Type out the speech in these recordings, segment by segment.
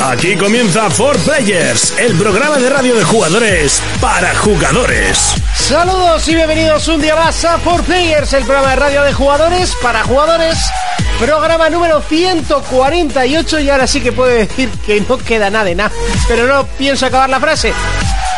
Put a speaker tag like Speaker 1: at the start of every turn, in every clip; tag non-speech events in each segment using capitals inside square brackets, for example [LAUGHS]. Speaker 1: Aquí comienza For Players, el programa de radio de jugadores para jugadores.
Speaker 2: Saludos y bienvenidos un día más a For Players, el programa de radio de jugadores para jugadores. Programa número 148 y ahora sí que puedo decir que no queda nada de nada, pero no pienso acabar la frase.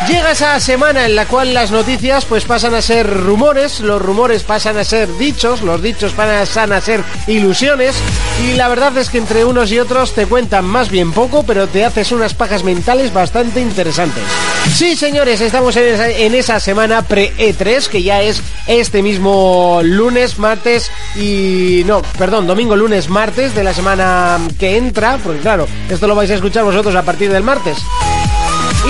Speaker 2: Llega esa semana en la cual las noticias pues pasan a ser rumores, los rumores pasan a ser dichos, los dichos pasan a ser ilusiones y la verdad es que entre unos y otros te cuentan más bien poco pero te haces unas pajas mentales bastante interesantes. Sí señores, estamos en esa, en esa semana pre-E3 que ya es este mismo lunes, martes y... no, perdón, domingo, lunes, martes de la semana que entra, porque claro, esto lo vais a escuchar vosotros a partir del martes.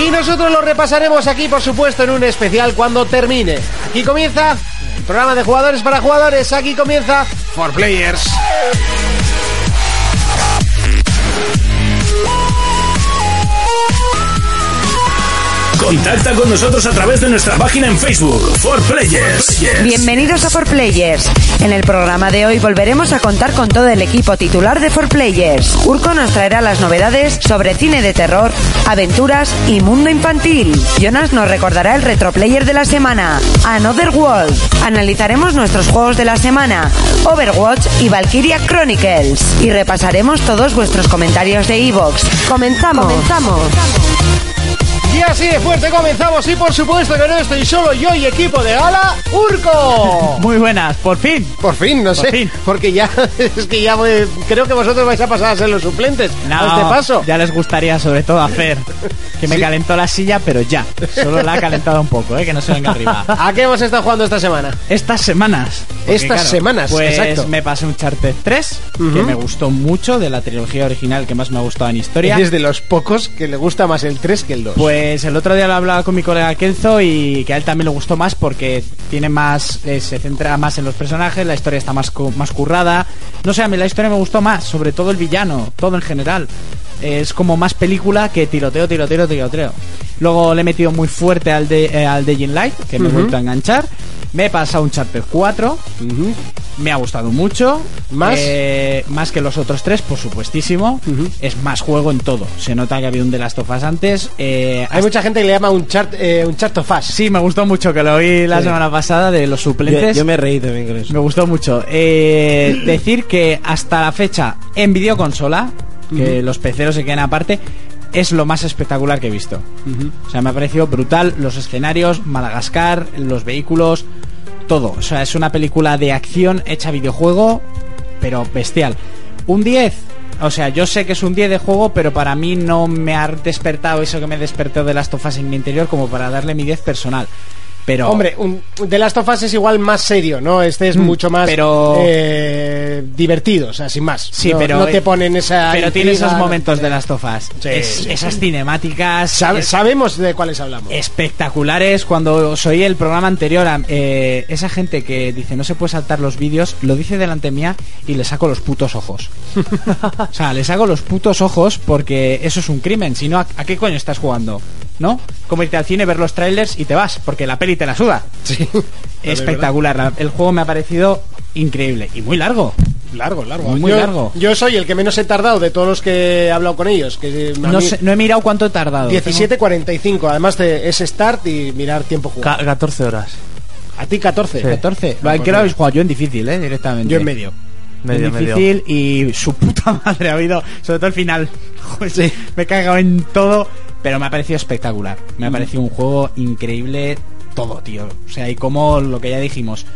Speaker 2: Y nosotros lo repasaremos aquí, por supuesto, en un especial cuando termine. Aquí comienza el programa de jugadores para jugadores. Aquí comienza For Players.
Speaker 1: Contacta con nosotros a través de nuestra página en Facebook, For Players.
Speaker 3: Bienvenidos a 4Players. En el programa de hoy volveremos a contar con todo el equipo titular de 4Players. Urco nos traerá las novedades sobre cine de terror, aventuras y mundo infantil. Jonas nos recordará el retroplayer de la semana, Another World. Analizaremos nuestros juegos de la semana, Overwatch y Valkyria Chronicles. Y repasaremos todos vuestros comentarios de Evox. Comenzamos. Comenzamos.
Speaker 2: Y así de fuerte comenzamos. Y por supuesto que no estoy solo yo y equipo de gala, Urco.
Speaker 4: Muy buenas, por fin.
Speaker 2: Por fin, no sé.
Speaker 4: fin.
Speaker 2: Porque ya, [LAUGHS] es que ya voy- creo que vosotros vais a pasar a ser los suplentes. a este paso.
Speaker 4: Ya les gustaría sobre todo a Fer, que me calentó la silla, pero ya. Solo la ha calentado un poco, ¿eh? que no se
Speaker 2: [LAUGHS]
Speaker 4: venga arriba.
Speaker 2: ¿A qué hemos estado jugando esta semana?
Speaker 4: Estas semanas. porque,
Speaker 2: Estas semanas,
Speaker 4: pues
Speaker 2: exacto.
Speaker 4: me pasé un Charter 3, que me gustó mucho, de la trilogía original que más me ha gustado en historia.
Speaker 2: Eres de los pocos que le gusta más el 3 que el 2.
Speaker 4: Pues el otro día lo hablaba con mi colega Kenzo y que a él también le gustó más porque tiene más, eh, se centra más en los personajes, la historia está más, cu- más currada. No sé, a mí la historia me gustó más, sobre todo el villano, todo en general. Es como más película que tiroteo, tiroteo, tiroteo. Luego le he metido muy fuerte al de, eh, al de Jin Light, que me he vuelto a enganchar. Me he pasado un Charter 4,
Speaker 2: Ujú.
Speaker 4: me ha gustado mucho.
Speaker 2: ¿Más?
Speaker 4: Eh, más que los otros tres, por supuestísimo.
Speaker 2: Ujú.
Speaker 4: Es más juego en todo. Se nota que había un de las tofas antes. Eh,
Speaker 2: Hay mucha gente que le llama un chart, eh, un chart of us.
Speaker 4: Sí, me gustó mucho que lo oí la semana pasada de los
Speaker 5: Yo,
Speaker 4: suplentes.
Speaker 5: yo
Speaker 4: me...
Speaker 5: me reí también con eso.
Speaker 4: gustó mucho. Eh, decir que hasta la fecha en videoconsola, que los peceros se quedan aparte, es lo más espectacular que he visto. O sea, me ha parecido brutal los escenarios, Madagascar, los vehículos, todo. O sea, es una película de acción hecha videojuego, pero bestial. Un 10. O sea, yo sé que es un 10 de juego, pero para mí no me ha despertado eso que me despertó de las tofas en mi interior como para darle mi 10 personal. Pero
Speaker 2: Hombre, un, The Last of Us es igual más serio, ¿no? Este es
Speaker 4: Mm,
Speaker 2: mucho más
Speaker 4: pero-
Speaker 2: eh, divertido, o sea, sin más.
Speaker 4: Sí,
Speaker 2: No-
Speaker 4: pero- eh,
Speaker 2: no te ponen esa.
Speaker 4: pero tiene
Speaker 2: intriga,
Speaker 4: esos
Speaker 2: no
Speaker 4: momentos
Speaker 2: te-
Speaker 4: de las tofas.
Speaker 2: Sí,
Speaker 4: Es-
Speaker 2: sí.
Speaker 4: Esas cinemáticas.
Speaker 2: Sab-
Speaker 4: es-
Speaker 2: sabemos de cuáles hablamos.
Speaker 4: espectaculares. Cuando os oí el programa anterior, a- eh, esa gente que dice no se puede saltar los vídeos, lo dice delante mía y le saco los
Speaker 2: [LAUGHS]
Speaker 4: putos ojos. o sea, le saco los putos ojos porque eso es un crimen. Si no, ¿a, a qué coño estás jugando? ¿No? Como irte al cine, ver los trailers y te vas, porque la peli te la suda. [LAUGHS]
Speaker 2: Sí.
Speaker 4: Espectacular. la- el juego me ha parecido increíble y muy largo.
Speaker 2: Largo, largo.
Speaker 4: Muy
Speaker 2: yo,
Speaker 4: largo.
Speaker 2: Yo soy el que menos he tardado de todos los que he hablado con ellos. Que eh, a
Speaker 4: No,
Speaker 2: mí-
Speaker 4: sé- no he mirado cuánto he tardado.
Speaker 2: 17.45, además de es start y mirar tiempo jugado.
Speaker 5: Ca- 14 horas.
Speaker 2: a ti 14.
Speaker 5: Sí.
Speaker 4: 14.
Speaker 2: Ah, pues
Speaker 4: ¿A qué lo
Speaker 2: mira.
Speaker 4: habéis jugado? Yo en difícil, ¿eh? Directamente.
Speaker 2: Yo en medio.
Speaker 5: Medio,
Speaker 4: es
Speaker 5: medio.
Speaker 4: difícil y su puta [LAUGHS] madre ha habido, sobre todo el final. Joder, Me he cagado en todo, pero me ha parecido espectacular. Me ha parecido un juego increíble todo, tío. O sea, y como lo que ya dijimos,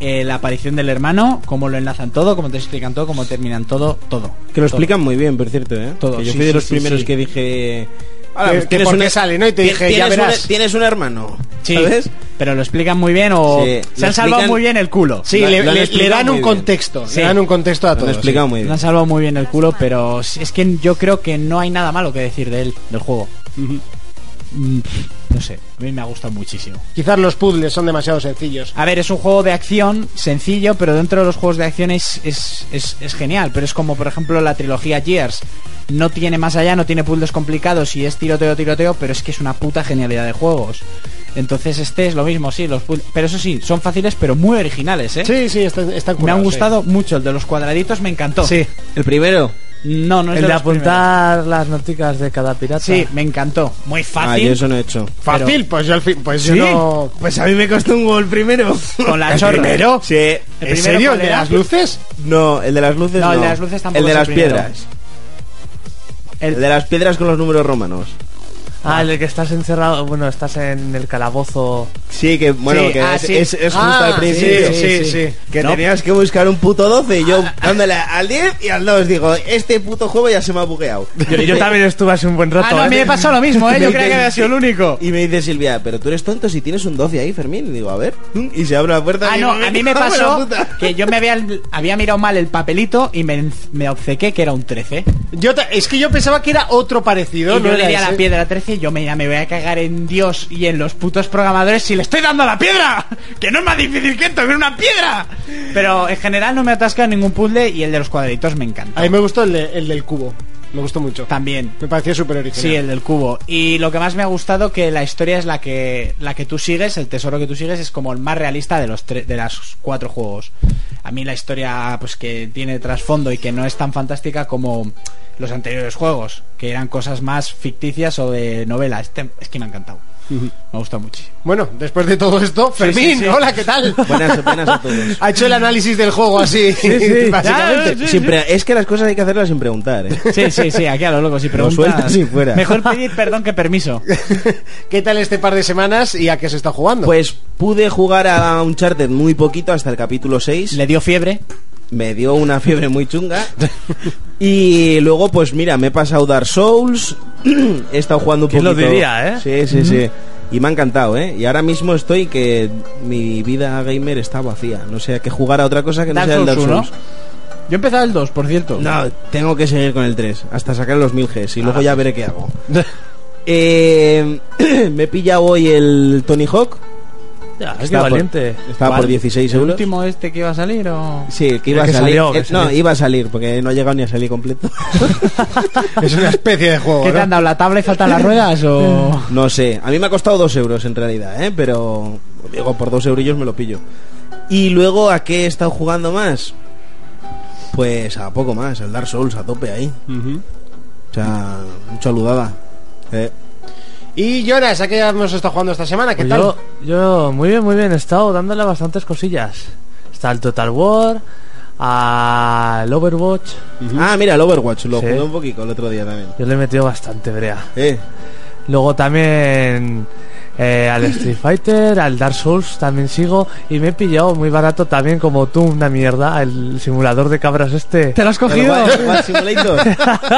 Speaker 4: eh, la aparición del hermano, cómo lo enlazan todo, cómo te explican todo, cómo terminan todo, todo.
Speaker 5: Que lo
Speaker 4: Todo.
Speaker 5: explican muy bien, por cierto, ¿eh?
Speaker 4: Todo,
Speaker 5: Que yo
Speaker 4: sí,
Speaker 5: fui de
Speaker 4: sí,
Speaker 5: los
Speaker 4: sí,
Speaker 5: primeros
Speaker 4: sí.
Speaker 5: que dije...
Speaker 2: Que-
Speaker 5: pues
Speaker 2: que por qué sale, ¿no? Y te
Speaker 5: ti-
Speaker 2: dije, ya
Speaker 5: "Tienes
Speaker 2: verás".
Speaker 5: un- Tienes un hermano,
Speaker 4: Sí,
Speaker 5: ¿sabes?
Speaker 4: pero lo explican muy bien o
Speaker 5: Sí,
Speaker 4: se
Speaker 5: lo
Speaker 4: han salvado
Speaker 5: explican-
Speaker 4: muy bien el culo.
Speaker 2: Sí,
Speaker 5: Lo-
Speaker 2: le,
Speaker 5: lo han
Speaker 2: le- le
Speaker 5: explicado
Speaker 2: dan un
Speaker 5: muy bien.
Speaker 2: contexto.
Speaker 4: Sí.
Speaker 2: Le dan un contexto a
Speaker 5: Lo
Speaker 2: todo.
Speaker 5: han explicado muy
Speaker 4: Le
Speaker 5: bien.
Speaker 4: han salvado muy bien el culo, pero es que yo creo que no hay nada malo que decir de él, del juego. Mm, No sé, a mí me ha gustado muchísimo.
Speaker 2: Quizás los puzzles son demasiado sencillos.
Speaker 4: A ver, es un juego de acción sencillo, pero dentro de los juegos de acción es, es, es- es genial. Pero es como, por ejemplo, la trilogía Gears. No tiene más allá, no tiene puzzles complicados y es tiroteo, tiroteo, pero es que es una puta genialidad de juegos. Entonces este es lo mismo, sí, los puzzles... Pero eso sí, son fáciles, pero muy originales, ¿eh?
Speaker 2: Sí, sí, están, están
Speaker 4: me han
Speaker 2: curados, sí.
Speaker 4: gustado mucho. El de los cuadraditos me encantó.
Speaker 5: El primero.
Speaker 4: No, no es
Speaker 6: El
Speaker 4: de,
Speaker 6: de
Speaker 4: los
Speaker 6: apuntar las noticas de cada pirata.
Speaker 4: primeros. Sí, me encantó. Muy
Speaker 7: Ah,
Speaker 4: fácil.
Speaker 7: yo eso no he hecho.
Speaker 2: Fácil, pues yo al fin, pues
Speaker 4: ¿Sí?
Speaker 2: yo no.
Speaker 7: Pues a mí me costó un gol primero.
Speaker 4: Con la
Speaker 2: ¿El
Speaker 4: chorra.
Speaker 2: primero?
Speaker 7: Sí.
Speaker 4: ¿El
Speaker 2: ¿En
Speaker 4: primero
Speaker 2: serio?
Speaker 4: cuál
Speaker 2: ¿El de
Speaker 4: era?
Speaker 2: las luces?
Speaker 7: No, el de las luces
Speaker 4: No,
Speaker 7: no.
Speaker 4: el de las luces tampoco
Speaker 7: El de
Speaker 4: es el
Speaker 7: las
Speaker 4: primero.
Speaker 7: piedras.
Speaker 4: El-
Speaker 7: El de las piedras con los números romanos.
Speaker 6: Ah, el de que estás encerrado. Bueno, estás en el calabozo.
Speaker 7: Sí, que bueno,
Speaker 4: Sí,
Speaker 7: que
Speaker 4: ah,
Speaker 7: es,
Speaker 4: sí.
Speaker 7: es- es justo
Speaker 2: Ah,
Speaker 7: al principio.
Speaker 2: sí, sí, sí.
Speaker 7: Que
Speaker 4: No.
Speaker 7: tenías que buscar un puto 12 y yo dándole al 10 y al 2 digo, este puto juego ya se me ha bugueado.
Speaker 6: Yo, yo también estuve hace un buen rato.
Speaker 4: Ah, no, a mí
Speaker 6: ¿eh?
Speaker 4: me pasó lo mismo, ¿eh? Yo creía que había sido el único.
Speaker 7: [LAUGHS] Y me dice Silvia, pero tú eres tonto si tienes un 12 ahí, Fermín. Y digo, a ver. Y se abre la puerta.
Speaker 4: Ah,
Speaker 7: y
Speaker 4: no,
Speaker 7: digo,
Speaker 4: a mí me
Speaker 7: cago en la
Speaker 4: pasó
Speaker 7: puta.
Speaker 4: que yo me había, había mirado mal el papelito y me, me obcequé que era un 13.
Speaker 2: Yo ta- es que yo pensaba que era otro parecido.
Speaker 4: y
Speaker 2: no
Speaker 4: yo
Speaker 2: era
Speaker 4: le di a la
Speaker 2: ese.
Speaker 4: piedra 13 yo me, ya me voy a cagar en Dios y en los putos programadores si le estoy dando a la piedra. [LAUGHS] Que no es más difícil que tocar una piedra. Pero en general no me atasca ningún puzzle y el de los cuadritos me encanta.
Speaker 2: A mí me gustó el, de- el del cubo. Me gustó mucho.
Speaker 4: También.
Speaker 2: Me pareció súper original.
Speaker 4: Sí, el del cubo. Y lo que más me ha gustado que la historia es la que la que tú sigues, el tesoro que tú sigues es como el más realista de los tres de las cuatro juegos. A mí la historia pues que tiene trasfondo y que no es tan fantástica como los anteriores juegos, que eran cosas más ficticias o de novela. Este es que me ha encantado. Me ha gustado muchísimo.
Speaker 2: Bueno, después de todo esto, Fermín,
Speaker 4: sí, sí.
Speaker 2: hola, ¿qué tal?
Speaker 7: Buenas, buenas a todos.
Speaker 2: Ha hecho el análisis del juego así, [LAUGHS]
Speaker 6: sí.
Speaker 2: básicamente.
Speaker 7: Sin pre- Es que las cosas hay que hacerlas sin preguntar,
Speaker 6: [LAUGHS]
Speaker 7: ¿eh?
Speaker 4: Sí, sí, sí, aquí a lo loco si
Speaker 7: sueltas
Speaker 4: preguntas.
Speaker 7: si fuera.
Speaker 4: Mejor pedir perdón que permiso.
Speaker 2: [LAUGHS] ¿Qué tal este par de semanas y a qué se está jugando?
Speaker 7: Pues pude jugar a Uncharted muy poquito, hasta el capítulo 6.
Speaker 4: Le dio fiebre.
Speaker 7: me dio una fiebre muy
Speaker 6: [LAUGHS]
Speaker 7: chunga. Y luego, pues mira, me he pasado Dark Souls. [CLEARS THROAT] he estado jugando un
Speaker 6: ¿Quién lo
Speaker 7: poquito.
Speaker 6: diría, eh?
Speaker 7: Sí, sí, sí. Y me ha encantado, ¿eh? Y ahora mismo estoy que mi vida gamer está vacía. No sé, que jugar a otra cosa que no
Speaker 4: Dark
Speaker 7: sea el Dark
Speaker 4: Souls uno.
Speaker 7: Souls.
Speaker 4: Yo he empezado el 2, por cierto.
Speaker 7: No, tengo que seguir con el 3 hasta sacar los 1000 Gs y
Speaker 6: Ah.
Speaker 7: luego ya veré qué
Speaker 6: [LAUGHS]
Speaker 7: hago. Eh, [CLEARS THROAT] me he pillado hoy el Tony Hawk.
Speaker 6: Ya, es que
Speaker 7: Estaba por-
Speaker 6: valiente.
Speaker 7: Estaba por 16
Speaker 4: ¿El
Speaker 7: euros.
Speaker 4: último este que iba a salir o...?
Speaker 7: Sí, el que
Speaker 6: El
Speaker 7: iba
Speaker 6: que
Speaker 7: a salir.
Speaker 6: salió, que
Speaker 7: Eh, no,
Speaker 6: salió.
Speaker 7: iba a salir porque no ha llegado ni a salir
Speaker 6: [LAUGHS]
Speaker 7: completo.
Speaker 2: es una especie de juego.
Speaker 4: [LAUGHS] ¿Qué te
Speaker 2: ¿no?
Speaker 4: han dado? ¿La tabla y faltan las ruedas
Speaker 7: [LAUGHS]
Speaker 4: o...?
Speaker 7: No sé, a mí me ha costado dos euros en realidad, ¿eh? Pero, digo, por dos eurillos me lo pillo. Y luego, ¿a qué he estado jugando más? Pues a poco más, al Dark Souls a tope ahí. O sea, mucha ludada. Eh,
Speaker 2: Y Jonas, ¿a qué hemos estado jugando esta semana? ¿Qué
Speaker 6: Pues
Speaker 2: tal?
Speaker 6: Yo, yo, muy bien, muy bien. He estado dándole a bastantes cosillas. Está el Total War, al Overwatch.
Speaker 7: Ah, mira, el Overwatch, lo
Speaker 6: Sí.
Speaker 7: jugué un poquito el otro día también.
Speaker 6: Yo le he metido bastante brea.
Speaker 7: Eh,
Speaker 6: Luego también eh, al Street Fighter, al Dark Souls también sigo. Y me he pillado muy barato también, como tú, una mierda, el simulador de cabras este.
Speaker 4: lo has
Speaker 7: el Watch- Watch Simulator.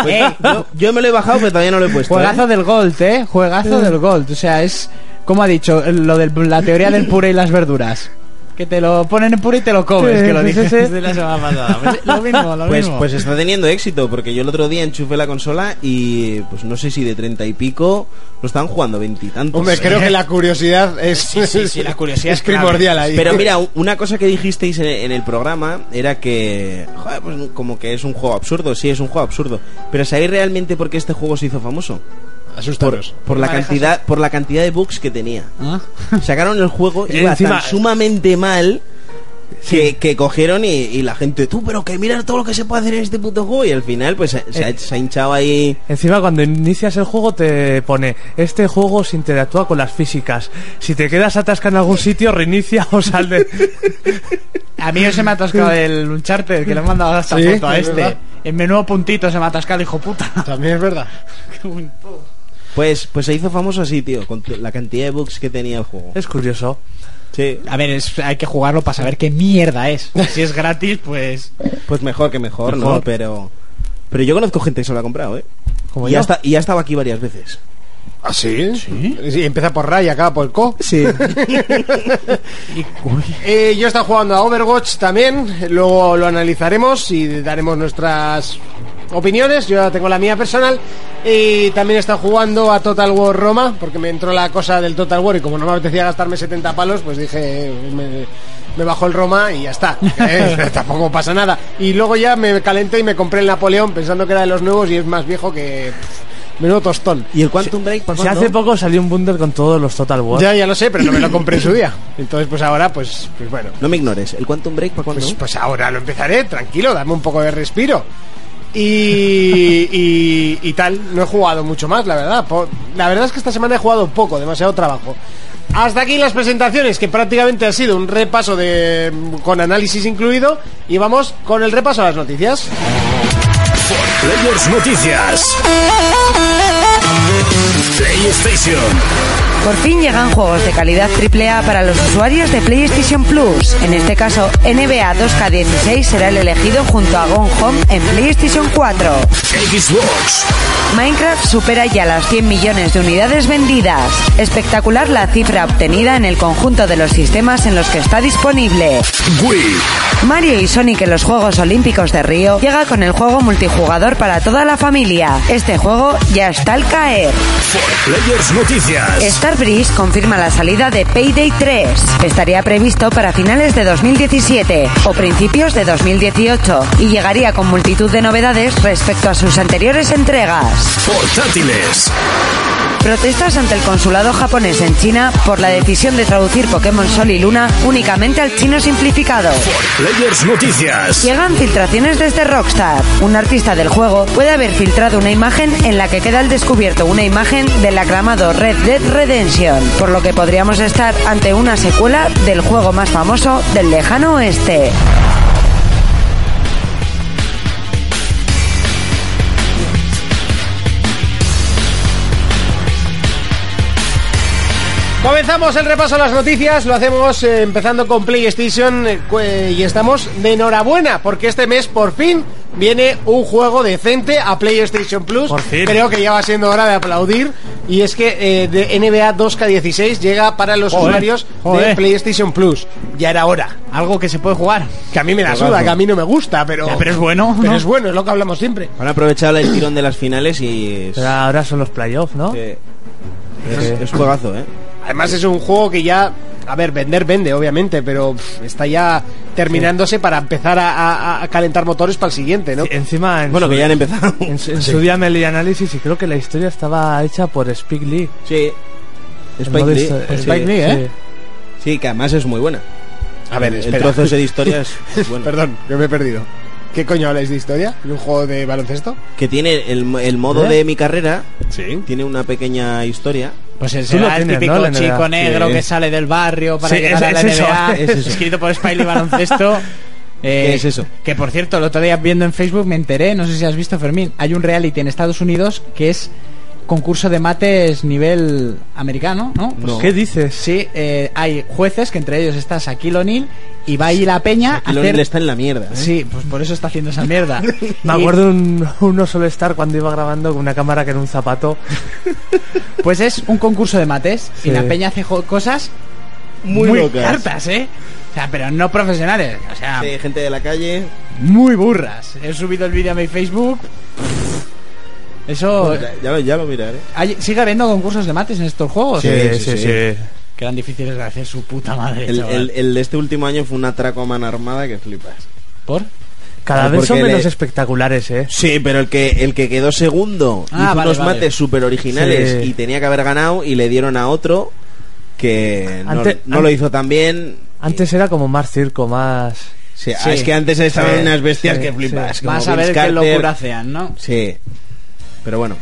Speaker 7: Pues yo, yo me lo he bajado, pero todavía no lo he puesto. ¿eh?
Speaker 4: Juegazo del Gold, ¿eh? Juegazo del Gold. O sea, es... Como ha dicho, lo de la teoría del puré y las verduras. Que te lo ponen en puré y te lo comes,
Speaker 6: Sí,
Speaker 4: que lo
Speaker 6: sí,
Speaker 4: dije
Speaker 6: sí,
Speaker 4: [LAUGHS]
Speaker 6: sí.
Speaker 4: desde la semana pasada. Pues Lo mismo, lo
Speaker 7: Pues,
Speaker 4: mismo.
Speaker 7: pues está teniendo éxito, porque yo el otro día enchufé la consola y pues no sé si de treinta y pico lo estaban jugando veintitantos.
Speaker 2: Hombre,
Speaker 7: ¿eh?
Speaker 2: creo que la curiosidad es,
Speaker 4: Sí, sí, sí, la curiosidad
Speaker 2: es
Speaker 4: es clave.
Speaker 2: primordial ahí.
Speaker 7: Pero mira, u- una cosa que dijisteis en- en el programa era que, joder, pues como que es un juego absurdo, sí, es un juego absurdo. Pero ¿sabéis realmente por qué este juego se hizo famoso?
Speaker 2: asustaros.
Speaker 7: Por la
Speaker 4: Manejas-
Speaker 7: cantidad, por la cantidad de bugs que tenía.
Speaker 4: ¿Ah?
Speaker 7: Sacaron el juego iba tan
Speaker 6: Encima-
Speaker 7: sumamente mal que, que cogieron y, y la gente, tú, pero que mira todo lo que se puede hacer en este puto juego y al final pues se, se
Speaker 2: Eh.
Speaker 7: ha, se ha hinchado ahí.
Speaker 6: Encima cuando inicias el juego te pone este juego se interactúa con las físicas. Si te quedas atascado en algún sitio, reinicia o
Speaker 7: [LAUGHS]
Speaker 6: sal de...
Speaker 4: A mí se me ha atascado el Uncharted, que le he mandado hasta
Speaker 2: Sí,
Speaker 4: foto a
Speaker 2: es
Speaker 4: este.
Speaker 2: verdad.
Speaker 4: En menudo puntito se me ha atascado, hijo puta.
Speaker 2: También es verdad.
Speaker 7: Pues, pues se hizo famoso así, tío, con t- la cantidad de bugs que tenía el juego.
Speaker 6: Es curioso.
Speaker 7: Sí,
Speaker 4: A ver, es- hay que jugarlo para saber qué mierda es. Si es gratis, pues...
Speaker 7: pues mejor que mejor,
Speaker 4: Mejor.
Speaker 7: ¿no? Pero, pero yo conozco gente que se lo ha comprado, ¿eh?
Speaker 6: Como
Speaker 7: y,
Speaker 6: yo.
Speaker 7: ya está- y ya estaba aquí varias veces.
Speaker 2: ¿Ah, sí? Sí. empieza por Ray y acaba por Co.
Speaker 7: Sí.
Speaker 4: [LAUGHS]
Speaker 2: Eh, yo he estado jugando a Overwatch también. Luego lo analizaremos y daremos nuestras opiniones. Yo ya tengo la mía personal. Y también he estado jugando a Total War Roma, porque me entró la cosa del Total War y como no me apetecía gastarme 70 palos, pues dije, eh, me, me bajó el Roma y ya está. Eh, tampoco pasa nada. Y luego ya me calenté y me compré el Napoleón pensando que era de los nuevos y es más viejo que... pff, Menudo tostón.
Speaker 7: ¿Y el Quantum Break? ¿para
Speaker 6: Si
Speaker 7: cuándo?
Speaker 6: hace poco salió un bundle con todos los Total War.
Speaker 2: Ya, ya lo sé, pero no me lo compré en su día. Entonces, pues ahora, pues, pues bueno.
Speaker 7: No me ignores. ¿El Quantum Break para cuándo?
Speaker 2: Pues, pues ahora lo empezaré, tranquilo, dame un poco de respiro. y, y- y tal. No he jugado mucho más, la verdad. Po- La verdad es que esta semana he jugado poco, demasiado trabajo. Hasta aquí las presentaciones, que prácticamente ha sido un repaso de con análisis incluido. Y vamos con el repaso a las noticias.
Speaker 1: Players Noticias. PlayStation.
Speaker 3: Por fin llegan juegos de calidad AAA para los usuarios de PlayStation Plus. En este caso, NBA 2K16 será el elegido junto a Gone Home en PlayStation 4.
Speaker 1: Xbox.
Speaker 3: Minecraft supera ya las 100 millones de unidades vendidas. Espectacular la cifra obtenida en el conjunto de los sistemas en los que está disponible.
Speaker 1: Wii.
Speaker 3: Mario y Sonic en los Juegos Olímpicos de Río llega con el juego multijugador para toda la familia. Este juego ya está al caer.
Speaker 1: Players Noticias.
Speaker 3: Starbreeze confirma la salida de Payday 3. Estaría previsto para finales de 2017 o principios de 2018 y llegaría con multitud de novedades respecto a sus anteriores entregas.
Speaker 1: Portátiles.
Speaker 3: Protestas ante el consulado japonés en China por la decisión de traducir Pokémon Sol y Luna únicamente al chino simplificado.
Speaker 1: Players Noticias.
Speaker 3: Llegan filtraciones desde Rockstar. Un artista del juego puede haber filtrado una imagen en la que queda al descubierto una imagen del aclamado Red Dead Redemption, por lo que podríamos estar ante una secuela del juego más famoso del lejano oeste.
Speaker 2: Comenzamos el repaso a las noticias, lo hacemos eh, empezando con PlayStation eh, cu- eh, y estamos de enhorabuena porque este mes por fin viene un juego decente a PlayStation Plus.
Speaker 6: Por fin.
Speaker 2: Creo que ya va siendo hora de aplaudir y es que eh, de NBA 2K16 llega para los
Speaker 4: Joder,
Speaker 2: usuarios de
Speaker 4: joder.
Speaker 2: PlayStation Plus. Ya era hora.
Speaker 4: Algo que se puede jugar.
Speaker 2: Que a mí me la suda, que a mí no me gusta, pero
Speaker 4: Ya, pero es bueno,
Speaker 2: Pero
Speaker 4: ¿no?
Speaker 2: es bueno, es lo que hablamos siempre.
Speaker 7: Han aprovechado el tirón de las finales y. Es,
Speaker 6: Pero ahora son los playoffs, ¿no?
Speaker 7: eh, es, es juegazo, ¿eh?
Speaker 2: Además es un juego que ya, a ver, vender vende, obviamente, pero pff, está ya terminándose para empezar a, a- a calentar motores para el siguiente, ¿no?
Speaker 6: Sí, Encima, en,
Speaker 7: Bueno,
Speaker 6: su,
Speaker 7: que ya han empezado.
Speaker 6: en su- en su día me leí análisis y creo que la historia estaba hecha por Spike Lee.
Speaker 7: Sí.
Speaker 6: El
Speaker 7: Spike
Speaker 6: modo este-
Speaker 7: Lee.
Speaker 6: histo-
Speaker 7: sí,
Speaker 2: Spike Lee, ¿eh?
Speaker 7: Sí, que además es muy buena.
Speaker 2: A ver,
Speaker 7: el,
Speaker 2: espera.
Speaker 7: trozo ese de historia
Speaker 2: [LAUGHS]
Speaker 7: es bueno.
Speaker 2: Perdón, que me he perdido. ¿Qué coño habláis de historia? ¿De un juego de baloncesto?
Speaker 7: Que tiene el, el modo
Speaker 6: ¿Eh?
Speaker 7: de mi carrera,
Speaker 2: Sí.
Speaker 7: tiene una pequeña historia.
Speaker 4: Pues es
Speaker 6: Tú lo
Speaker 4: el
Speaker 6: tienes,
Speaker 4: típico
Speaker 6: ¿no? La NBA.
Speaker 4: chico negro
Speaker 7: Sí.
Speaker 4: que sale del barrio para
Speaker 6: Sí,
Speaker 4: llegar
Speaker 6: es-
Speaker 4: a la
Speaker 6: es eso,
Speaker 4: NBA,
Speaker 6: es eso.
Speaker 4: escrito por Spiley
Speaker 6: [LAUGHS]
Speaker 4: Baloncesto. eh,
Speaker 7: ¿Qué es eso?
Speaker 4: Que por cierto, el otro día viendo en Facebook me enteré, no sé si has visto Fermín, hay un reality en Estados Unidos que es concurso de mates nivel americano, ¿no? Pues
Speaker 7: No.
Speaker 6: ¿Qué dices?
Speaker 4: Sí, eh, hay jueces que entre ellos está Shaquille O'Neal y va a ir a Peña a
Speaker 7: Lo
Speaker 4: hacer...
Speaker 7: está en la mierda. ¿eh?
Speaker 4: Sí, pues por eso está haciendo esa mierda.
Speaker 6: [LAUGHS] Me
Speaker 4: Y-
Speaker 6: acuerdo un, uno solo estar cuando iba grabando con una cámara que era un zapato.
Speaker 4: Pues es un concurso de mates y
Speaker 6: Sí.
Speaker 4: la peña hace jo- cosas
Speaker 7: Muy locas.
Speaker 4: hartas, ¿eh? O sea, pero no profesionales, o sea,
Speaker 7: Sí, Eh, gente de la calle.
Speaker 4: muy burras. He subido el vídeo a mi Facebook. Eso...
Speaker 7: Ya, ya lo- ya lo miraré.
Speaker 4: hay- sigue habiendo concursos de mates en estos juegos.
Speaker 7: Sí, sí, sí.
Speaker 4: Que eran difíciles de hacer su puta madre.
Speaker 7: El,
Speaker 4: chaval.
Speaker 7: el- el de este último año fue un atraco a mano armada que flipas.
Speaker 4: ¿Por?
Speaker 6: Cada
Speaker 7: Ah,
Speaker 6: vez son
Speaker 7: porque
Speaker 6: menos
Speaker 7: le-
Speaker 6: espectaculares, ¿eh?
Speaker 7: Sí, pero el que, el que quedó segundo
Speaker 4: Ah,
Speaker 7: hizo
Speaker 4: vale,
Speaker 7: unos
Speaker 4: vale.
Speaker 7: mates súper originales
Speaker 6: Sí.
Speaker 7: y tenía que haber ganado y le dieron a otro que no,
Speaker 6: Ante-
Speaker 7: no
Speaker 6: an-
Speaker 7: lo hizo tan bien.
Speaker 6: Antes era como más circo, más...
Speaker 7: Sí, ah,
Speaker 4: Sí.
Speaker 7: Es que antes estaban
Speaker 6: Sí,
Speaker 7: unas bestias
Speaker 6: sí,
Speaker 7: que flipas.
Speaker 6: sí.
Speaker 7: como
Speaker 4: Vas a ver
Speaker 7: Vince
Speaker 4: qué
Speaker 7: Carter.
Speaker 4: locura hacían, ¿no?
Speaker 7: Sí. Pero bueno,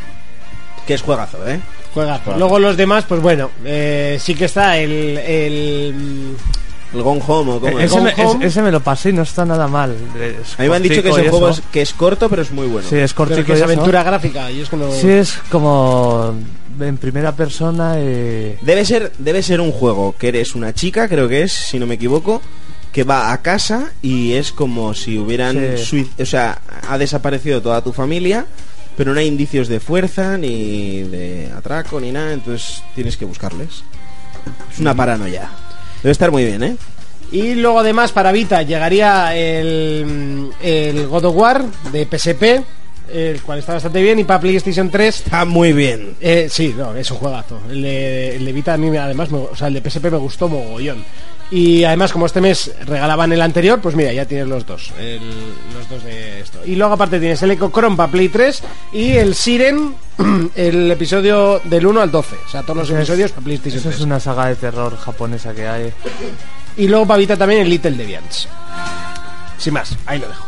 Speaker 7: que es juegazo, ¿eh?
Speaker 2: Juega. Luego los demás, pues bueno, eh, sí que está el... el mm,
Speaker 7: El Gone Home o como.
Speaker 6: Eh, Ese
Speaker 2: Gone
Speaker 6: me, es-
Speaker 2: Home.
Speaker 6: ese me lo pasé y no está nada mal. Es
Speaker 7: Pues, A mí me han dicho que
Speaker 6: cortico
Speaker 7: ese
Speaker 6: y
Speaker 7: juego
Speaker 6: eso.
Speaker 7: es, que es corto, pero es muy bueno.
Speaker 6: Sí, es
Speaker 2: creo
Speaker 6: cortico
Speaker 2: que
Speaker 6: y
Speaker 2: es
Speaker 6: eso.
Speaker 2: aventura gráfica, yo es que no...
Speaker 6: Sí, es como en primera persona y...
Speaker 7: Debe ser, debe ser un juego que eres una chica, creo que es, si no me equivoco, que va a casa y es como si hubieran...
Speaker 6: Sí.
Speaker 7: sui- O sea, ha desaparecido toda tu familia, pero no hay indicios de fuerza, ni de atraco, ni nada, entonces tienes que buscarles. Es una paranoia. Debe estar muy bien, ¿eh?
Speaker 2: Y luego además para Vita llegaría el, el God of War de PSP, el cual está bastante bien, y para PlayStation 3...
Speaker 7: Está muy bien.
Speaker 2: Eh, sí, no, es un juegazo. El de, el de Vita a mí me- además, me- o sea, el de PSP me gustó mogollón. Y además, como este mes regalaban el anterior, pues mira, ya tienes los dos. el- los dos de esto. Y luego aparte tienes el Echo Chrome para Play 3 y el Siren, [CLEARS THROAT] el episodio del 1 al 12. O sea, todos los
Speaker 6: Es-
Speaker 2: episodios para PlayStation
Speaker 6: Eso es
Speaker 2: 3.
Speaker 6: una saga de terror japonesa que hay.
Speaker 2: Y luego para Vita también el Little Deviants. Sin más, ahí lo dejo.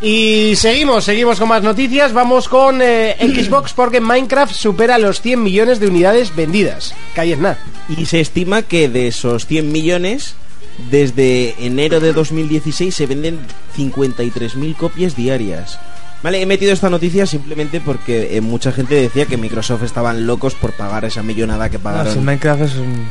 Speaker 2: Y seguimos, seguimos con más noticias. Vamos con eh, Xbox porque Minecraft supera los 100 millones de unidades vendidas. Calles nada.
Speaker 7: Y se estima que de esos 100 millones, desde enero de 2016 se venden 53.000 copias diarias. Vale, he metido esta noticia simplemente porque eh, mucha gente decía que Microsoft estaban locos por pagar esa millonada que
Speaker 6: Ah, si
Speaker 7: pagaron.
Speaker 6: Minecraft es un-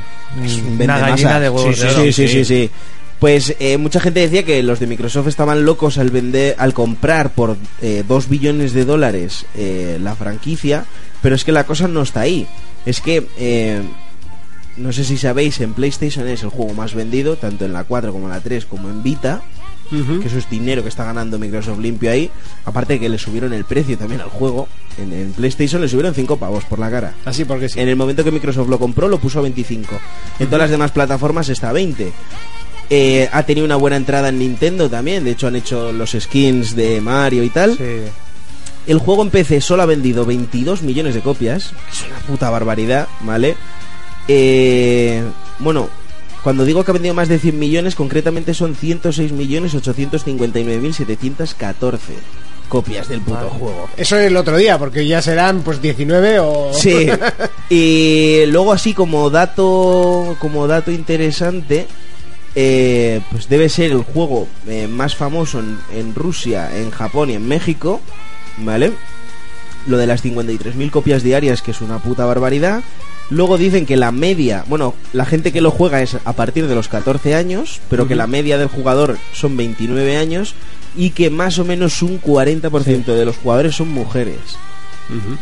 Speaker 7: Es un
Speaker 6: Mm. una
Speaker 7: vendemasa.
Speaker 6: gallina de huevos.
Speaker 7: Sí,
Speaker 6: de
Speaker 7: sí,
Speaker 6: oro.
Speaker 7: sí, sí, sí, sí. Pues eh, mucha gente decía que los de Microsoft estaban locos al vender, al comprar por eh, 2 billones de dólares eh, la franquicia, pero es que la cosa no está ahí. Es que, eh, no sé si sabéis, en PlayStation es el juego más vendido, tanto en la 4 como en la 3 como en Vita, que eso es dinero que está ganando Microsoft limpio ahí. Aparte de que le subieron el precio también al juego, en, en PlayStation le subieron 5 pavos por la cara.
Speaker 2: Así porque sí.
Speaker 7: En el momento que Microsoft lo compró, lo puso a 25. En todas las demás plataformas está a 20. Eh, ha tenido una buena entrada en Nintendo también. De hecho, han hecho los skins de Mario y tal.
Speaker 6: Sí.
Speaker 7: El juego en PC solo ha vendido 22 millones de copias. que Es una puta barbaridad, ¿vale? Eh, bueno, cuando digo que ha vendido más de 100 millones, concretamente son 106.859.714 copias del puto juego.
Speaker 2: Eso el otro día, porque ya serán pues 19 o... [LAUGHS]
Speaker 7: Sí. [LAUGHS] Y luego así como dato como dato interesante, eh, pues debe ser el juego eh, más famoso en, en Rusia, en Japón y en México, ¿vale? Lo de las 53.000 copias diarias, que es una puta barbaridad. Luego dicen que la media, bueno, la gente que lo juega es a partir de los 14 años, pero que la media del jugador son 29 años y que más o menos un 40% de los jugadores son mujeres.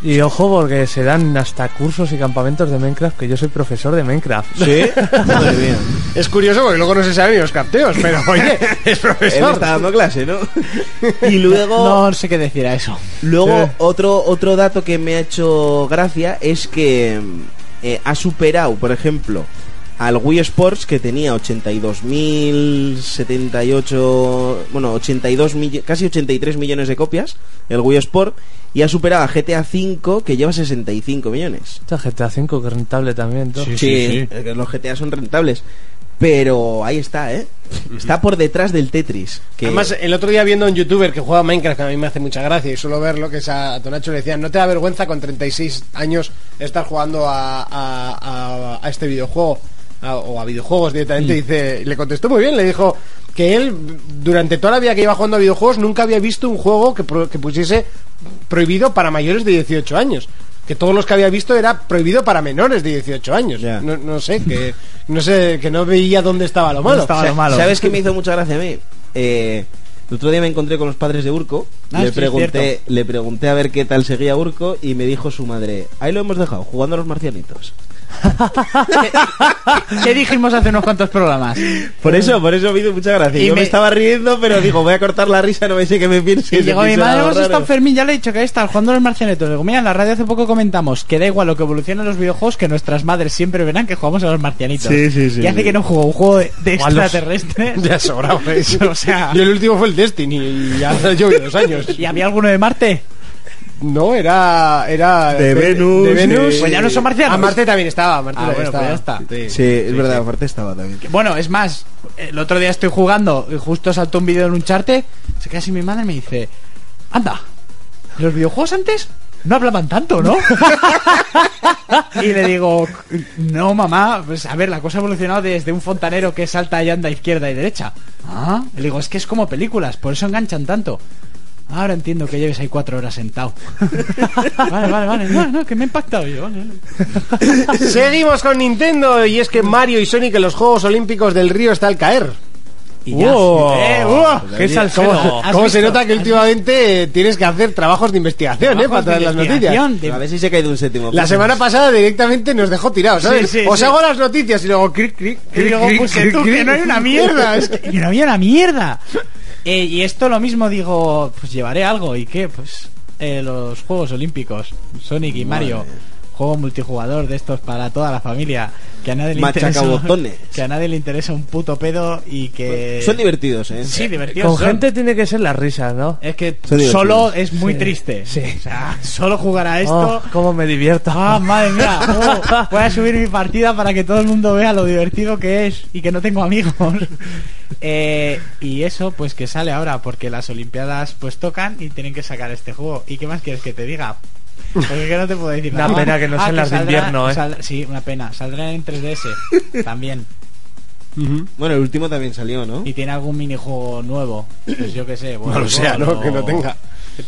Speaker 6: Y ojo, porque se dan hasta cursos y campamentos de Minecraft, que yo soy profesor de Minecraft.
Speaker 7: [LAUGHS] Sí, madre mía.
Speaker 2: Es curioso porque luego no se saben ni los capteos, pero oye, es
Speaker 7: Él
Speaker 2: profesor.
Speaker 7: está dando clase, ¿no? Y [LAUGHS] luego,
Speaker 4: [LAUGHS] No sé qué decir a eso.
Speaker 7: luego otro, otro dato que me ha hecho gracia es que eh, ha superado, por ejemplo, al Wii Sports que tenía 82.078, bueno, 82 millo- casi 83 millones de copias, el Wii Sport, y ha superado a GTA V que lleva 65 millones.
Speaker 6: Esta GTA V que es rentable también. ¿no?
Speaker 7: Sí, eh, que los GTA son rentables. Pero ahí está, ¿eh? Está por detrás del Tetris. Que...
Speaker 2: Además, el otro día viendo a un youtuber que juega a Minecraft, que a mí me hace mucha gracia y suelo verlo, que es a Tonacho, le decían, no te da vergüenza con 36 años estar jugando a, a- a- a este videojuego a- o a videojuegos directamente. Dice, y le contestó muy bien, le dijo que él durante toda la vida que iba jugando a videojuegos nunca había visto un juego que, pro- que pusiese prohibido para mayores de 18 años. Que todos los que había visto era prohibido para menores de 18 años.
Speaker 7: Ya.
Speaker 2: No, no sé, que no sé, que no veía dónde estaba lo malo.
Speaker 6: estaba
Speaker 4: Ah,
Speaker 2: [LAUGHS]
Speaker 7: Sa-
Speaker 6: lo malo.
Speaker 7: ¿Sabes qué me hizo mucha gracia a mí? Eh, el otro día me encontré con los padres de Urco.
Speaker 4: Ah,
Speaker 7: le,
Speaker 4: sí,
Speaker 7: pregunté, le pregunté a ver qué tal seguía Urco y me dijo su madre: Ahí lo hemos dejado, jugando a los marcianitos.
Speaker 4: ¿Qué dijimos hace unos cuantos [LAUGHS] programas?
Speaker 7: Por eso, por eso me hizo mucha gracia.
Speaker 4: Y
Speaker 7: Yo me...
Speaker 4: me-
Speaker 7: estaba riendo, pero digo: Voy a cortar la risa, no me sé qué me piense.
Speaker 4: Y llegó mi madre, hemos estado Fermín, ya le he dicho que ahí está, jugando a los marcianetos. Digo, mira, en la radio hace poco comentamos que da igual lo que evolucionan los videojuegos, que nuestras madres siempre verán que jugamos a los marcianitos.
Speaker 7: Sí, sí, sí,
Speaker 4: Y hace
Speaker 7: sí.
Speaker 4: que no juego un juego de, de
Speaker 6: O a los-
Speaker 4: extraterrestres. [LAUGHS]
Speaker 2: Ya sobrado eso.
Speaker 4: O sea-
Speaker 2: Yo Ah, el último fue el Destiny y ya yo vi dos años.
Speaker 4: ¿Y había alguno de Marte?
Speaker 2: No, era. era
Speaker 7: De Venus,
Speaker 2: De Venus.
Speaker 7: eh.
Speaker 4: Pues ya no son marcianos.
Speaker 2: A Marte también estaba. Marte
Speaker 4: Ah,
Speaker 2: también
Speaker 4: bueno, pues
Speaker 2: estaba.
Speaker 4: ya
Speaker 2: Sí.
Speaker 7: Sí, es verdad, aparte estaba también.
Speaker 4: Bueno, es más, el otro día estoy jugando y justo saltó un vídeo en un charte, se queda así mi madre y me dice, anda, los videojuegos antes no hablaban tanto,
Speaker 7: [LAUGHS]
Speaker 4: ¿no? y le digo, no mamá, pues a ver, la cosa ha evolucionado desde un fontanero que salta y anda izquierda y derecha. Ah, le digo, es que es como películas, por eso enganchan tanto. Ahora entiendo que lleves ahí cuatro horas
Speaker 7: [LAUGHS]
Speaker 4: sentado. [LAUGHS] vale, vale, vale. No, no, que me he impactado yo. Vale, vale. [LAUGHS]
Speaker 2: Seguimos con Nintendo y es que Mario y Sonic en los Juegos Olímpicos del Río está al caer.
Speaker 7: Y ya.
Speaker 6: ¡Wow!
Speaker 7: Eh, ¡wow!
Speaker 6: ¡Qué salsero!
Speaker 4: ¿Has
Speaker 2: ¿Cómo se
Speaker 4: visto?
Speaker 2: nota que últimamente eh, tienes que hacer trabajos de investigación, eh? Para
Speaker 4: Trabajos de
Speaker 2: traer las noticias.
Speaker 4: investigación, de
Speaker 7: A ver si se ha caído un séptimo.
Speaker 2: La semana pasada directamente nos dejó tirados, ¿sabes?
Speaker 4: Sí, sí,
Speaker 2: Os
Speaker 4: sí.
Speaker 2: hago las noticias y luego clic, clic,
Speaker 4: Y
Speaker 2: clic,
Speaker 4: luego
Speaker 2: clic,
Speaker 4: puse
Speaker 2: clic,
Speaker 4: tú,
Speaker 2: clic.
Speaker 4: que no hay una [LAUGHS] mierda. Es que no había una mierda. Eh, y esto lo mismo digo, pues llevaré algo. ¿Y qué? Pues eh, los Juegos Olímpicos, Sonic y Mario. juego multijugador de estos para toda la familia. Que a nadie le
Speaker 7: Machacabotones.
Speaker 4: interesa. Que a nadie le interesa un puto pedo y que.
Speaker 7: Son divertidos, ¿eh?
Speaker 4: Sí, divertidos.
Speaker 6: Con
Speaker 4: son.
Speaker 6: gente tiene que ser las risas, ¿no?
Speaker 4: Es que
Speaker 7: Son divertidos.
Speaker 4: solo es muy triste.
Speaker 6: sí.
Speaker 4: O sea, solo jugar a esto.
Speaker 6: Oh, cómo me divierto.
Speaker 4: Ah, madre mía. oh, voy a subir mi partida para que todo el mundo vea lo divertido que es y que no tengo amigos. Eh, y eso, pues que sale ahora, porque las Olimpiadas pues tocan y tienen que sacar este juego. ¿Y qué más quieres que te diga? Porque que no te puedo decir
Speaker 6: Una
Speaker 4: nada. Ah,
Speaker 6: pena que no sean las de
Speaker 4: saldrá-
Speaker 6: invierno, ¿eh?
Speaker 4: sal- sí, una pena. Saldrá en 3DS también.
Speaker 7: Bueno, el último también salió, ¿no?
Speaker 4: Y tiene algún minijuego nuevo. Pues yo qué sé.
Speaker 8: No lo sea, ¿no?
Speaker 4: voleibol
Speaker 8: Que no tenga.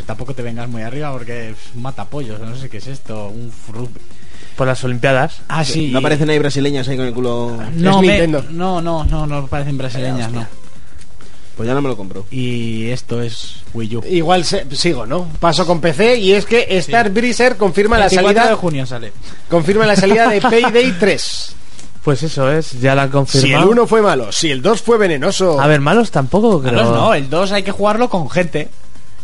Speaker 4: Tampoco te vengas muy arriba porque pff, mata pollos. No sé qué es esto. Un rugby.
Speaker 6: Por las Olimpiadas.
Speaker 4: Ah, sí. Ah,
Speaker 7: No aparecen ahí brasileñas ahí con el culo.
Speaker 4: No,
Speaker 8: Es
Speaker 4: me-
Speaker 8: Nintendo.
Speaker 4: no, no, no, no parecen brasileñas, no.
Speaker 7: Pues ya no me lo compro.
Speaker 4: Y esto es Wii U.
Speaker 2: Igual se- sigo, ¿no? Paso con PC y es que Star Breezer confirma la
Speaker 4: 24 de
Speaker 2: salida
Speaker 4: junio sale.
Speaker 2: confirma la salida de Payday 3.
Speaker 6: Pues eso es, ya la han
Speaker 8: Si el
Speaker 4: Ah.
Speaker 6: confirmado.
Speaker 8: 1 fue malo, si el 2 fue venenoso.
Speaker 6: A ver, malos tampoco creo.
Speaker 4: Malos no, eh. el 2 hay que jugarlo con gente.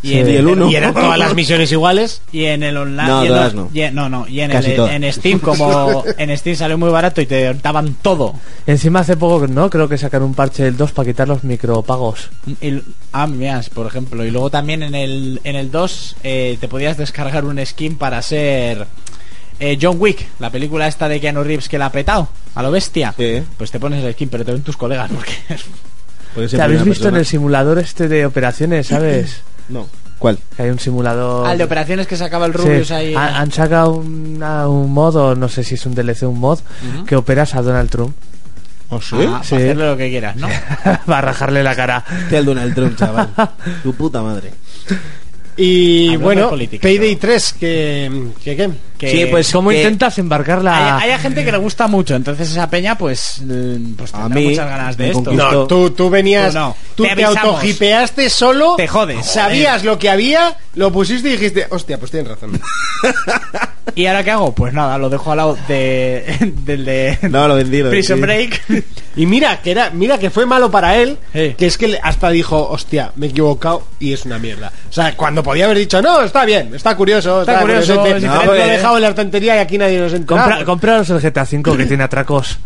Speaker 4: Y,
Speaker 6: Sí.
Speaker 4: en,
Speaker 6: Y
Speaker 7: el uno.
Speaker 2: Y eran todas las misiones iguales.
Speaker 4: y en el online.
Speaker 7: No,
Speaker 4: y en
Speaker 7: todas
Speaker 4: los-
Speaker 7: no.
Speaker 4: y en- no, no, Y en,
Speaker 7: Casi
Speaker 4: el-
Speaker 7: todas.
Speaker 4: en Steam,
Speaker 8: [LAUGHS]
Speaker 4: como en Steam salió muy barato y te daban todo.
Speaker 6: Encima hace poco, ¿no? Creo que sacaron un parche del 2 para quitar los micropagos.
Speaker 4: Y- ah, miras, por ejemplo. Y luego también en el, en el 2 eh, te podías descargar un skin para ser eh, John Wick, la película esta de Keanu Reeves que la ha petado a lo bestia.
Speaker 7: Sí. ¿eh?
Speaker 4: Pues te pones el skin, pero te ven tus colegas porque [LAUGHS]
Speaker 7: Porque es
Speaker 6: ¿Te
Speaker 7: en
Speaker 6: habéis
Speaker 7: primera
Speaker 6: visto en el
Speaker 7: persona.
Speaker 6: simulador este de operaciones, sabes?
Speaker 7: No. ¿Cuál?
Speaker 6: que hay un simulador...
Speaker 4: Al de operaciones que sacaba Ah, el
Speaker 6: Sí,
Speaker 4: Rubius ahí. eh.
Speaker 7: Ah,
Speaker 4: ah,
Speaker 6: han, han sacado una- un mod, o no sé si es un DLC, un mod, que operas a Donald Trump
Speaker 7: ¿O sí?
Speaker 4: Ah,
Speaker 6: Sí.
Speaker 4: para hacerle lo que quieras,
Speaker 7: [LAUGHS]
Speaker 4: ¿no?
Speaker 6: para rajarle la cara.
Speaker 7: Te al Donald Trump, chaval. ¿Eh? [LAUGHS] tu puta madre.
Speaker 2: Y
Speaker 4: Hablando de
Speaker 2: bueno,
Speaker 4: política,
Speaker 2: Payday
Speaker 4: pero-
Speaker 2: 3 que que qué?
Speaker 4: Que
Speaker 7: Sí, pues,
Speaker 6: Eh, ¿Cómo
Speaker 7: que-
Speaker 6: intentas embarcar la...?
Speaker 4: Hay, hay a gente que le gusta mucho, entonces esa peña pues, mm, pues
Speaker 7: A
Speaker 4: tendrá
Speaker 7: mí
Speaker 4: muchas ganas de
Speaker 7: me
Speaker 4: esto.
Speaker 7: conquistó.
Speaker 2: No, tú, tú venías,
Speaker 4: Tú
Speaker 2: tú,
Speaker 4: no. Te
Speaker 2: te,
Speaker 4: avisamos.
Speaker 2: autohipeaste solo,
Speaker 4: Te jodes.
Speaker 2: sabías lo que había, lo pusiste y dijiste, hostia, pues tienes razón.
Speaker 4: ¿Y ahora qué hago? Pues nada, lo dejo al lado de, [LAUGHS] del de
Speaker 7: No, lo vendí. lo
Speaker 4: Prison
Speaker 7: vendí.
Speaker 4: Break.
Speaker 2: Y mira que era, mira que fue malo para él,
Speaker 4: Sí.
Speaker 2: que es que le- hasta dijo, hostia, me he equivocado y es una mierda. O sea, cuando podía haber dicho, no, está bien, está curioso,
Speaker 4: Está
Speaker 2: está,
Speaker 4: curioso,
Speaker 2: curiosete,
Speaker 4: es
Speaker 2: no,
Speaker 4: diferente". eh.
Speaker 2: lo he dejado en la estantería y aquí nadie nos entra.
Speaker 6: Compra, compraros el GTA V que tiene atracos.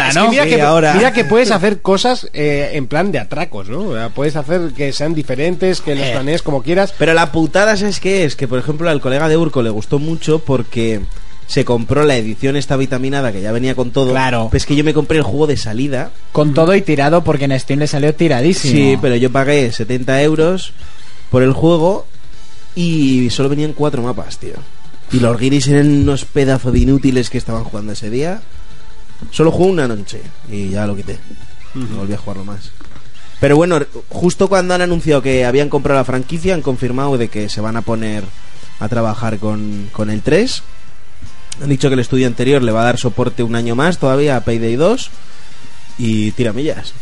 Speaker 2: O sea, es que
Speaker 4: ¿no?
Speaker 2: mira,
Speaker 4: Sí,
Speaker 2: que,
Speaker 4: ahora.
Speaker 2: mira que puedes hacer cosas eh, en plan de atracos, ¿no? O sea, puedes hacer que sean diferentes, que los
Speaker 4: Eh.
Speaker 2: planees como quieras.
Speaker 7: Pero la putada, ¿sabes qué es? Que, por ejemplo, al colega de Urco le gustó mucho porque se compró la edición esta vitaminada que ya venía con todo.
Speaker 4: Claro.
Speaker 7: Pues que yo me compré el juego de salida.
Speaker 4: Con todo y tirado porque en Steam le salió tiradísimo.
Speaker 7: Sí, pero yo pagué 70 euros por el juego y solo venían cuatro mapas, tío. Y los guiris eran unos pedazos de inútiles que estaban jugando ese día. Solo jugué una noche y ya lo quité. No volví a jugarlo más. Pero bueno, justo cuando han anunciado que habían comprado la franquicia, han confirmado de que se van a poner a trabajar con, con el 3. Han dicho que el estudio anterior le va a dar soporte un año más todavía a Payday 2. Y tiramillas.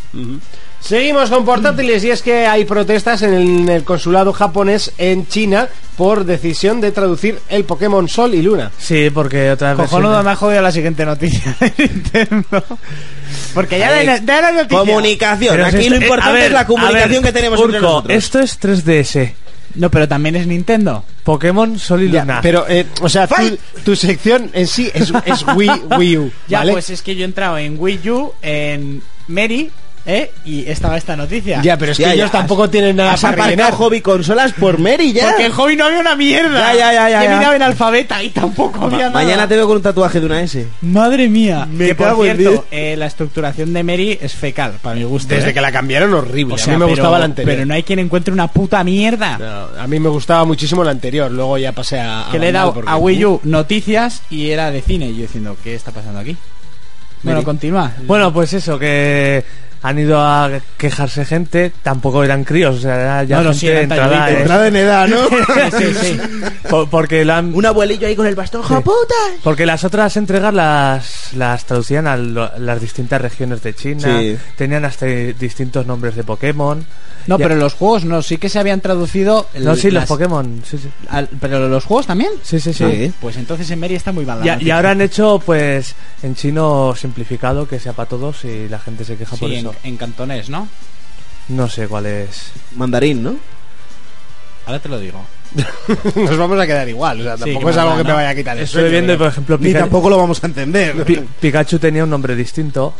Speaker 2: Seguimos con portátiles y es que hay protestas en el, en el consulado japonés en China por decisión de traducir el Pokémon Sol y Luna.
Speaker 6: Sí, porque otra vez...
Speaker 4: Cojonudo me ha jodido la siguiente noticia de Nintendo. Porque ya
Speaker 7: Alex,
Speaker 4: de, de la noticia.
Speaker 7: Comunicación.
Speaker 6: Pero si
Speaker 7: Aquí
Speaker 6: esto-
Speaker 7: lo
Speaker 6: eh,
Speaker 7: importante
Speaker 6: a ver,
Speaker 7: es la comunicación
Speaker 6: a ver,
Speaker 7: que tenemos entre
Speaker 6: Urco,
Speaker 7: nosotros.
Speaker 6: esto es 3DS.
Speaker 4: No, pero también es Nintendo.
Speaker 6: Pokémon Sol y
Speaker 2: Ya,
Speaker 6: Luna.
Speaker 2: pero, eh, o sea, tu, tu sección en sí es, es Wii, Wii U,
Speaker 4: [LAUGHS] Ya,
Speaker 2: ¿vale?
Speaker 4: pues es que yo he entrado en Wii U, en Mary, ¿eh? Y estaba esta noticia.
Speaker 2: ya, pero es
Speaker 7: Ya,
Speaker 2: que
Speaker 7: ya.
Speaker 2: ellos tampoco tienen nada
Speaker 7: Has
Speaker 2: para
Speaker 7: aparcado
Speaker 2: rellenar.
Speaker 7: hobby consolas por Mary ya.
Speaker 4: Porque el hobby no había una mierda.
Speaker 7: Ya, ya, ya, ya,
Speaker 4: He
Speaker 7: ya.
Speaker 4: mirado en alfabeta y tampoco
Speaker 7: Ma-
Speaker 4: había nada.
Speaker 7: mañana te veo con un tatuaje de una S.
Speaker 4: Madre mía.
Speaker 7: Me
Speaker 4: que por
Speaker 7: cago en
Speaker 4: cierto, eh, la estructuración de Mary es fecal, para mi gusto.
Speaker 2: Desde
Speaker 4: ¿eh?
Speaker 2: que la cambiaron, horrible.
Speaker 4: O sea,
Speaker 2: a mí me
Speaker 4: pero-
Speaker 2: gustaba la anterior.
Speaker 4: Pero no hay quien encuentre una puta mierda.
Speaker 2: No, a mí me gustaba muchísimo la anterior. Luego ya pasé a.
Speaker 4: Que le he dado a Wii U noticias y era de cine. Y yo diciendo, ¿qué está pasando aquí? Bueno, continúa.
Speaker 6: Bueno, pues eso, que han ido a quejarse gente, tampoco eran críos, o sea, era ya
Speaker 4: No, no,
Speaker 6: gente
Speaker 4: sí,
Speaker 6: de
Speaker 4: eran
Speaker 6: entrada,
Speaker 4: tallerín,
Speaker 6: ¿eh?
Speaker 8: Entrada en edad, ¿no?
Speaker 4: [LAUGHS] sí, sí. [LAUGHS]
Speaker 6: Por- porque, la
Speaker 7: [LAUGHS]
Speaker 6: han-
Speaker 7: Un abuelillo ahí con el bastón, ¡japuta!
Speaker 6: porque las otras entregas las, las traducían a lo- las distintas regiones de China,
Speaker 7: Sí.
Speaker 6: tenían hasta distintos nombres de Pokémon.
Speaker 4: No,
Speaker 6: Ya-
Speaker 4: pero los juegos no, sí que se habían traducido. el-
Speaker 6: No, sí, los
Speaker 4: las-
Speaker 6: Pokémon, sí, sí.
Speaker 4: al- pero los juegos también.
Speaker 6: Sí, sí, sí.
Speaker 7: Sí.
Speaker 4: Pues entonces en Mary está muy mal. la
Speaker 6: Y, a- y
Speaker 4: noticia.
Speaker 6: ahora han hecho, pues, en chino simplificado, que sea para todos y la gente se queja por
Speaker 4: Sí, en,
Speaker 6: eso.
Speaker 4: en cantonés, ¿no?
Speaker 7: [LAUGHS]
Speaker 6: No sé cuál es.
Speaker 7: Mandarín, ¿no?
Speaker 4: Ahora te lo digo.
Speaker 2: [LAUGHS] Nos vamos a quedar igual. O sea, tampoco es algo que me vaya a quitar. el
Speaker 6: Estoy
Speaker 2: sueño,
Speaker 6: viendo, y,
Speaker 2: pero-
Speaker 6: por ejemplo,
Speaker 7: Ni
Speaker 6: Pikachu,
Speaker 7: tampoco lo vamos
Speaker 4: [LAUGHS]
Speaker 7: a entender.
Speaker 6: Pi- Pikachu tenía un nombre distinto.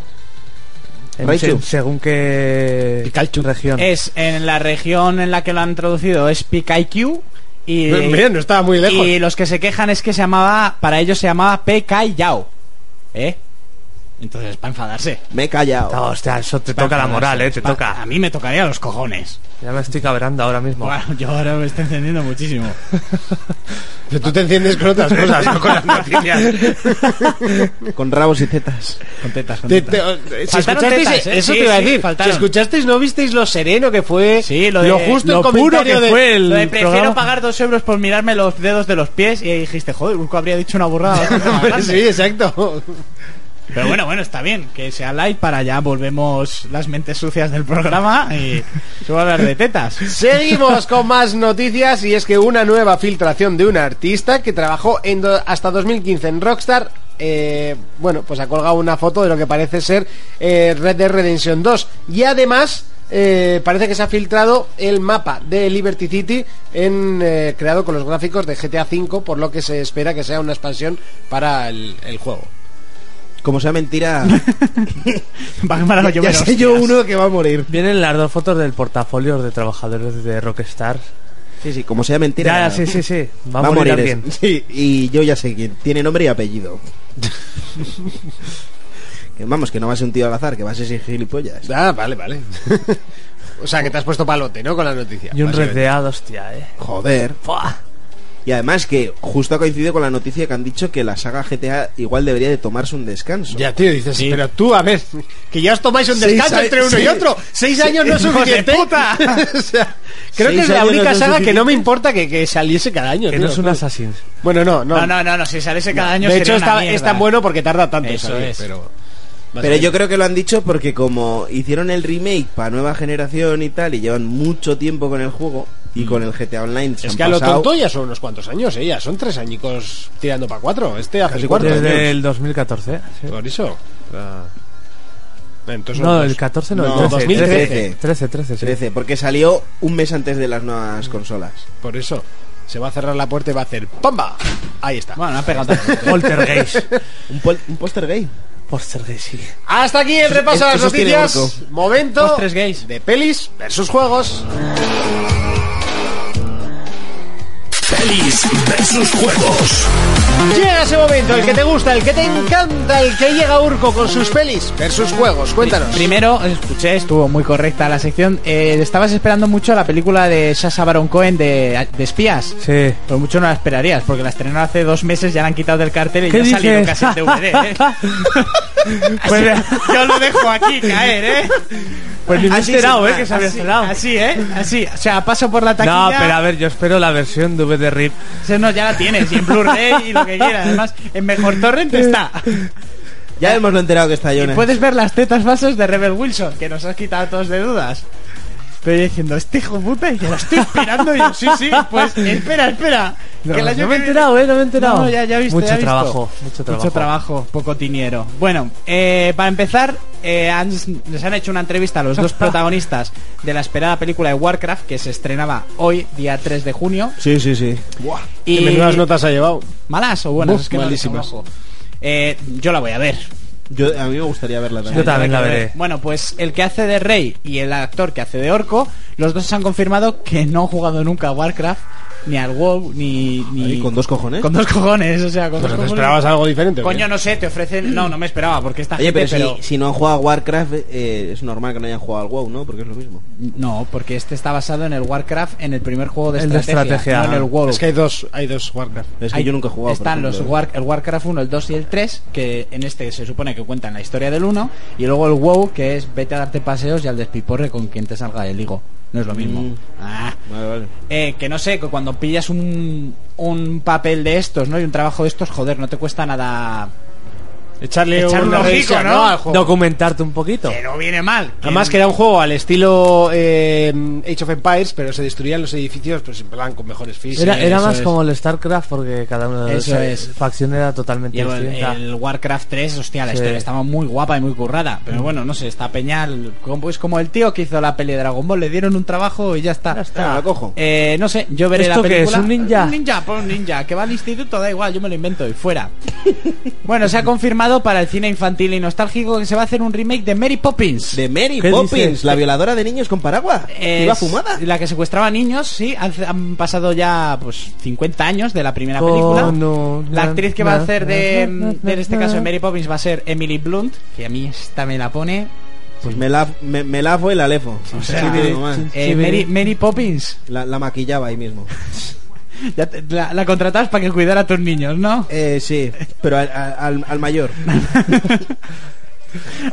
Speaker 6: En
Speaker 7: Raichu.
Speaker 6: se- según qué
Speaker 7: Pikachu.
Speaker 6: región.
Speaker 4: Es en la región en la que lo han introducido es Pikachu y,
Speaker 2: Pues Mira, no estaba muy lejos.
Speaker 4: y los que se quejan es que se llamaba, para ellos se llamaba Pekayao. ¿Eh? Entonces, para enfadarse.
Speaker 7: Me he callado.
Speaker 6: No, hostia, eso te
Speaker 4: Pa'
Speaker 6: toca la
Speaker 4: enfadarse.
Speaker 6: moral, eh, te
Speaker 4: Pa-
Speaker 6: toca.
Speaker 4: A mí me tocaría los cojones.
Speaker 6: Ya me estoy cabrando ahora mismo.
Speaker 4: Bueno, yo ahora me estoy encendiendo muchísimo.
Speaker 2: Pero tú te enciendes con otras
Speaker 4: [LAUGHS]
Speaker 2: cosas, no con las noticias.
Speaker 7: Con rabos y tetas.
Speaker 4: Con tetas, con
Speaker 2: Te-
Speaker 4: tetas.
Speaker 2: te- si
Speaker 4: Faltaron
Speaker 2: escuchasteis,
Speaker 4: tetas, ¿eh?
Speaker 2: eso
Speaker 4: Sí,
Speaker 2: te iba a
Speaker 4: sí,
Speaker 2: decir. si
Speaker 4: faltaron.
Speaker 2: escuchasteis, no visteis lo sereno que fue.
Speaker 4: Sí, lo de-
Speaker 2: justo
Speaker 6: lo
Speaker 2: el
Speaker 6: puro
Speaker 2: comentario
Speaker 6: que
Speaker 2: de.
Speaker 6: fue el-
Speaker 4: Lo de prefiero
Speaker 6: programa-
Speaker 4: pagar dos euros por mirarme los dedos de los pies y ahí dijiste, joder, Urco habría dicho una burrada. bastante [LAUGHS] más
Speaker 2: Hombre, [LAUGHS]
Speaker 4: grande".
Speaker 2: sí, exacto.
Speaker 4: Pero bueno, bueno, está bien, que sea light para ya volvemos las mentes sucias del programa y se va a hablar de tetas.
Speaker 2: [LAUGHS] Seguimos con más noticias y es que una nueva filtración de un artista que trabajó en do- hasta 2015 en Rockstar, eh, bueno, pues ha colgado una foto de lo que parece ser eh, Red Dead Redemption 2 y además eh, parece que se ha filtrado el mapa de Liberty City en, eh, creado con los gráficos de GTA V, por lo que se espera que sea una expansión para el, el juego.
Speaker 7: Como sea mentira,
Speaker 4: Va a quemar a los
Speaker 7: ya
Speaker 4: lloveros,
Speaker 7: sé yo
Speaker 4: tías.
Speaker 7: uno que va a morir.
Speaker 6: Vienen las dos fotos del portafolio de trabajadores de Rockstar.
Speaker 7: Sí, sí, como sea mentira.
Speaker 6: Ya, sí, sí, sí.
Speaker 7: Va,
Speaker 6: Va, a morir alguien.
Speaker 7: ese. Sí, y yo ya sé quién. Tiene nombre y apellido. Que Vamos, que no va a ser un tío al azar, que va a ser sin gilipollas.
Speaker 2: Ah, vale, vale. [LAUGHS] o sea, que te has puesto palote, ¿no? Con la noticia.
Speaker 6: Y un
Speaker 2: básicamente.
Speaker 6: redeado, hostia, eh.
Speaker 7: Joder. Y además que justo ha coincidido con la noticia que han dicho que la saga GTA igual debería de tomarse un descanso.
Speaker 2: Ya, tío, dices, pero tú, a ver, que ya os tomáis un
Speaker 7: Seis
Speaker 2: descanso
Speaker 7: a-
Speaker 2: entre uno
Speaker 7: sí.
Speaker 2: y otro. Seis años no es
Speaker 4: ¡Hijos de
Speaker 2: suficiente.
Speaker 4: puta!
Speaker 2: [LAUGHS] o sea, creo que
Speaker 7: Seis
Speaker 2: es la
Speaker 7: años no
Speaker 2: única
Speaker 7: son
Speaker 2: saga que no
Speaker 7: suficientes.
Speaker 2: me importa que, que saliese cada año.
Speaker 6: Que
Speaker 2: tío. Pues,
Speaker 6: no es un Assassin.
Speaker 2: Bueno, no, no.
Speaker 4: No, no, no, no, si saliese cada año
Speaker 2: de
Speaker 4: sería
Speaker 2: hecho,
Speaker 4: una
Speaker 2: está,
Speaker 4: mierda.
Speaker 2: es tan bueno porque tarda tanto. en
Speaker 4: Eso
Speaker 2: salir,
Speaker 4: es.
Speaker 2: Pero,
Speaker 7: Pero yo creo que lo han dicho porque como hicieron el remake para nueva generación y tal, y llevan mucho tiempo con el juego y con el GTA Online. se
Speaker 2: Es
Speaker 7: han
Speaker 2: que a lo
Speaker 7: pasado-
Speaker 2: tonto ya son unos cuantos años, ¿eh? Ya son tres añicos tirando para cuatro. Este hace cuatro
Speaker 6: Desde
Speaker 2: años.
Speaker 6: el 2014. eh. sí.
Speaker 2: Por eso. Ah. Entonces,
Speaker 6: No,
Speaker 2: dos.
Speaker 6: el 14 no,
Speaker 7: No,
Speaker 6: el 13.
Speaker 7: 2013.
Speaker 6: 13, 13, sí.
Speaker 7: 13, porque salió un mes antes de las nuevas consolas.
Speaker 2: Por eso. Se va a cerrar la puerta y va a hacer ¡Pamba! Ahí está.
Speaker 4: Bueno, no ha pegado tanto.
Speaker 6: Poltergeist.
Speaker 7: [LAUGHS] Un, pol- un póster gay.
Speaker 6: Poltergeist, sí.
Speaker 2: Hasta aquí el repaso a las
Speaker 7: Esos tiene
Speaker 2: noticias. Momento
Speaker 4: Postres gays.
Speaker 2: de pelis versus juegos.
Speaker 1: Pelis versus juegos.
Speaker 2: Llega ese momento, el que te gusta, el que te encanta, el que llega Urco con sus pelis versus juegos. Cuéntanos.
Speaker 4: Primero, escuché, estuvo muy correcta la sección. eh, estabas esperando mucho la película de Sasha Baron Cohen de, de espías.
Speaker 6: Sí.
Speaker 4: Pero Pues mucho no la esperarías, porque la estrenaron hace dos meses, ya la han quitado del cartel y ya
Speaker 6: ¿Qué
Speaker 4: ha salido
Speaker 6: dices?
Speaker 4: casi en
Speaker 6: [LAUGHS]
Speaker 4: DVD, ¿eh?
Speaker 6: Pues,
Speaker 4: [LAUGHS] Yo lo dejo aquí caer, ¿eh? ah,
Speaker 6: pues ni me he enterado, eh, que se había
Speaker 4: Así,
Speaker 6: cerrado.
Speaker 4: Así, ¿eh? Así. O sea, paso por la taquilla.
Speaker 6: No, pero a ver, yo espero la versión DVD RIP.
Speaker 4: se- No, ya la tienes. Y en Blu-ray y lo que quieras. Además, en mejor torrent está.
Speaker 7: Ya hemos lo enterado que está
Speaker 4: Y
Speaker 7: Jonas.
Speaker 4: puedes ver las tetas bases de Rebel Wilson, que nos has quitado a todos de dudas. Pero yo diciendo, este hijo puta, y yo lo estoy esperando. Y yo, sí, sí, pues espera, espera.
Speaker 6: No,
Speaker 4: que el año
Speaker 6: no me he
Speaker 4: que viene-
Speaker 6: enterado, eh, no me he enterado.
Speaker 4: No, ya, ya he visto,
Speaker 6: mucho,
Speaker 4: ya he visto.
Speaker 6: trabajo, mucho trabajo,
Speaker 4: Mucho trabajo, poco dinero. Bueno, eh, para empezar, eh, han- les han hecho una entrevista a los
Speaker 6: [LAUGHS]
Speaker 4: dos protagonistas de la esperada película de Warcraft que se estrenaba hoy, día 3 de junio.
Speaker 7: Sí, sí, sí.
Speaker 4: Y...
Speaker 2: menudas notas ha llevado.
Speaker 4: ¿Malas o buenas?
Speaker 2: Buf,
Speaker 4: es que no les
Speaker 2: malísimas.
Speaker 4: conozco. Eh, yo la voy a ver.
Speaker 7: Yo, a mí me gustaría verla
Speaker 6: Yo
Speaker 7: también.
Speaker 6: también la
Speaker 4: Habrá que ver.
Speaker 6: veré.
Speaker 4: Bueno, pues el que hace de Rey y el actor que hace de Orco, los dos han confirmado que no han jugado nunca a Warcraft, ni al WoW, ni... ni-
Speaker 7: Ay, ¿Con dos
Speaker 6: ¿eh?
Speaker 7: cojones?
Speaker 4: con dos cojones, o
Speaker 6: Pues
Speaker 4: sea, con dos
Speaker 2: ¿Te
Speaker 4: cojones.
Speaker 2: esperabas algo diferente? o qué?
Speaker 4: Coño, no sé, te ofrecen... No, no me esperaba, porque esta
Speaker 7: Oye,
Speaker 4: gente...
Speaker 7: pero, Si, si no han jugado a Warcraft, eh, es normal que no hayan jugado al WoW, ¿no? Porque es lo mismo.
Speaker 4: No, porque este está basado en el Warcraft, en el primer juego de
Speaker 6: El de
Speaker 4: estrategia,
Speaker 6: estrategia.
Speaker 4: no en el WoW.
Speaker 2: Es que hay dos, hay dos Warcraft.
Speaker 7: Es que
Speaker 4: Hay-
Speaker 7: yo nunca he jugado. por
Speaker 4: Están los
Speaker 7: ejemplo.
Speaker 4: War- el Warcraft 1, el 2 y el 3, que en este se supone que cuentan la historia del 1, y luego el WoW, que es vete a darte paseos y al despiporre con quien te salga del higo. No es lo mismo.
Speaker 7: Mm.
Speaker 4: Ah.
Speaker 7: Vale, vale.
Speaker 4: Eh, que no sé, que cuando pillas un, un papel de estos, ¿no? Y un trabajo de estos, joder, no te cuesta nada
Speaker 9: Echarle
Speaker 2: Echar
Speaker 9: un
Speaker 2: un ojico,
Speaker 9: revisión,
Speaker 2: ¿no?
Speaker 9: Al juego.
Speaker 6: Documentarte un poquito.
Speaker 4: Que no viene mal. Que-
Speaker 2: Además que era un juego al estilo eh, Age of Empires, pero se destruían los edificios pues en plan con mejores físicas.
Speaker 6: Era, era
Speaker 2: eso
Speaker 6: más
Speaker 2: es.
Speaker 6: como el StarCraft porque cada una de
Speaker 4: Eso es.
Speaker 6: las facciones era
Speaker 4: y
Speaker 6: totalmente
Speaker 4: el,
Speaker 6: distinta. [LAUGHS]
Speaker 4: el Warcraft 3, hostia, la
Speaker 6: Sí. Mm.
Speaker 4: historia estaba muy guapa y muy currada. Pero bueno, no sé, está peñal. Como, es como el tío que hizo la peli de Dragon Ball, le dieron un trabajo y ya está.
Speaker 6: Ya está.
Speaker 7: Venga, la cojo.
Speaker 4: Eh, no sé, yo veré
Speaker 6: ¿Esto
Speaker 4: la
Speaker 6: qué es,
Speaker 4: película.
Speaker 6: un ninja?
Speaker 4: Un ninja, pon un ninja. Que va al instituto, da igual, yo me lo invento y fuera. [LAUGHS] bueno, se ha confirmado para el cine infantil y nostálgico que se va a hacer un remake de Mary Poppins.
Speaker 7: De Mary
Speaker 6: ¿Qué
Speaker 7: Poppins,
Speaker 6: dices?
Speaker 7: la violadora de niños con paraguas.
Speaker 4: Eh,
Speaker 7: Iba fumada.
Speaker 4: La que secuestraba niños, sí. Han, han pasado ya pues 50 años de la primera
Speaker 6: Oh,
Speaker 4: película.
Speaker 6: no.
Speaker 4: la actriz que va a hacer de,
Speaker 6: Na, na,
Speaker 4: de, en este
Speaker 6: na,
Speaker 4: caso de
Speaker 6: na.
Speaker 4: Mary Poppins va a ser Emily Blunt, que a mí esta me la pone.
Speaker 7: Pues me la, me, me la fo y la lefo.
Speaker 4: sea,
Speaker 7: Sí, tiene nomás.
Speaker 6: sí.
Speaker 4: Eh, Mary, Mary Poppins,
Speaker 7: la, la maquillaba ahí mismo.
Speaker 4: ya te- la, la contratabas para que cuidara a tus niños, ¿no?
Speaker 7: [LAUGHS] Eh, sí, pero al, al- al [LAUGHS] mayor.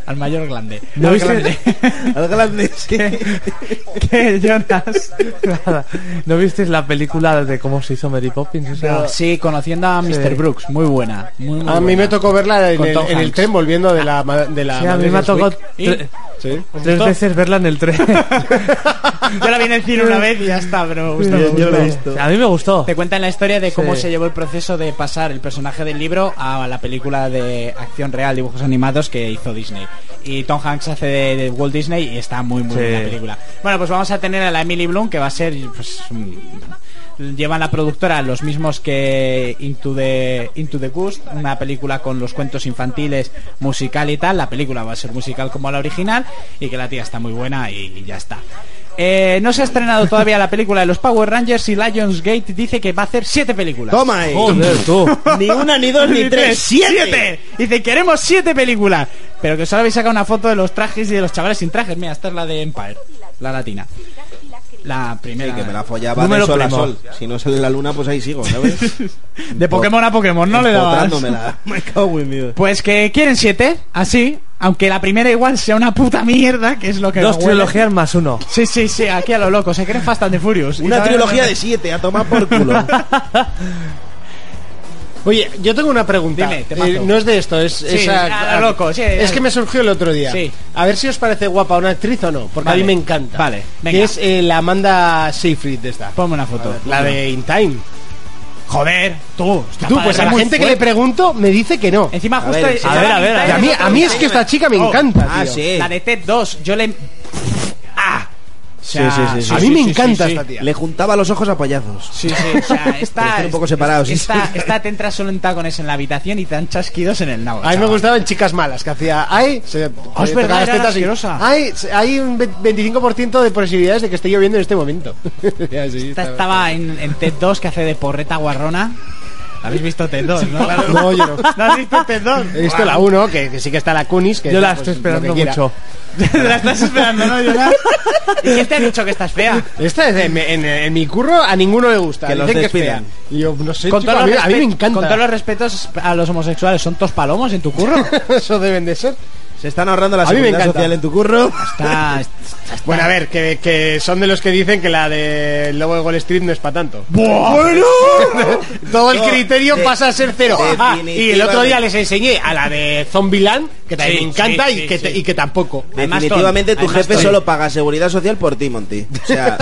Speaker 4: Al mayor glande.
Speaker 6: ¿No
Speaker 4: Al
Speaker 6: viste- [LAUGHS]
Speaker 4: grande.
Speaker 7: al grande. sí.
Speaker 4: ¿Qué, Jonas?
Speaker 6: Nada. ¿No visteis la película de cómo se hizo Mary Poppins? O sea,
Speaker 4: Sí, conociendo a Mr.
Speaker 6: Sí.
Speaker 4: Brooks, muy buena. muy, muy
Speaker 2: A mí
Speaker 4: buena.
Speaker 2: me tocó verla en
Speaker 4: Con
Speaker 2: el,
Speaker 4: Tom
Speaker 2: en el
Speaker 4: Hanks.
Speaker 2: tren volviendo de la... ma- De la
Speaker 6: sí, a mí
Speaker 2: Madrid
Speaker 6: me ha
Speaker 2: Games
Speaker 6: tocado
Speaker 2: Week.
Speaker 6: [LAUGHS] tre-
Speaker 2: Sí.
Speaker 6: tres veces verla en el tren. [LAUGHS]
Speaker 4: Yo la vi en el cine una vez y ya está, pero me gustó, me
Speaker 7: Yo lo he
Speaker 4: gustó.
Speaker 7: visto.
Speaker 6: a mí me gustó.
Speaker 4: Te cuentan la historia de cómo
Speaker 6: Sí.
Speaker 4: se llevó el proceso de pasar el personaje del libro a la película de acción real, dibujos animados que hizo Disney. Y Tom Hanks hace de, de Walt Disney y está muy, muy
Speaker 6: Sí.
Speaker 4: buena la película. Bueno, pues vamos a tener a la Emily Bloom, que va a ser. Pues, mm, llevan la productora los mismos que Into the, Into the Ghost, una película con los cuentos infantiles, musical y tal. La película va a ser musical como la original y que la tía está muy buena y, y ya está. Eh, no se ha estrenado todavía la película de los Power Rangers y Lionsgate dice que va a hacer siete películas.
Speaker 7: Toma ahí.
Speaker 6: Joder, tú.
Speaker 7: Ni una, [LAUGHS] ni dos, ni tres. ¡Siete!
Speaker 4: Dice, queremos siete películas. Pero que solo habéis sacado una foto de los trajes y de los chavales sin trajes. Mira, esta es la de Empire, la latina. La primera.
Speaker 7: Sí, que me la follaba de
Speaker 6: Número
Speaker 7: sol a
Speaker 6: primo.
Speaker 7: sol. Si no sale la luna, pues ahí sigo, [LAUGHS] ¿sabes?
Speaker 4: de Pokémon a Pokémon, no le dabas.
Speaker 7: Empotrándomela. [LAUGHS] Me cago en Dios.
Speaker 4: Pues que quieren siete, así. Aunque la primera igual sea una puta mierda, que es lo que
Speaker 6: Dos
Speaker 4: me huele.
Speaker 6: trilogías más uno.
Speaker 4: Sí, sí, sí, aquí a lo loco. Se creen Fast and the Furious. Y
Speaker 7: Una
Speaker 4: saben-
Speaker 7: trilogía de siete, a tomar por [LAUGHS] culo.
Speaker 2: Oye, yo tengo una pregunta.
Speaker 4: Dime, te mato.
Speaker 2: Eh, no es de esto, es... es
Speaker 4: a lo loco, sí,
Speaker 2: es
Speaker 4: a-
Speaker 2: que me surgió el otro día.
Speaker 4: Sí.
Speaker 2: A ver si os parece guapa una actriz o no, porque
Speaker 4: Vale.
Speaker 2: a mí me encanta.
Speaker 4: Vale, venga.
Speaker 2: Que es eh, la Amanda Seyfried de esta.
Speaker 4: Ponme una foto.
Speaker 2: La de In Time.
Speaker 4: Joder, tú. esta
Speaker 2: Tú,
Speaker 4: madre
Speaker 2: pues a
Speaker 4: era
Speaker 2: la
Speaker 4: muy
Speaker 2: gente que
Speaker 4: fuerte.
Speaker 2: le pregunto me dice que no.
Speaker 4: Encima justo...
Speaker 7: ver,
Speaker 4: se
Speaker 7: a
Speaker 4: llama
Speaker 6: ver, a ver,
Speaker 4: Mintai
Speaker 2: Y a mí,
Speaker 4: Rock
Speaker 2: a mí es que esta chica me
Speaker 4: Oh.
Speaker 2: encanta.
Speaker 7: Ah,
Speaker 2: tío.
Speaker 7: sí.
Speaker 4: La de Ted 2, yo le. ¡Ah! O sea,
Speaker 7: Sí, sí, sí, sí.
Speaker 2: A mí me encanta esta tía.
Speaker 7: Le juntaba los ojos a payasos.
Speaker 4: Sí, sí,
Speaker 2: [LAUGHS]
Speaker 4: o sea,
Speaker 7: Pero
Speaker 4: está.
Speaker 7: están un poco separados, sí,
Speaker 4: Está,
Speaker 7: sí.
Speaker 4: está, te entra solo en tacones en la habitación y te dan chasquidos en el
Speaker 2: A
Speaker 4: nabo.
Speaker 2: mí me
Speaker 4: chaval.
Speaker 2: gustaban chicas malas que hacía. Ay, se,
Speaker 4: Ah, es
Speaker 2: se
Speaker 4: verdad,
Speaker 2: tocaba
Speaker 4: era
Speaker 2: tetas y-
Speaker 4: asquerosa.
Speaker 2: Ay, se- hay un ve- 25% de posibilidades de que esté lloviendo en este momento. [LAUGHS] Ya, sí,
Speaker 4: Esta
Speaker 2: estaba-
Speaker 4: estaba en, en Ted 2 que hace de porreta guarrona. ¿Habéis visto Ted 2, no?
Speaker 2: [LAUGHS] No, yo no.
Speaker 4: ¿No has visto Ted
Speaker 2: [LAUGHS]
Speaker 4: 2?
Speaker 2: He visto la 1, que, que sí que está la Kunis. Que
Speaker 6: Yo la
Speaker 2: pues,
Speaker 6: estoy
Speaker 2: lo
Speaker 6: esperando
Speaker 2: que quiera.
Speaker 6: mucho.
Speaker 4: Te la estás esperando, ¿no, Jonas? ¿Y quién te ha dicho que estás fea?
Speaker 2: Esta es de- en, en- en mi curro a ninguno le gusta.
Speaker 7: Que los
Speaker 2: Dicen que es fea.
Speaker 7: despidan.
Speaker 2: Y yo, no sé,
Speaker 4: Con
Speaker 2: chico,
Speaker 4: todos
Speaker 2: a, mí,
Speaker 4: los
Speaker 2: a mí me
Speaker 4: respe- con todos los
Speaker 2: encanta.
Speaker 4: respetos a los homosexuales, ¿son tos palomos en tu
Speaker 2: [LAUGHS]
Speaker 4: curro?
Speaker 2: Eso deben de ser.
Speaker 7: Se están ahorrando la
Speaker 2: A mí me
Speaker 7: seguridad
Speaker 2: encanta.
Speaker 7: social en tu curro.
Speaker 4: Está.
Speaker 2: Bueno, a ver, que, que son de los que dicen que la de Eh, Lobo de Wall Street no es para tanto.
Speaker 7: ¡Bueno!
Speaker 2: [LAUGHS] Todo el
Speaker 7: No,
Speaker 2: criterio
Speaker 7: de-
Speaker 2: pasa a ser cero. Ah, y el otro día les enseñé a la de Zombieland, que también
Speaker 4: Sí,
Speaker 2: me encanta
Speaker 4: sí,
Speaker 2: y,
Speaker 4: sí,
Speaker 2: que te-
Speaker 4: sí.
Speaker 2: y que tampoco.
Speaker 4: Además,
Speaker 7: Definitivamente
Speaker 4: Tony,
Speaker 7: tu
Speaker 4: además,
Speaker 7: jefe
Speaker 4: Tony.
Speaker 7: solo paga seguridad social por ti, Monty. O sea,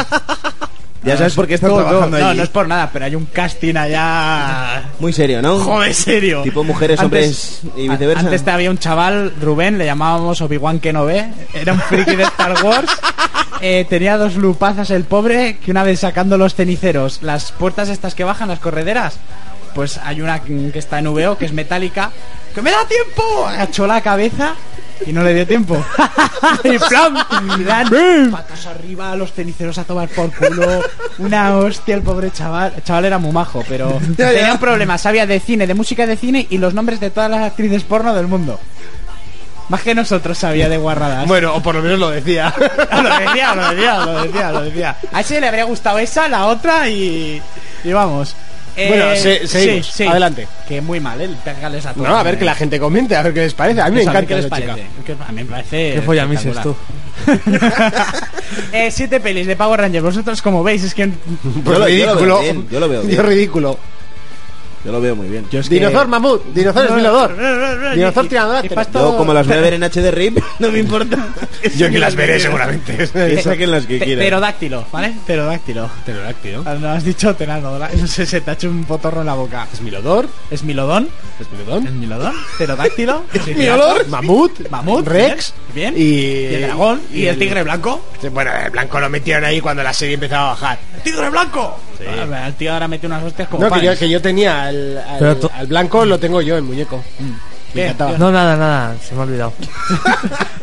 Speaker 7: ya sabes por qué estás
Speaker 4: No, no,
Speaker 7: trabajando
Speaker 4: no,
Speaker 7: allí.
Speaker 4: no es por nada, pero hay un casting allá.
Speaker 7: Muy serio, ¿no?
Speaker 4: Joder, serio.
Speaker 7: Tipo mujeres, hombres y viceversa.
Speaker 4: Antes te había un chaval, Rubén, le llamábamos Obi-Wan Kenobi, era un friki de Star
Speaker 7: [LAUGHS]
Speaker 4: Wars. eh, tenía dos lupazas el pobre que una vez sacando los ceniceros, las puertas estas que bajan, las correderas, pues hay una que que está en VO, que es metálica, que me da tiempo, agachó la cabeza y no le dio tiempo.
Speaker 2: [LAUGHS]
Speaker 4: y plan, patas arriba, los ceniceros a tomar por culo, una hostia el pobre chaval. El chaval era muy majo,
Speaker 2: [LAUGHS]
Speaker 4: pero tenía un problema, sabía de cine, de música de cine y los nombres de todas las actrices porno del mundo. Más que nosotros sabía de guarradas. [LAUGHS] Ah,
Speaker 2: Bueno, o por lo menos lo decía. [LAUGHS]
Speaker 4: lo decía, lo decía, lo decía, lo decía. A ese le habría gustado esa, la otra y. Y vamos. Eh,
Speaker 2: Bueno, se- seguimos. Adelante.
Speaker 4: Que muy mal, ¿eh? Pegarles a todos.
Speaker 2: No, a ver que la gente comente, a ver qué les parece. A mí me
Speaker 7: Pues
Speaker 4: Eso,
Speaker 2: encanta
Speaker 4: ¿qué les
Speaker 2: esa chica.
Speaker 4: parece? Que A mí me parece.
Speaker 6: Qué follamises tú.
Speaker 4: espectacular. eh, siete pelis de Power Rangers. Vosotros, como veis, es que.
Speaker 7: Yo lo- yo lo veo
Speaker 2: Pues ridículo.
Speaker 7: bien, yo lo
Speaker 2: [LAUGHS]
Speaker 7: veo
Speaker 2: Yo
Speaker 7: bien.
Speaker 2: ridículo.
Speaker 7: Yo lo veo muy bien. Yo,
Speaker 4: Yo es que-
Speaker 10: Dinosaur mamut, dinosaur esmilador,
Speaker 7: [LAUGHS]
Speaker 10: dinosaur tiranodáctero.
Speaker 7: como las voy a ver en HD RIP, no
Speaker 10: [LAUGHS]
Speaker 7: me importa.
Speaker 1: Yo que las veré seguramente.
Speaker 7: que saquen las que
Speaker 4: Pe-
Speaker 7: quieran.
Speaker 4: Pterodáctilo, ¿vale? Pterodáctilo.
Speaker 1: Pterodáctilo.
Speaker 4: Ah, No has dicho pterodáctilo. No sé, se te ha hecho un potorro en la boca.
Speaker 10: Esmilador,
Speaker 4: ¿Es milodón? ¿Es
Speaker 10: esmiladón,
Speaker 4: milodón?
Speaker 10: [LAUGHS]
Speaker 4: ¿Pterodáctilo?
Speaker 10: esmilador, mamut,
Speaker 4: Mamut,
Speaker 10: rex,
Speaker 4: bien,
Speaker 10: y,
Speaker 4: ¿Y el dragón? ¿Y el tigre blanco?
Speaker 10: Bueno, el blanco lo metieron ahí cuando la serie empezaba a bajar.
Speaker 4: ¡El tigre blanco! Ah, bueno, el tío ahora mete unas hostias como
Speaker 10: No, que yo,
Speaker 4: panes.
Speaker 10: que yo tenía al, al-
Speaker 6: Pero to-
Speaker 10: al blanco, lo tengo yo, el muñeco. Me
Speaker 4: Bien,
Speaker 10: encantaba.
Speaker 6: No, nada, nada, se me ha olvidado.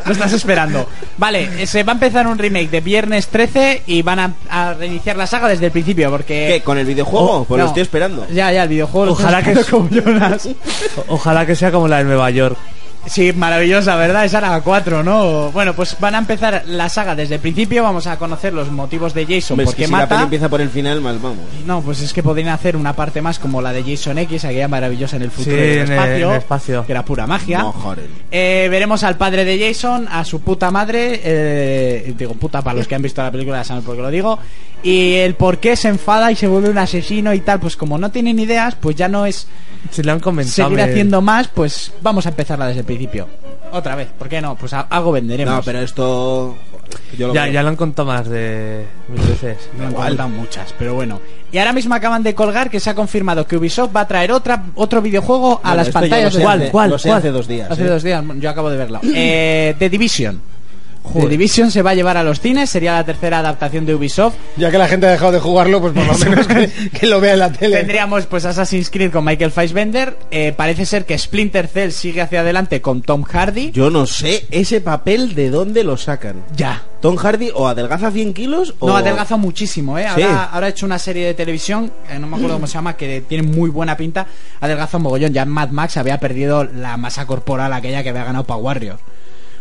Speaker 4: Lo estás esperando. Vale, eh, se va a empezar un remake de Viernes 13 y van a, a reiniciar la saga desde el principio porque...
Speaker 7: ¿Qué? ¿Con el videojuego? pues
Speaker 4: Oh, No.
Speaker 7: lo estoy esperando.
Speaker 4: Ya, ya, el videojuego. lo
Speaker 6: Ojalá
Speaker 4: estás
Speaker 6: que-
Speaker 4: esperando como Jonas.
Speaker 6: O- Ojalá que sea como la de Nueva York.
Speaker 4: Sí, maravillosa, ¿verdad? Esa era la 4, ¿no? Bueno, pues van a empezar la saga desde el principio. Vamos a conocer los motivos de Jason
Speaker 7: Hombre, es
Speaker 4: porque
Speaker 7: que si la peli
Speaker 4: mata.
Speaker 7: empieza por el final, más vamos.
Speaker 4: No, pues es que podrían hacer una parte más como la de Jason X, aquella maravillosa en el futuro
Speaker 6: Sí,
Speaker 4: y
Speaker 6: en el- en el espacio.
Speaker 4: que era pura magia.
Speaker 7: No, joder.
Speaker 4: Eh, veremos al padre de Jason, a su puta madre, eh, digo puta para los que han visto la película ya saben por qué lo digo, y el por qué se enfada y se vuelve un asesino y tal, pues como no tienen ideas, pues ya no es
Speaker 6: Si le han comentado.
Speaker 4: seguir
Speaker 6: me-
Speaker 4: haciendo más, pues vamos a empezarla desde el principio. Otra vez, ¿por qué no? Pues a- algo venderemos.
Speaker 7: No, pero esto. Yo lo
Speaker 6: Ya,
Speaker 7: veo.
Speaker 6: ya lo han contado más de mil veces.
Speaker 4: Me han contado muchas, pero bueno. Y ahora mismo acaban de colgar que se ha confirmado que Ubisoft va a traer otra, otro videojuego a
Speaker 7: Bueno,
Speaker 4: las
Speaker 7: esto ya
Speaker 4: pantallas
Speaker 7: lo
Speaker 4: de
Speaker 7: sé
Speaker 4: ¿Cuál?
Speaker 7: hace-
Speaker 4: ¿Cuál?
Speaker 7: lo sé
Speaker 4: ¿Cuál?
Speaker 7: hace dos días,
Speaker 4: Hace
Speaker 7: ¿eh?
Speaker 4: dos días, yo acabo de
Speaker 7: [CLEARS THROAT]
Speaker 4: verlo. Eh, The Division. The Division se va a llevar a los cines, sería la tercera adaptación de Ubisoft.
Speaker 10: Ya que la gente ha dejado de jugarlo, pues
Speaker 4: [LAUGHS]
Speaker 10: por lo menos que, que lo vea en la tele.
Speaker 4: Tendríamos pues Assassin's Creed con Michael Fassbender. Eh, parece ser que Splinter Cell sigue hacia adelante con Tom Hardy.
Speaker 7: Yo no sé ese papel de dónde lo sacan.
Speaker 4: Ya.
Speaker 7: Tom Hardy o adelgaza 100 kilos o.
Speaker 4: No, ha adelgazado muchísimo, ¿eh? Ahora,
Speaker 7: Sí.
Speaker 4: ahora ha hecho una serie de televisión, eh, no me acuerdo cómo se llama, que tiene muy buena pinta. Ha adelgazado mogollón. Ya en Mad Max había perdido la masa corporal aquella que había ganado para Warrior.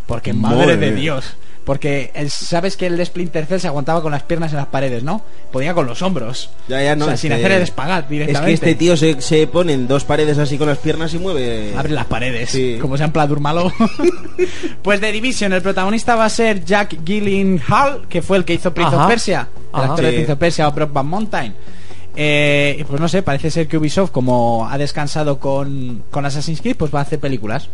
Speaker 4: Porque madre,
Speaker 7: Madre
Speaker 4: de
Speaker 7: mía.
Speaker 4: Dios. Porque el- sabes que el Splinter Cell se aguantaba con las piernas en las paredes, ¿no? Podía con los hombros.
Speaker 7: Ya, ya no.
Speaker 4: O sea, sin
Speaker 7: este-
Speaker 4: hacer el espagat
Speaker 7: Es
Speaker 4: directamente.
Speaker 7: que este tío se, se pone en dos paredes así con las piernas y mueve.
Speaker 4: Abre las paredes,
Speaker 7: Sí.
Speaker 4: como sea en plan [LAUGHS] Durmalo. pues de Division, el protagonista va a ser Jack Gyllenhaal, que fue el que hizo Prince
Speaker 6: Ajá.
Speaker 4: of Persia, el
Speaker 6: Ajá.
Speaker 4: actor de
Speaker 7: Sí.
Speaker 4: Prince of Persia o Brockback Mountain. Eh, y pues no sé, parece ser que Ubisoft, como ha descansado con, con Assassin's Creed, pues va a hacer películas,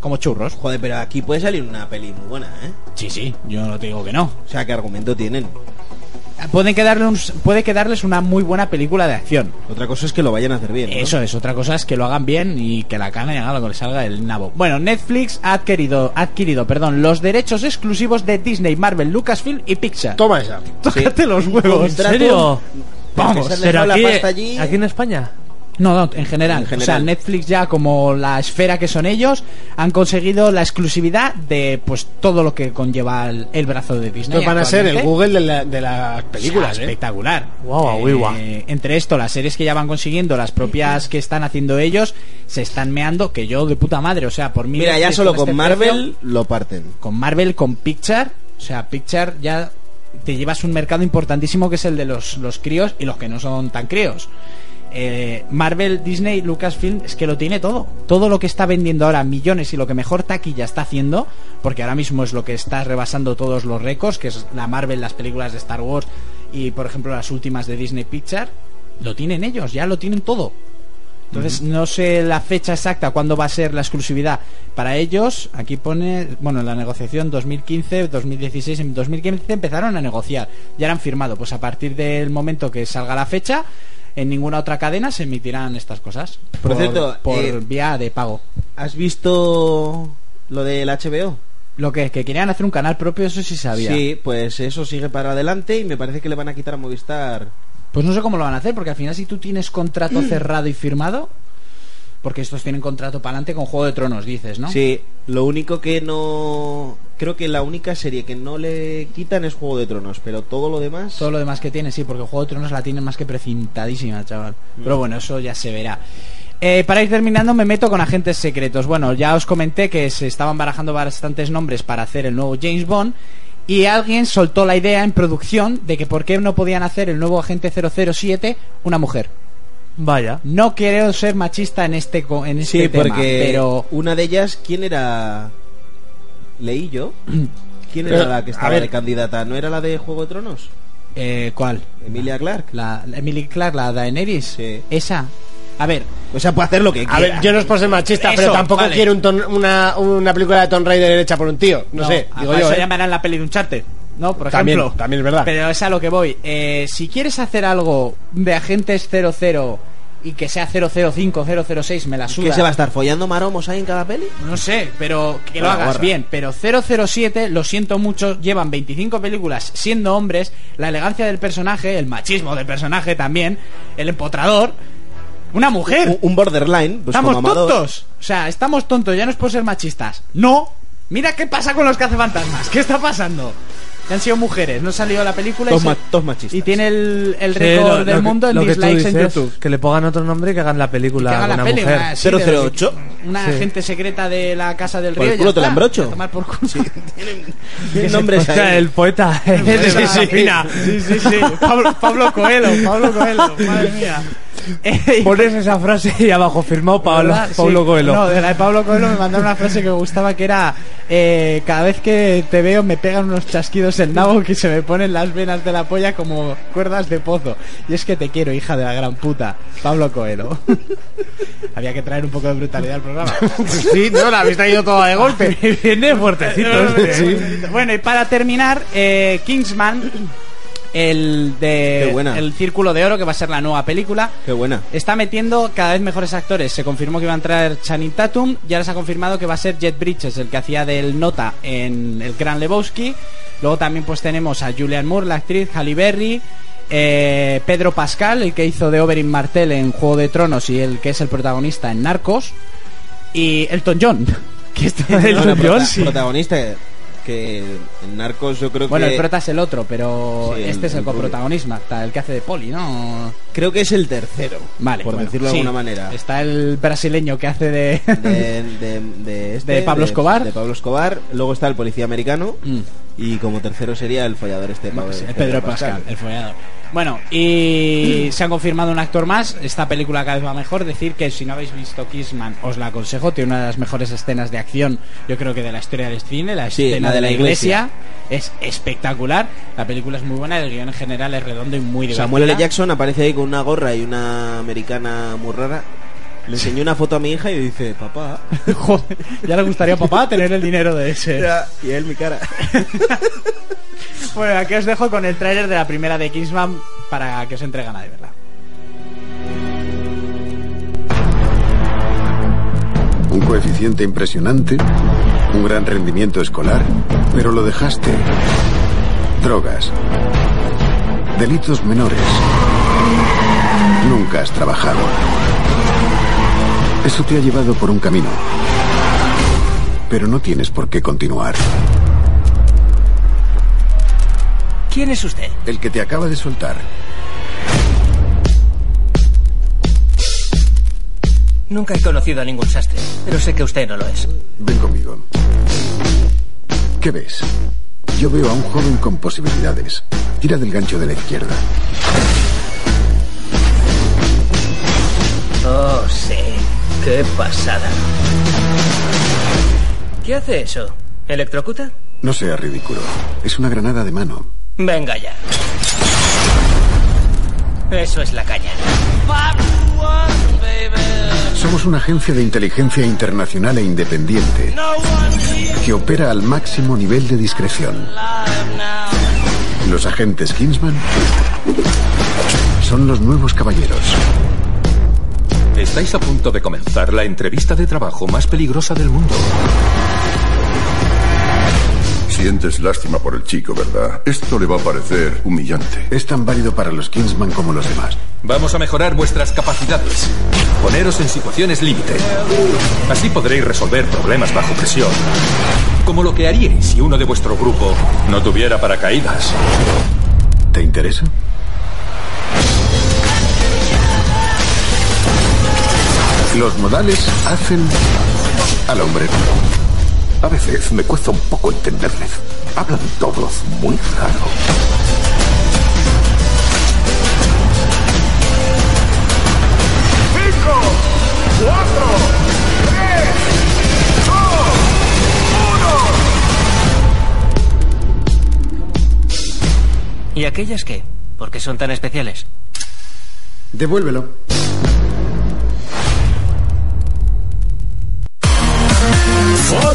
Speaker 4: como churros.
Speaker 7: Joder, pero aquí puede salir una peli muy buena, ¿eh?
Speaker 4: Sí, sí, yo no te digo que no.
Speaker 7: O sea, ¿qué argumento tienen?
Speaker 4: Pueden quedarles, puede quedarles una muy buena película de acción.
Speaker 7: Otra cosa es que lo vayan a hacer bien. ¿no?
Speaker 4: Eso es, otra cosa es que lo hagan bien y que la cana y hagan lo que le salga del nabo. Bueno, Netflix ha adquirido, ha adquirido perdón, los derechos exclusivos de Disney, Marvel, Lucasfilm y Pixar.
Speaker 10: Toma esa.
Speaker 4: Tócate los huevos.
Speaker 6: ¿En serio?
Speaker 4: Vamos,
Speaker 7: Porque se han
Speaker 6: Pero
Speaker 7: dejado la
Speaker 6: aquí,
Speaker 7: pasta allí.
Speaker 6: aquí en España.
Speaker 4: No, no, en general.
Speaker 7: En general.
Speaker 4: O sea, Netflix ya como la esfera que son ellos, han conseguido la exclusividad de pues todo lo que conlleva el, el brazo de Disney.
Speaker 10: Estos van a ser el
Speaker 4: actualmente.
Speaker 10: Google de, la- de las
Speaker 4: O
Speaker 10: películas,
Speaker 4: sea,
Speaker 10: ¿eh?
Speaker 4: espectacular. Eh,
Speaker 6: Guau, guau, guau.
Speaker 4: entre esto, las series que ya van consiguiendo, las propias que están haciendo ellos, se están meando que yo de puta madre, o sea, por mí
Speaker 7: Mira, ya
Speaker 4: Netflix
Speaker 7: solo con
Speaker 4: este
Speaker 7: Marvel
Speaker 4: precio,
Speaker 7: lo parten.
Speaker 4: con Marvel, con Picture, o sea, Picture ya te llevas un mercado importantísimo que es el de los, los críos y los que no son tan críos. Eh, Marvel, Disney, Lucasfilm, es que lo tiene todo. Todo lo que está vendiendo ahora millones y lo que mejor taquilla está haciendo, porque ahora mismo es lo que está rebasando todos los récords, que es la Marvel, las películas de Star Wars y, por ejemplo, las últimas de Disney Picture, lo tienen ellos, ya lo tienen todo. Entonces, no sé la fecha exacta cuándo va a ser la exclusividad para ellos. Aquí pone, bueno, en la negociación 2015, 2016, en 2015 empezaron a negociar. Ya han firmado. Pues a partir del momento que salga la fecha, en ninguna otra cadena se emitirán estas cosas.
Speaker 7: Por cierto,
Speaker 4: por
Speaker 7: eh,
Speaker 4: vía de pago.
Speaker 7: ¿Has visto lo del HBO?
Speaker 4: Lo que es que querían hacer un canal propio, eso sí sabía.
Speaker 7: Sí, pues eso sigue para adelante y me parece que le van a quitar a Movistar.
Speaker 4: Pues no sé cómo lo van a hacer, porque al final si tú tienes
Speaker 7: [CLEARS THROAT]
Speaker 4: contrato cerrado y firmado, porque estos tienen contrato para adelante con Juego de Tronos, dices, ¿no?
Speaker 7: Sí, lo único que no. Creo que la única serie que no le quitan es Juego de Tronos, pero todo lo demás.
Speaker 4: Todo lo demás que tiene, sí, porque Juego de Tronos la tiene más que precintadísima, chaval.
Speaker 7: Mm.
Speaker 4: Pero bueno, eso ya se verá. Eh, para ir terminando, me meto con agentes secretos. Bueno, ya os comenté que se estaban barajando bastantes nombres para hacer el nuevo James Bond. Y alguien soltó la idea en producción de que por qué no podían hacer el nuevo agente 007 una mujer.
Speaker 6: Vaya.
Speaker 4: No quiero ser machista en este, co- en este
Speaker 7: Sí,
Speaker 4: tema,
Speaker 7: porque
Speaker 4: pero
Speaker 7: una de ellas, ¿quién era? Leí yo. ¿Quién era
Speaker 10: Pero,
Speaker 7: la que
Speaker 10: a
Speaker 7: estaba
Speaker 10: ver.
Speaker 7: de candidata? ¿No era la de Juego de Tronos?
Speaker 4: eh, ¿cuál?
Speaker 7: Emilia Clark.
Speaker 4: La, la Emily Clark, la Daenerys.
Speaker 7: Sí.
Speaker 4: Esa. A ver,
Speaker 7: O sea, puede hacer lo que quiera.
Speaker 10: A ver, yo no es por ser machista,
Speaker 4: Eso,
Speaker 10: pero tampoco
Speaker 4: vale.
Speaker 10: quiero un ton- una, una película de Tomb Raider hecha por un tío. No, sé,
Speaker 4: a
Speaker 10: digo
Speaker 4: para
Speaker 10: yo.
Speaker 4: Eso
Speaker 10: ¿eh?
Speaker 4: llamarán la peli de un charte. ¿No? Por
Speaker 10: También-
Speaker 4: ejemplo.
Speaker 10: también es verdad.
Speaker 4: Pero es a lo que voy. Eh, si quieres hacer algo de agentes 00 y que sea 005, 006, me la suda.
Speaker 7: ¿Qué se va a estar follando maromos ahí en cada peli?
Speaker 4: No sé, pero que lo
Speaker 7: Ah,
Speaker 4: hagas
Speaker 7: guarra.
Speaker 4: bien. Pero 007, lo siento mucho, llevan 25 películas siendo hombres, la elegancia del personaje, el machismo del personaje también, el empotrador. Una mujer.
Speaker 7: Un, un borderline, pues
Speaker 4: estamos
Speaker 7: como Amador.
Speaker 4: tontos. O sea, estamos tontos, ya no es por ser machistas. No. Mira qué pasa con los cazafantasmas. ¿Qué está pasando? Que han sido mujeres, no ha salido la película y,
Speaker 7: Dos
Speaker 4: se-
Speaker 7: ma- dos machistas.
Speaker 4: y tiene el, el
Speaker 6: Sí,
Speaker 4: récord
Speaker 6: lo- lo
Speaker 4: del
Speaker 6: que-
Speaker 4: mundo en
Speaker 6: lo que tú
Speaker 4: dislikes en
Speaker 6: dices,
Speaker 4: YouTube.
Speaker 6: Que le pongan otro nombre y que hagan la película
Speaker 4: Que haga
Speaker 6: a
Speaker 4: la
Speaker 6: una
Speaker 4: peli,
Speaker 6: mujer.
Speaker 4: una, sí, de los-
Speaker 7: 008.
Speaker 4: una
Speaker 6: Sí.
Speaker 4: agente secreta de la casa del
Speaker 7: Por
Speaker 4: río.
Speaker 7: el
Speaker 4: y
Speaker 7: culo
Speaker 4: ya
Speaker 7: te la
Speaker 4: está.
Speaker 7: embrocho.
Speaker 4: A tomar por culo. [LAUGHS]
Speaker 7: [LAUGHS] Tiene
Speaker 6: O
Speaker 7: nombres
Speaker 6: sea,
Speaker 7: ahí.
Speaker 6: el poeta.
Speaker 4: Esa es la fina. Sí, sí,
Speaker 6: [LAUGHS]
Speaker 4: sí. Pablo, Pablo Coelho, Pablo Coelho, madre mía. Eh,
Speaker 6: Pones esa frase y abajo firmado Pablo,
Speaker 4: ¿Verdad? Sí.
Speaker 6: Pablo Coelho.
Speaker 4: No, de la de Pablo Coelho me mandaron una frase que me gustaba que era eh, cada vez que te veo me pegan unos chasquidos el nabo que se me ponen las venas de la polla como cuerdas de pozo. Y es que te quiero, hija de la gran puta, Pablo Coelho. [LAUGHS] Había que traer un poco de brutalidad al
Speaker 6: [LAUGHS]
Speaker 4: programa.
Speaker 10: Sí, no, la habéis traído toda ¿eh? de golpe.
Speaker 6: Viene fuertecito
Speaker 4: [LAUGHS]
Speaker 6: este.
Speaker 4: Bueno, y para terminar, eh, Kingsman, el
Speaker 7: Qué
Speaker 4: de
Speaker 7: buena.
Speaker 4: El Círculo de Oro, que va a ser la nueva película.
Speaker 7: Qué buena.
Speaker 4: Está metiendo cada vez mejores actores. Se confirmó que iba a entrar Channing Tatum y ahora se ha confirmado que va a ser Jet Bridges, el que hacía del Nota en El Gran Lebowski. Luego también pues tenemos a Julian Moore, la actriz, Halle Berry, eh, Pedro Pascal, el que hizo de Oberyn Martel en Juego de Tronos y el que es el protagonista en Narcos. Y Elton John. [LAUGHS] Que está
Speaker 7: No, la
Speaker 4: Elton
Speaker 7: prota-
Speaker 4: John, sí.
Speaker 7: protagonista que- que en Narcos yo creo
Speaker 4: Bueno,
Speaker 7: que
Speaker 4: el prota es el otro, pero
Speaker 7: Sí, el-
Speaker 4: este es el,
Speaker 7: el
Speaker 4: coprotagonista, el que hace de Poli, ¿no?
Speaker 7: creo que es el tercero,
Speaker 4: Vale,
Speaker 7: por
Speaker 4: bueno,
Speaker 7: decirlo de
Speaker 4: sí.
Speaker 7: alguna manera.
Speaker 4: Está el brasileño que hace de...
Speaker 7: De, de- de este,
Speaker 4: De Pablo Escobar.
Speaker 7: De Pablo Escobar. Luego está el policía americano.
Speaker 4: Mm.
Speaker 7: Y como tercero sería el follador este
Speaker 4: No,
Speaker 7: Pablo-
Speaker 4: sí, el Pedro Pascal, el follador. Bueno, y se ha confirmado un actor más. Esta película cada vez va mejor. Decir que si no habéis visto Kissman, os la aconsejo. Tiene una de las mejores escenas de acción, yo creo que de la historia del cine. La
Speaker 7: Sí,
Speaker 4: escena
Speaker 7: la de la iglesia.
Speaker 4: es espectacular. La película es muy buena. El guión en general es redondo y muy divertido.
Speaker 7: Samuel L. Jackson aparece ahí con una gorra y una americana muy rara. Le enseñó una foto a mi hija y dice,
Speaker 4: [LAUGHS]
Speaker 7: papá.
Speaker 4: Joder, ya le gustaría a papá tener el dinero de ese.
Speaker 7: Y él mi cara.
Speaker 4: Bueno, aquí os dejo con el tráiler de la primera de Kingsman para que os entregan a de verdad.
Speaker 11: Un coeficiente impresionante, un gran rendimiento escolar, pero lo dejaste. Drogas. Delitos menores. Nunca has trabajado. Eso te ha llevado por un camino. Pero no tienes por qué continuar.
Speaker 12: ¿Quién es usted?
Speaker 11: El que te acaba de soltar.
Speaker 12: Nunca he conocido a ningún sastre, pero sé que usted no lo es.
Speaker 11: Ven conmigo. ¿Qué ves? Yo veo a un joven con posibilidades. Tira del gancho de la izquierda.
Speaker 12: Oh, sí. Qué pasada. ¿Qué hace eso? ¿Electrocuta?
Speaker 11: No sea ridículo. Es una granada de mano.
Speaker 12: Venga ya. Eso es la caña.
Speaker 11: Somos una agencia de inteligencia internacional e independiente que opera al máximo nivel de discreción. Los agentes Kingsman son los nuevos caballeros.
Speaker 13: Estáis a punto de comenzar la entrevista de trabajo más peligrosa del mundo.
Speaker 14: Sientes lástima por el chico, ¿verdad? Esto le va a parecer humillante.
Speaker 11: Es tan válido para los Kingsman como los demás.
Speaker 13: Vamos a mejorar vuestras capacidades. Poneros en situaciones límite. Así podréis resolver problemas bajo presión. Como lo que haríais si uno de vuestro grupo no tuviera paracaídas.
Speaker 11: ¿Te interesa? Los modales hacen al hombre. A veces me cuesta un poco entenderles. Hablan todos muy raro.
Speaker 12: ¿Y aquellas qué? ¿Por qué son tan especiales?
Speaker 11: Devuélvelo.
Speaker 1: For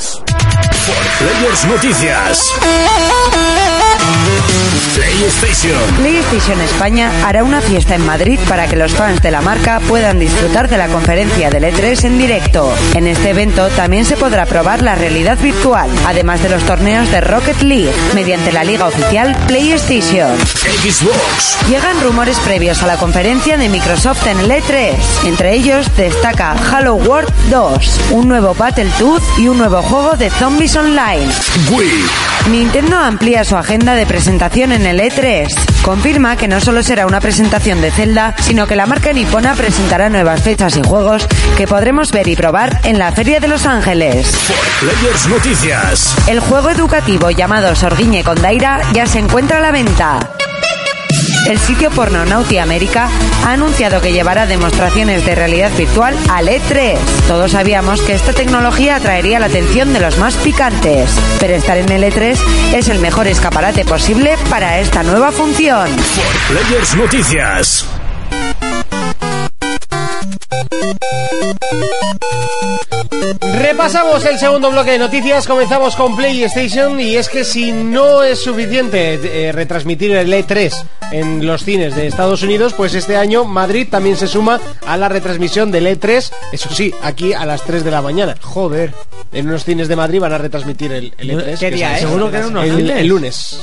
Speaker 1: For Players Noticias. PlayStation.
Speaker 3: PlayStation España hará una fiesta en Madrid para que los fans de la marca puedan disfrutar de la conferencia del E3 en directo. En este evento también se podrá probar la realidad virtual, además de los torneos de Rocket League, mediante la liga oficial PlayStation.
Speaker 1: Xbox.
Speaker 3: Llegan rumores previos a la conferencia de Microsoft en el E3. Entre ellos destaca Halo World 2, un nuevo Battletoad y un nuevo juego de zombies online.
Speaker 1: Wii.
Speaker 3: Nintendo amplía su agenda de presentación en el E3. Confirma que no solo será una presentación de Zelda, sino que la marca nipona presentará nuevas fechas y juegos que podremos ver y probar en la Feria de Los Ángeles.
Speaker 1: Players Noticias.
Speaker 3: El juego educativo llamado Sorguiñe con Daira ya se encuentra a la venta. El sitio porno Nauti América ha anunciado que llevará demostraciones de realidad virtual al E3. Todos sabíamos que esta tecnología atraería la atención de los más picantes, pero estar en el E3 es el mejor escaparate posible para esta nueva función.
Speaker 1: Players Noticias.
Speaker 2: Repasamos el segundo bloque de noticias, comenzamos con PlayStation y es que si no es suficiente eh, retransmitir el E3 en los cines de Estados Unidos, pues este año Madrid también se suma a la retransmisión del E3, eso sí, aquí a las 3 de la mañana. Joder. En unos cines de Madrid van a retransmitir el, el E3.
Speaker 4: ¿Qué
Speaker 2: que
Speaker 4: día
Speaker 2: es-
Speaker 4: es? Seguro que en unos
Speaker 2: el,
Speaker 4: lunes.
Speaker 2: el lunes.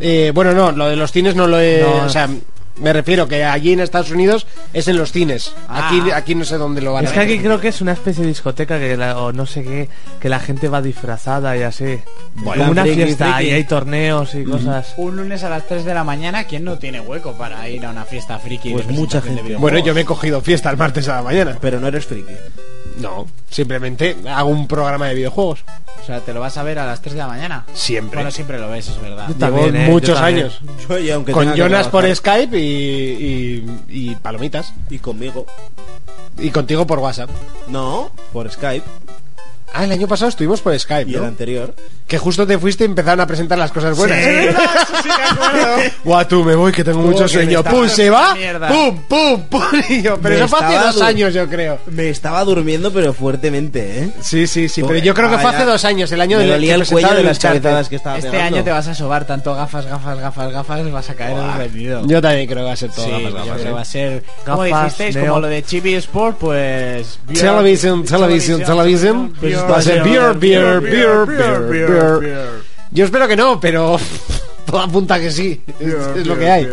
Speaker 2: Eh, bueno, no, lo de los cines no lo he...
Speaker 4: No.
Speaker 2: O sea, me refiero que allí en Estados Unidos es en los cines.
Speaker 4: Ah.
Speaker 2: Aquí, aquí no sé dónde lo van
Speaker 6: Es
Speaker 2: a
Speaker 6: que
Speaker 2: ver.
Speaker 6: aquí creo que es una especie de discoteca que la- o no sé qué, que la gente va disfrazada y así.
Speaker 7: Bueno,
Speaker 6: Como una
Speaker 7: friki,
Speaker 6: fiesta
Speaker 7: friki.
Speaker 6: y hay torneos y cosas.
Speaker 4: Un lunes a las 3 de la mañana, ¿quién no tiene hueco para ir a una fiesta friki?
Speaker 7: Pues
Speaker 4: de
Speaker 7: mucha
Speaker 4: presentación de
Speaker 7: gente.
Speaker 4: videojuegos?
Speaker 2: Bueno, yo me he cogido fiesta el martes a la mañana.
Speaker 7: Pero no eres friki.
Speaker 2: No, simplemente hago un programa de videojuegos.
Speaker 4: O sea, ¿te lo vas a ver a las 3 de la mañana?
Speaker 2: Siempre.
Speaker 4: Bueno, siempre lo ves, es verdad.
Speaker 6: Yo también,
Speaker 2: Llevo
Speaker 6: eh, yo
Speaker 2: muchos
Speaker 6: también.
Speaker 2: años.
Speaker 7: Yo, y aunque
Speaker 2: Con
Speaker 7: tenga que
Speaker 2: Jonas por
Speaker 7: trabajar,
Speaker 2: Skype y, y- y palomitas.
Speaker 7: Y conmigo.
Speaker 2: Y contigo por WhatsApp.
Speaker 7: No, por Skype.
Speaker 2: Ah, el año pasado estuvimos por Skype,
Speaker 7: Y el
Speaker 2: ¿no?
Speaker 7: anterior.
Speaker 2: Que justo te fuiste y empezaron a presentar las cosas buenas.
Speaker 4: Sí. Es
Speaker 2: [LAUGHS]
Speaker 4: [LAUGHS]
Speaker 2: Guau, tú, me voy que tengo mucho sueño.
Speaker 4: me
Speaker 2: Pum,
Speaker 4: estaba-
Speaker 2: se va.
Speaker 4: Mierda.
Speaker 2: Pum, pum, pum. [LAUGHS] y yo, pero
Speaker 7: Me
Speaker 2: eso fue hace
Speaker 7: estaba
Speaker 2: dos
Speaker 7: du-
Speaker 2: años, yo creo.
Speaker 7: Me estaba durmiendo, pero fuertemente, ¿eh?
Speaker 2: Sí, sí, sí. Pero
Speaker 7: Joder,
Speaker 2: yo creo que fue
Speaker 7: vaya.
Speaker 2: hace dos años, el año
Speaker 7: Me
Speaker 2: del
Speaker 7: dolía
Speaker 2: que
Speaker 7: el cuello
Speaker 2: presentaron
Speaker 7: de
Speaker 2: el
Speaker 7: las
Speaker 2: Uncharted.
Speaker 7: cabezas que estaba
Speaker 4: Este
Speaker 7: pegando.
Speaker 4: año te vas a sobar tanto gafas, gafas, gafas, gafas, vas a caer rendido.
Speaker 2: Yo también creo que va a ser todo.
Speaker 4: Sí,
Speaker 2: gafas, gafas,
Speaker 4: yo creo
Speaker 2: ¿eh?
Speaker 4: que va a ser. Como
Speaker 6: Gafas,
Speaker 4: dijisteis,
Speaker 6: neo.
Speaker 4: como lo de Chibi Sport, pues. beer,
Speaker 2: Television, television, television.
Speaker 4: beer,
Speaker 2: Pues Va a ser beer, beer, beer, beer, beer.
Speaker 4: beer.
Speaker 2: Yo espero que no, pero [LAUGHS] todo apunta que sí. Es, es lo que hay.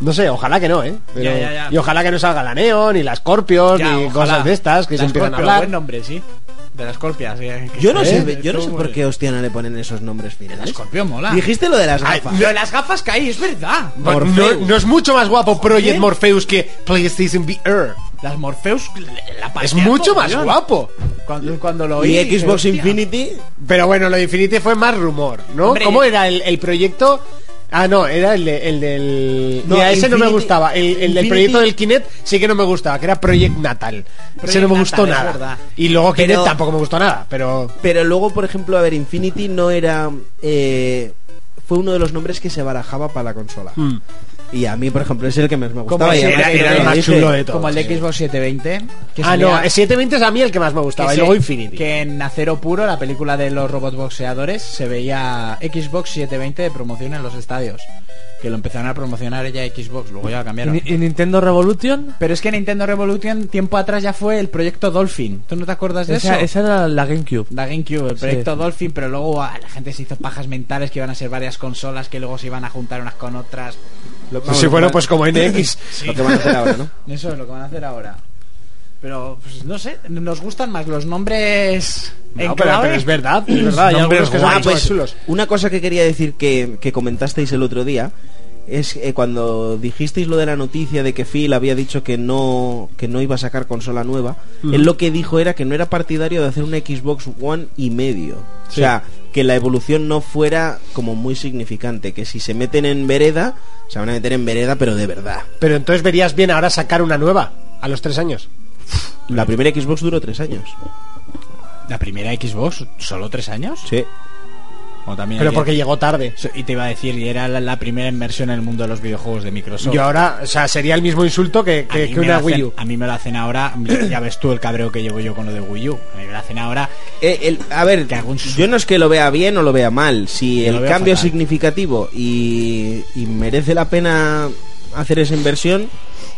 Speaker 2: No sé, ojalá que no, ¿eh? Pero-
Speaker 4: Ya, ya, ya.
Speaker 2: Y ojalá que no salga la Neon, ni las Scorpions,
Speaker 4: Ya,
Speaker 2: ni
Speaker 4: ojalá.
Speaker 2: cosas de estas que
Speaker 4: La
Speaker 2: se empiezan a
Speaker 4: Scorpio,
Speaker 2: hablar.
Speaker 4: Buen nombre, sí. De las Scorpias. eh, que-
Speaker 7: Yo no
Speaker 4: ¿Eh?
Speaker 7: sé, yo no sé
Speaker 4: Tú,
Speaker 7: por
Speaker 4: eh,
Speaker 7: qué hostia no le ponen esos nombres finales.
Speaker 4: Scorpio mola.
Speaker 7: Dijiste lo de las
Speaker 4: Ay,
Speaker 7: gafas.
Speaker 4: lo de las gafas caí, es verdad.
Speaker 2: Bueno, no, no es mucho más guapo
Speaker 4: ¿Eh?
Speaker 2: Project Morpheus que PlayStation VR.
Speaker 4: Las Morpheus. La
Speaker 2: Es
Speaker 4: pasean
Speaker 2: mucho más
Speaker 4: mogollón.
Speaker 2: guapo.
Speaker 4: Cuando, cuando lo oí. eh,
Speaker 7: y
Speaker 4: dije,
Speaker 7: Xbox
Speaker 4: hostia.
Speaker 7: Infinity.
Speaker 2: Pero bueno, lo de Infinity fue más rumor, ¿no?
Speaker 4: Hombre, eh,
Speaker 2: ¿Cómo
Speaker 4: yo-
Speaker 2: era el, el proyecto? Ah, no, era el, de- el del...
Speaker 7: No,
Speaker 2: Mira, ese no me
Speaker 7: Infinity-
Speaker 2: gustaba. El, el del
Speaker 7: Infinity-
Speaker 2: proyecto del Kinect sí que no me gustaba, que era Project Natal. ese
Speaker 4: Project
Speaker 2: no me gustó
Speaker 4: Natal, es
Speaker 2: nada.
Speaker 4: verdad.
Speaker 2: Y luego
Speaker 7: Pero-
Speaker 2: Kinect tampoco me gustó nada, pero...
Speaker 7: Pero luego, por ejemplo, a ver, Infinity no era. eh, fue uno de los nombres que se barajaba para la consola. Y a mí, por ejemplo, es el que más me gustaba.
Speaker 4: Mm. Como
Speaker 7: y
Speaker 4: si
Speaker 7: además
Speaker 4: era-
Speaker 7: creo
Speaker 4: era
Speaker 7: que
Speaker 4: el
Speaker 7: lo
Speaker 4: más
Speaker 7: dije.
Speaker 2: chulo de todo.
Speaker 4: Como el de Xbox 720. que
Speaker 2: Ah, no,
Speaker 4: salía-
Speaker 2: el 720 es a mí el que más me
Speaker 4: que
Speaker 2: gustaba. y
Speaker 4: se-
Speaker 2: luego Infinity.
Speaker 4: Que en Acero Puro, la película de los robots boxeadores, se veía Xbox 720 de promoción en los estadios. Que lo empezaron a promocionar ya Xbox, luego ya lo
Speaker 6: ¿Y,
Speaker 4: cambiaron.
Speaker 6: y Nintendo Revolution?
Speaker 4: Pero es que Nintendo Revolution tiempo atrás ya fue el proyecto Dolphin. ¿Tú no te acuerdas de
Speaker 6: Esa,
Speaker 4: eso?
Speaker 6: esa era la GameCube.
Speaker 4: La GameCube, el proyecto
Speaker 6: Sí.
Speaker 4: Dolphin, pero luego ah, la gente se hizo pajas mentales que iban a ser varias consolas que luego se iban a juntar unas con otras.
Speaker 2: Pues sí, bueno, pues
Speaker 4: [LAUGHS]
Speaker 2: como NX.
Speaker 7: Lo que van a hacer ahora, ¿no?
Speaker 4: Eso es lo que van a hacer ahora. Pero, pues, no sé, nos gustan más los nombres en
Speaker 2: No, pero,
Speaker 4: clave.
Speaker 2: pero es verdad, es
Speaker 4: [CLEARS THROAT]
Speaker 2: verdad. Hay algunos que son
Speaker 7: Ah,
Speaker 2: mucho más
Speaker 7: pues,
Speaker 2: chulos.
Speaker 7: Una cosa que quería decir que, que comentasteis el otro día es eh, cuando dijisteis lo de la noticia de que Phil había dicho que no que no iba a sacar consola nueva,
Speaker 2: Mm.
Speaker 7: él lo que dijo era que no era partidario de hacer una Xbox One y medio. O sea, que la evolución no fuera como muy significante, que si se meten en vereda, se van a meter en vereda pero de verdad.
Speaker 2: Pero entonces verías bien ahora sacar una nueva a los tres años. Mm.
Speaker 7: La primera Xbox duró tres años.
Speaker 4: La primera Xbox, solo tres años.
Speaker 7: Sí.
Speaker 4: O también
Speaker 2: Pero
Speaker 4: hay-
Speaker 2: porque llegó tarde.
Speaker 4: So- Y te iba a decir, y era la, la primera inversión en el mundo de los videojuegos de Microsoft.
Speaker 2: Y ahora, o sea, sería el mismo insulto que,
Speaker 4: A
Speaker 2: que-
Speaker 4: mí
Speaker 2: que
Speaker 4: me
Speaker 2: una
Speaker 4: lo
Speaker 2: Wii
Speaker 4: hacen-
Speaker 2: U.
Speaker 4: A mí me lo hacen ahora, ya ves tú el cabreo que llevo yo con lo de Wii U. A mí me lo hacen ahora.
Speaker 7: Eh, el- a ver,
Speaker 4: Que algún su-
Speaker 7: yo no es que lo vea bien o lo vea mal. Si
Speaker 4: Yo lo
Speaker 7: el
Speaker 4: veo
Speaker 7: cambio es
Speaker 4: fatal.
Speaker 7: significativo y, y merece la pena hacer esa inversión,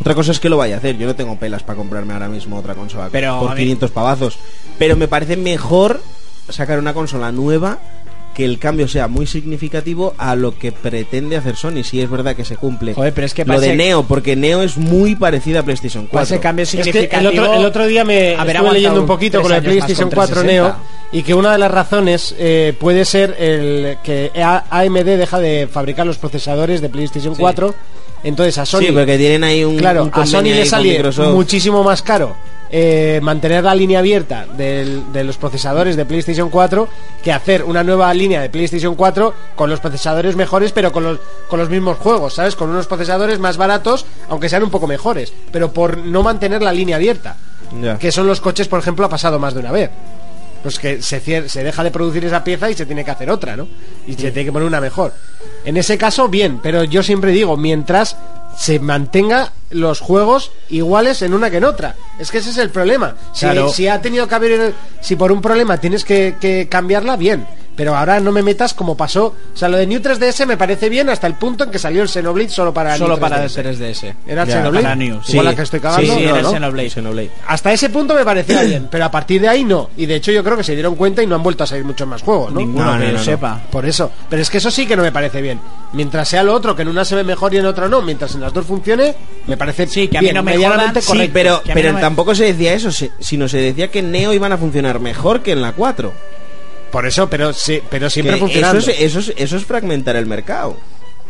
Speaker 7: otra cosa es que lo vaya a hacer. Yo no tengo pelas para comprarme ahora mismo otra consola
Speaker 4: Pero, a
Speaker 7: por
Speaker 4: ver.
Speaker 7: 500 pavazos. Pero me parece mejor sacar una consola nueva que el cambio sea muy significativo a lo que pretende hacer Sony. Si es verdad que se cumple
Speaker 4: Joder, pero es que
Speaker 7: lo
Speaker 4: pase-
Speaker 7: de Neo, porque Neo es muy parecida a PlayStation 4.
Speaker 4: Pues Ese cambio
Speaker 2: Es que el
Speaker 4: significativo.
Speaker 2: otro, el otro día me estuve
Speaker 4: aguantado
Speaker 2: leyendo un poquito
Speaker 4: tres
Speaker 2: con el
Speaker 4: años más
Speaker 2: PlayStation
Speaker 4: con
Speaker 2: 4 Neo
Speaker 4: 360.
Speaker 2: y que una de las razones eh, puede ser el que A- AMD deja de fabricar los procesadores de PlayStation 4. Entonces a Sony,
Speaker 7: Sí, porque tienen ahí un.
Speaker 2: claro,
Speaker 7: un
Speaker 2: a Sony
Speaker 7: convenio ahí
Speaker 2: le
Speaker 7: con
Speaker 2: sale
Speaker 7: Microsoft.
Speaker 2: muchísimo más caro eh, mantener la línea abierta del- de los procesadores de PlayStation 4 que hacer una nueva línea de PlayStation 4 con los procesadores mejores, pero con los, con los mismos juegos, ¿sabes? Con unos procesadores más baratos, aunque sean un poco mejores, pero por no mantener la línea abierta
Speaker 7: Ya.
Speaker 2: que son los coches, por ejemplo, ha pasado más de una vez. Pues que se, cier- se deja de producir esa pieza y se tiene que hacer otra, ¿no? Y se tiene que poner una mejor. En ese caso, bien, pero yo siempre digo, mientras se mantenga los juegos iguales en una que en otra. Es que ese es el problema. Si,
Speaker 4: Claro.
Speaker 2: si ha tenido que haber, si por un problema tienes que, que cambiarla, bien. Pero ahora no me metas como pasó. O sea, lo de New 3DS me parece bien hasta el punto en que salió el Xenoblade solo para
Speaker 4: Solo
Speaker 2: New
Speaker 4: para
Speaker 2: 3DS.
Speaker 4: 3DS.
Speaker 2: ¿Era el
Speaker 4: Ya,
Speaker 2: Xenoblade?
Speaker 4: Para New.
Speaker 2: Igual la que estoy cagando,
Speaker 4: Sí, sí,
Speaker 2: no,
Speaker 4: era el
Speaker 2: ¿no?
Speaker 4: Xenoblade.
Speaker 2: Hasta ese punto me [COUGHS] parecía bien, pero a partir de ahí no. Y de hecho yo creo que se dieron cuenta y no han vuelto a salir muchos más juegos, ¿no?
Speaker 4: Ninguno que yo sepa.
Speaker 2: Por eso. Pero es que eso sí que no me parece bien. Mientras sea lo otro, que en una se ve mejor y en otra no, mientras en las dos funcione, me parece
Speaker 4: Sí, que a mí
Speaker 2: bien,
Speaker 4: no me
Speaker 2: medianamente
Speaker 4: jodan,
Speaker 2: correcto.
Speaker 7: Sí, pero,
Speaker 4: que a mí
Speaker 7: pero
Speaker 4: no me-
Speaker 7: tampoco se decía eso, se- sino se decía que en Neo iban a funcionar mejor que en la 4.
Speaker 2: Por eso, pero, sí, pero
Speaker 7: Que
Speaker 2: siempre
Speaker 7: eso,
Speaker 2: funcionando.
Speaker 4: eh,
Speaker 7: es, eso, es, eso es fragmentar el mercado.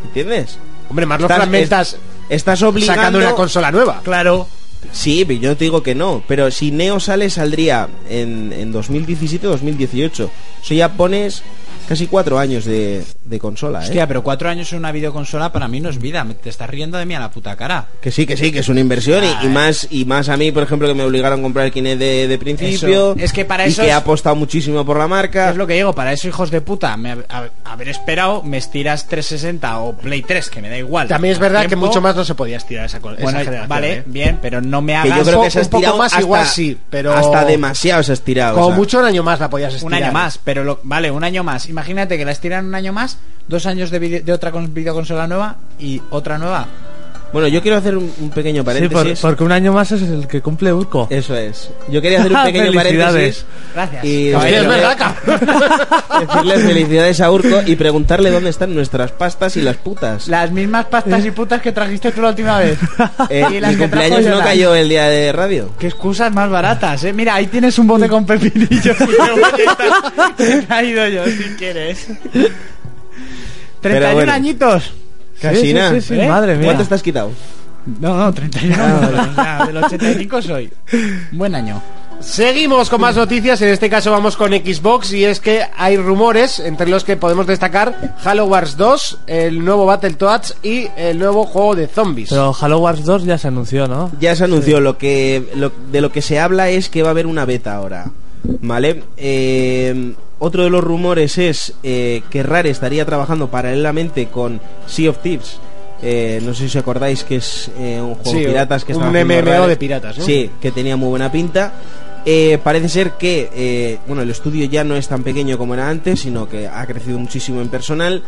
Speaker 7: ¿Entiendes?
Speaker 2: Hombre, más lo fragmentas
Speaker 7: estás obligando.
Speaker 2: sacando una consola nueva.
Speaker 4: Claro.
Speaker 7: Sí, pero yo te digo que no. Pero si Neo sale, saldría en, en 2017-2018. Eso ya pones casi cuatro años de, de consola, ¿eh?
Speaker 4: Hostia, pero cuatro años en una videoconsola para mí no es vida. Me- Te estás riendo de mí a la puta cara.
Speaker 7: Que sí, que sí, que es una inversión. y-
Speaker 4: Ah.
Speaker 7: y, más y más a mí, por ejemplo, que me obligaron a comprar el Kinect de, de principio.
Speaker 4: Eso. Es que para
Speaker 7: Y
Speaker 4: eso
Speaker 7: que
Speaker 4: es-
Speaker 7: ha apostado muchísimo por la marca.
Speaker 4: Es lo que digo, para esos hijos de puta, me, a- haber esperado, me estiras 360 o Play 3, que me da igual.
Speaker 2: También es verdad que
Speaker 4: Tiempo-
Speaker 2: mucho más no se podía estirar esa, co- esa
Speaker 4: Bueno,
Speaker 2: generación.
Speaker 4: vale,
Speaker 2: ¿eh?
Speaker 4: bien, pero no me
Speaker 7: que
Speaker 4: hagas
Speaker 7: yo creo que
Speaker 2: un
Speaker 7: se ha
Speaker 2: poco
Speaker 7: estirado
Speaker 2: más
Speaker 7: hasta,
Speaker 2: igual sí, pero-
Speaker 7: hasta demasiado se ha estirado.
Speaker 2: Como
Speaker 7: o sea.
Speaker 2: mucho un año más la podías
Speaker 4: un
Speaker 2: estirar.
Speaker 4: año más, pero lo- vale, un año más. Imagínate que la estiran un año más, dos años de, vide- de otra con- videoconsola nueva y otra
Speaker 7: [LAUGHS]
Speaker 4: nueva.
Speaker 7: Bueno, yo quiero hacer un, un pequeño
Speaker 6: Sí, por-
Speaker 7: paréntesis.
Speaker 6: porque un año más es el que cumple Urco.
Speaker 7: Eso es. Yo quería hacer un
Speaker 6: [LAUGHS]
Speaker 7: pequeño paréntesis.
Speaker 6: Felicidades.
Speaker 4: Gracias.
Speaker 7: Ah, Y
Speaker 2: Hostia, es
Speaker 7: decirle-
Speaker 2: verdad, cabrón.
Speaker 6: [LAUGHS]
Speaker 7: decirle felicidades a Urco y preguntarle dónde están nuestras pastas y las putas.
Speaker 4: Las mismas pastas y putas que trajiste tú la última vez.
Speaker 7: [LAUGHS]
Speaker 6: [LAUGHS]
Speaker 7: Eh,
Speaker 4: y las
Speaker 7: mi
Speaker 4: que trajo
Speaker 7: cumpleaños no
Speaker 4: Jonas.
Speaker 7: cayó el día de radio.
Speaker 4: Qué excusas más baratas, eh. Mira, ahí tienes un bote con [LAUGHS] pepinillos. Te ha ido yo, si quieres. 31
Speaker 7: bueno.
Speaker 4: añitos.
Speaker 7: Casi
Speaker 6: sí,
Speaker 7: nada.
Speaker 6: sí, sí,
Speaker 4: ¿Eh? Ah,
Speaker 6: madre mía.
Speaker 7: ¿Cuánto estás quitado?
Speaker 4: No, no, 31. O sea, del 85 soy. Buen año.
Speaker 2: Seguimos con más noticias, en este caso vamos con Xbox y es que hay rumores entre los que podemos destacar Halo Wars 2, el nuevo Battletoads y el nuevo juego de zombies.
Speaker 6: Pero Halo Wars 2 ya se anunció, ¿no?
Speaker 7: Ya se anunció, lo que lo- de lo que se habla es que va a haber una beta ahora. ¿Vale? Eh, otro de los rumores es eh, que Rare estaría trabajando paralelamente con Sea of Thieves. Eh, no sé si acordáis que es eh, un juego
Speaker 2: Sí,
Speaker 7: de piratas que
Speaker 2: un
Speaker 7: estaba haciendo
Speaker 2: MMO
Speaker 7: Rare.
Speaker 2: de piratas, ¿no?
Speaker 7: Sí, que tenía muy buena pinta. Eh, parece ser que, eh, bueno, el estudio ya no es tan pequeño como era antes, sino que ha crecido muchísimo en personal.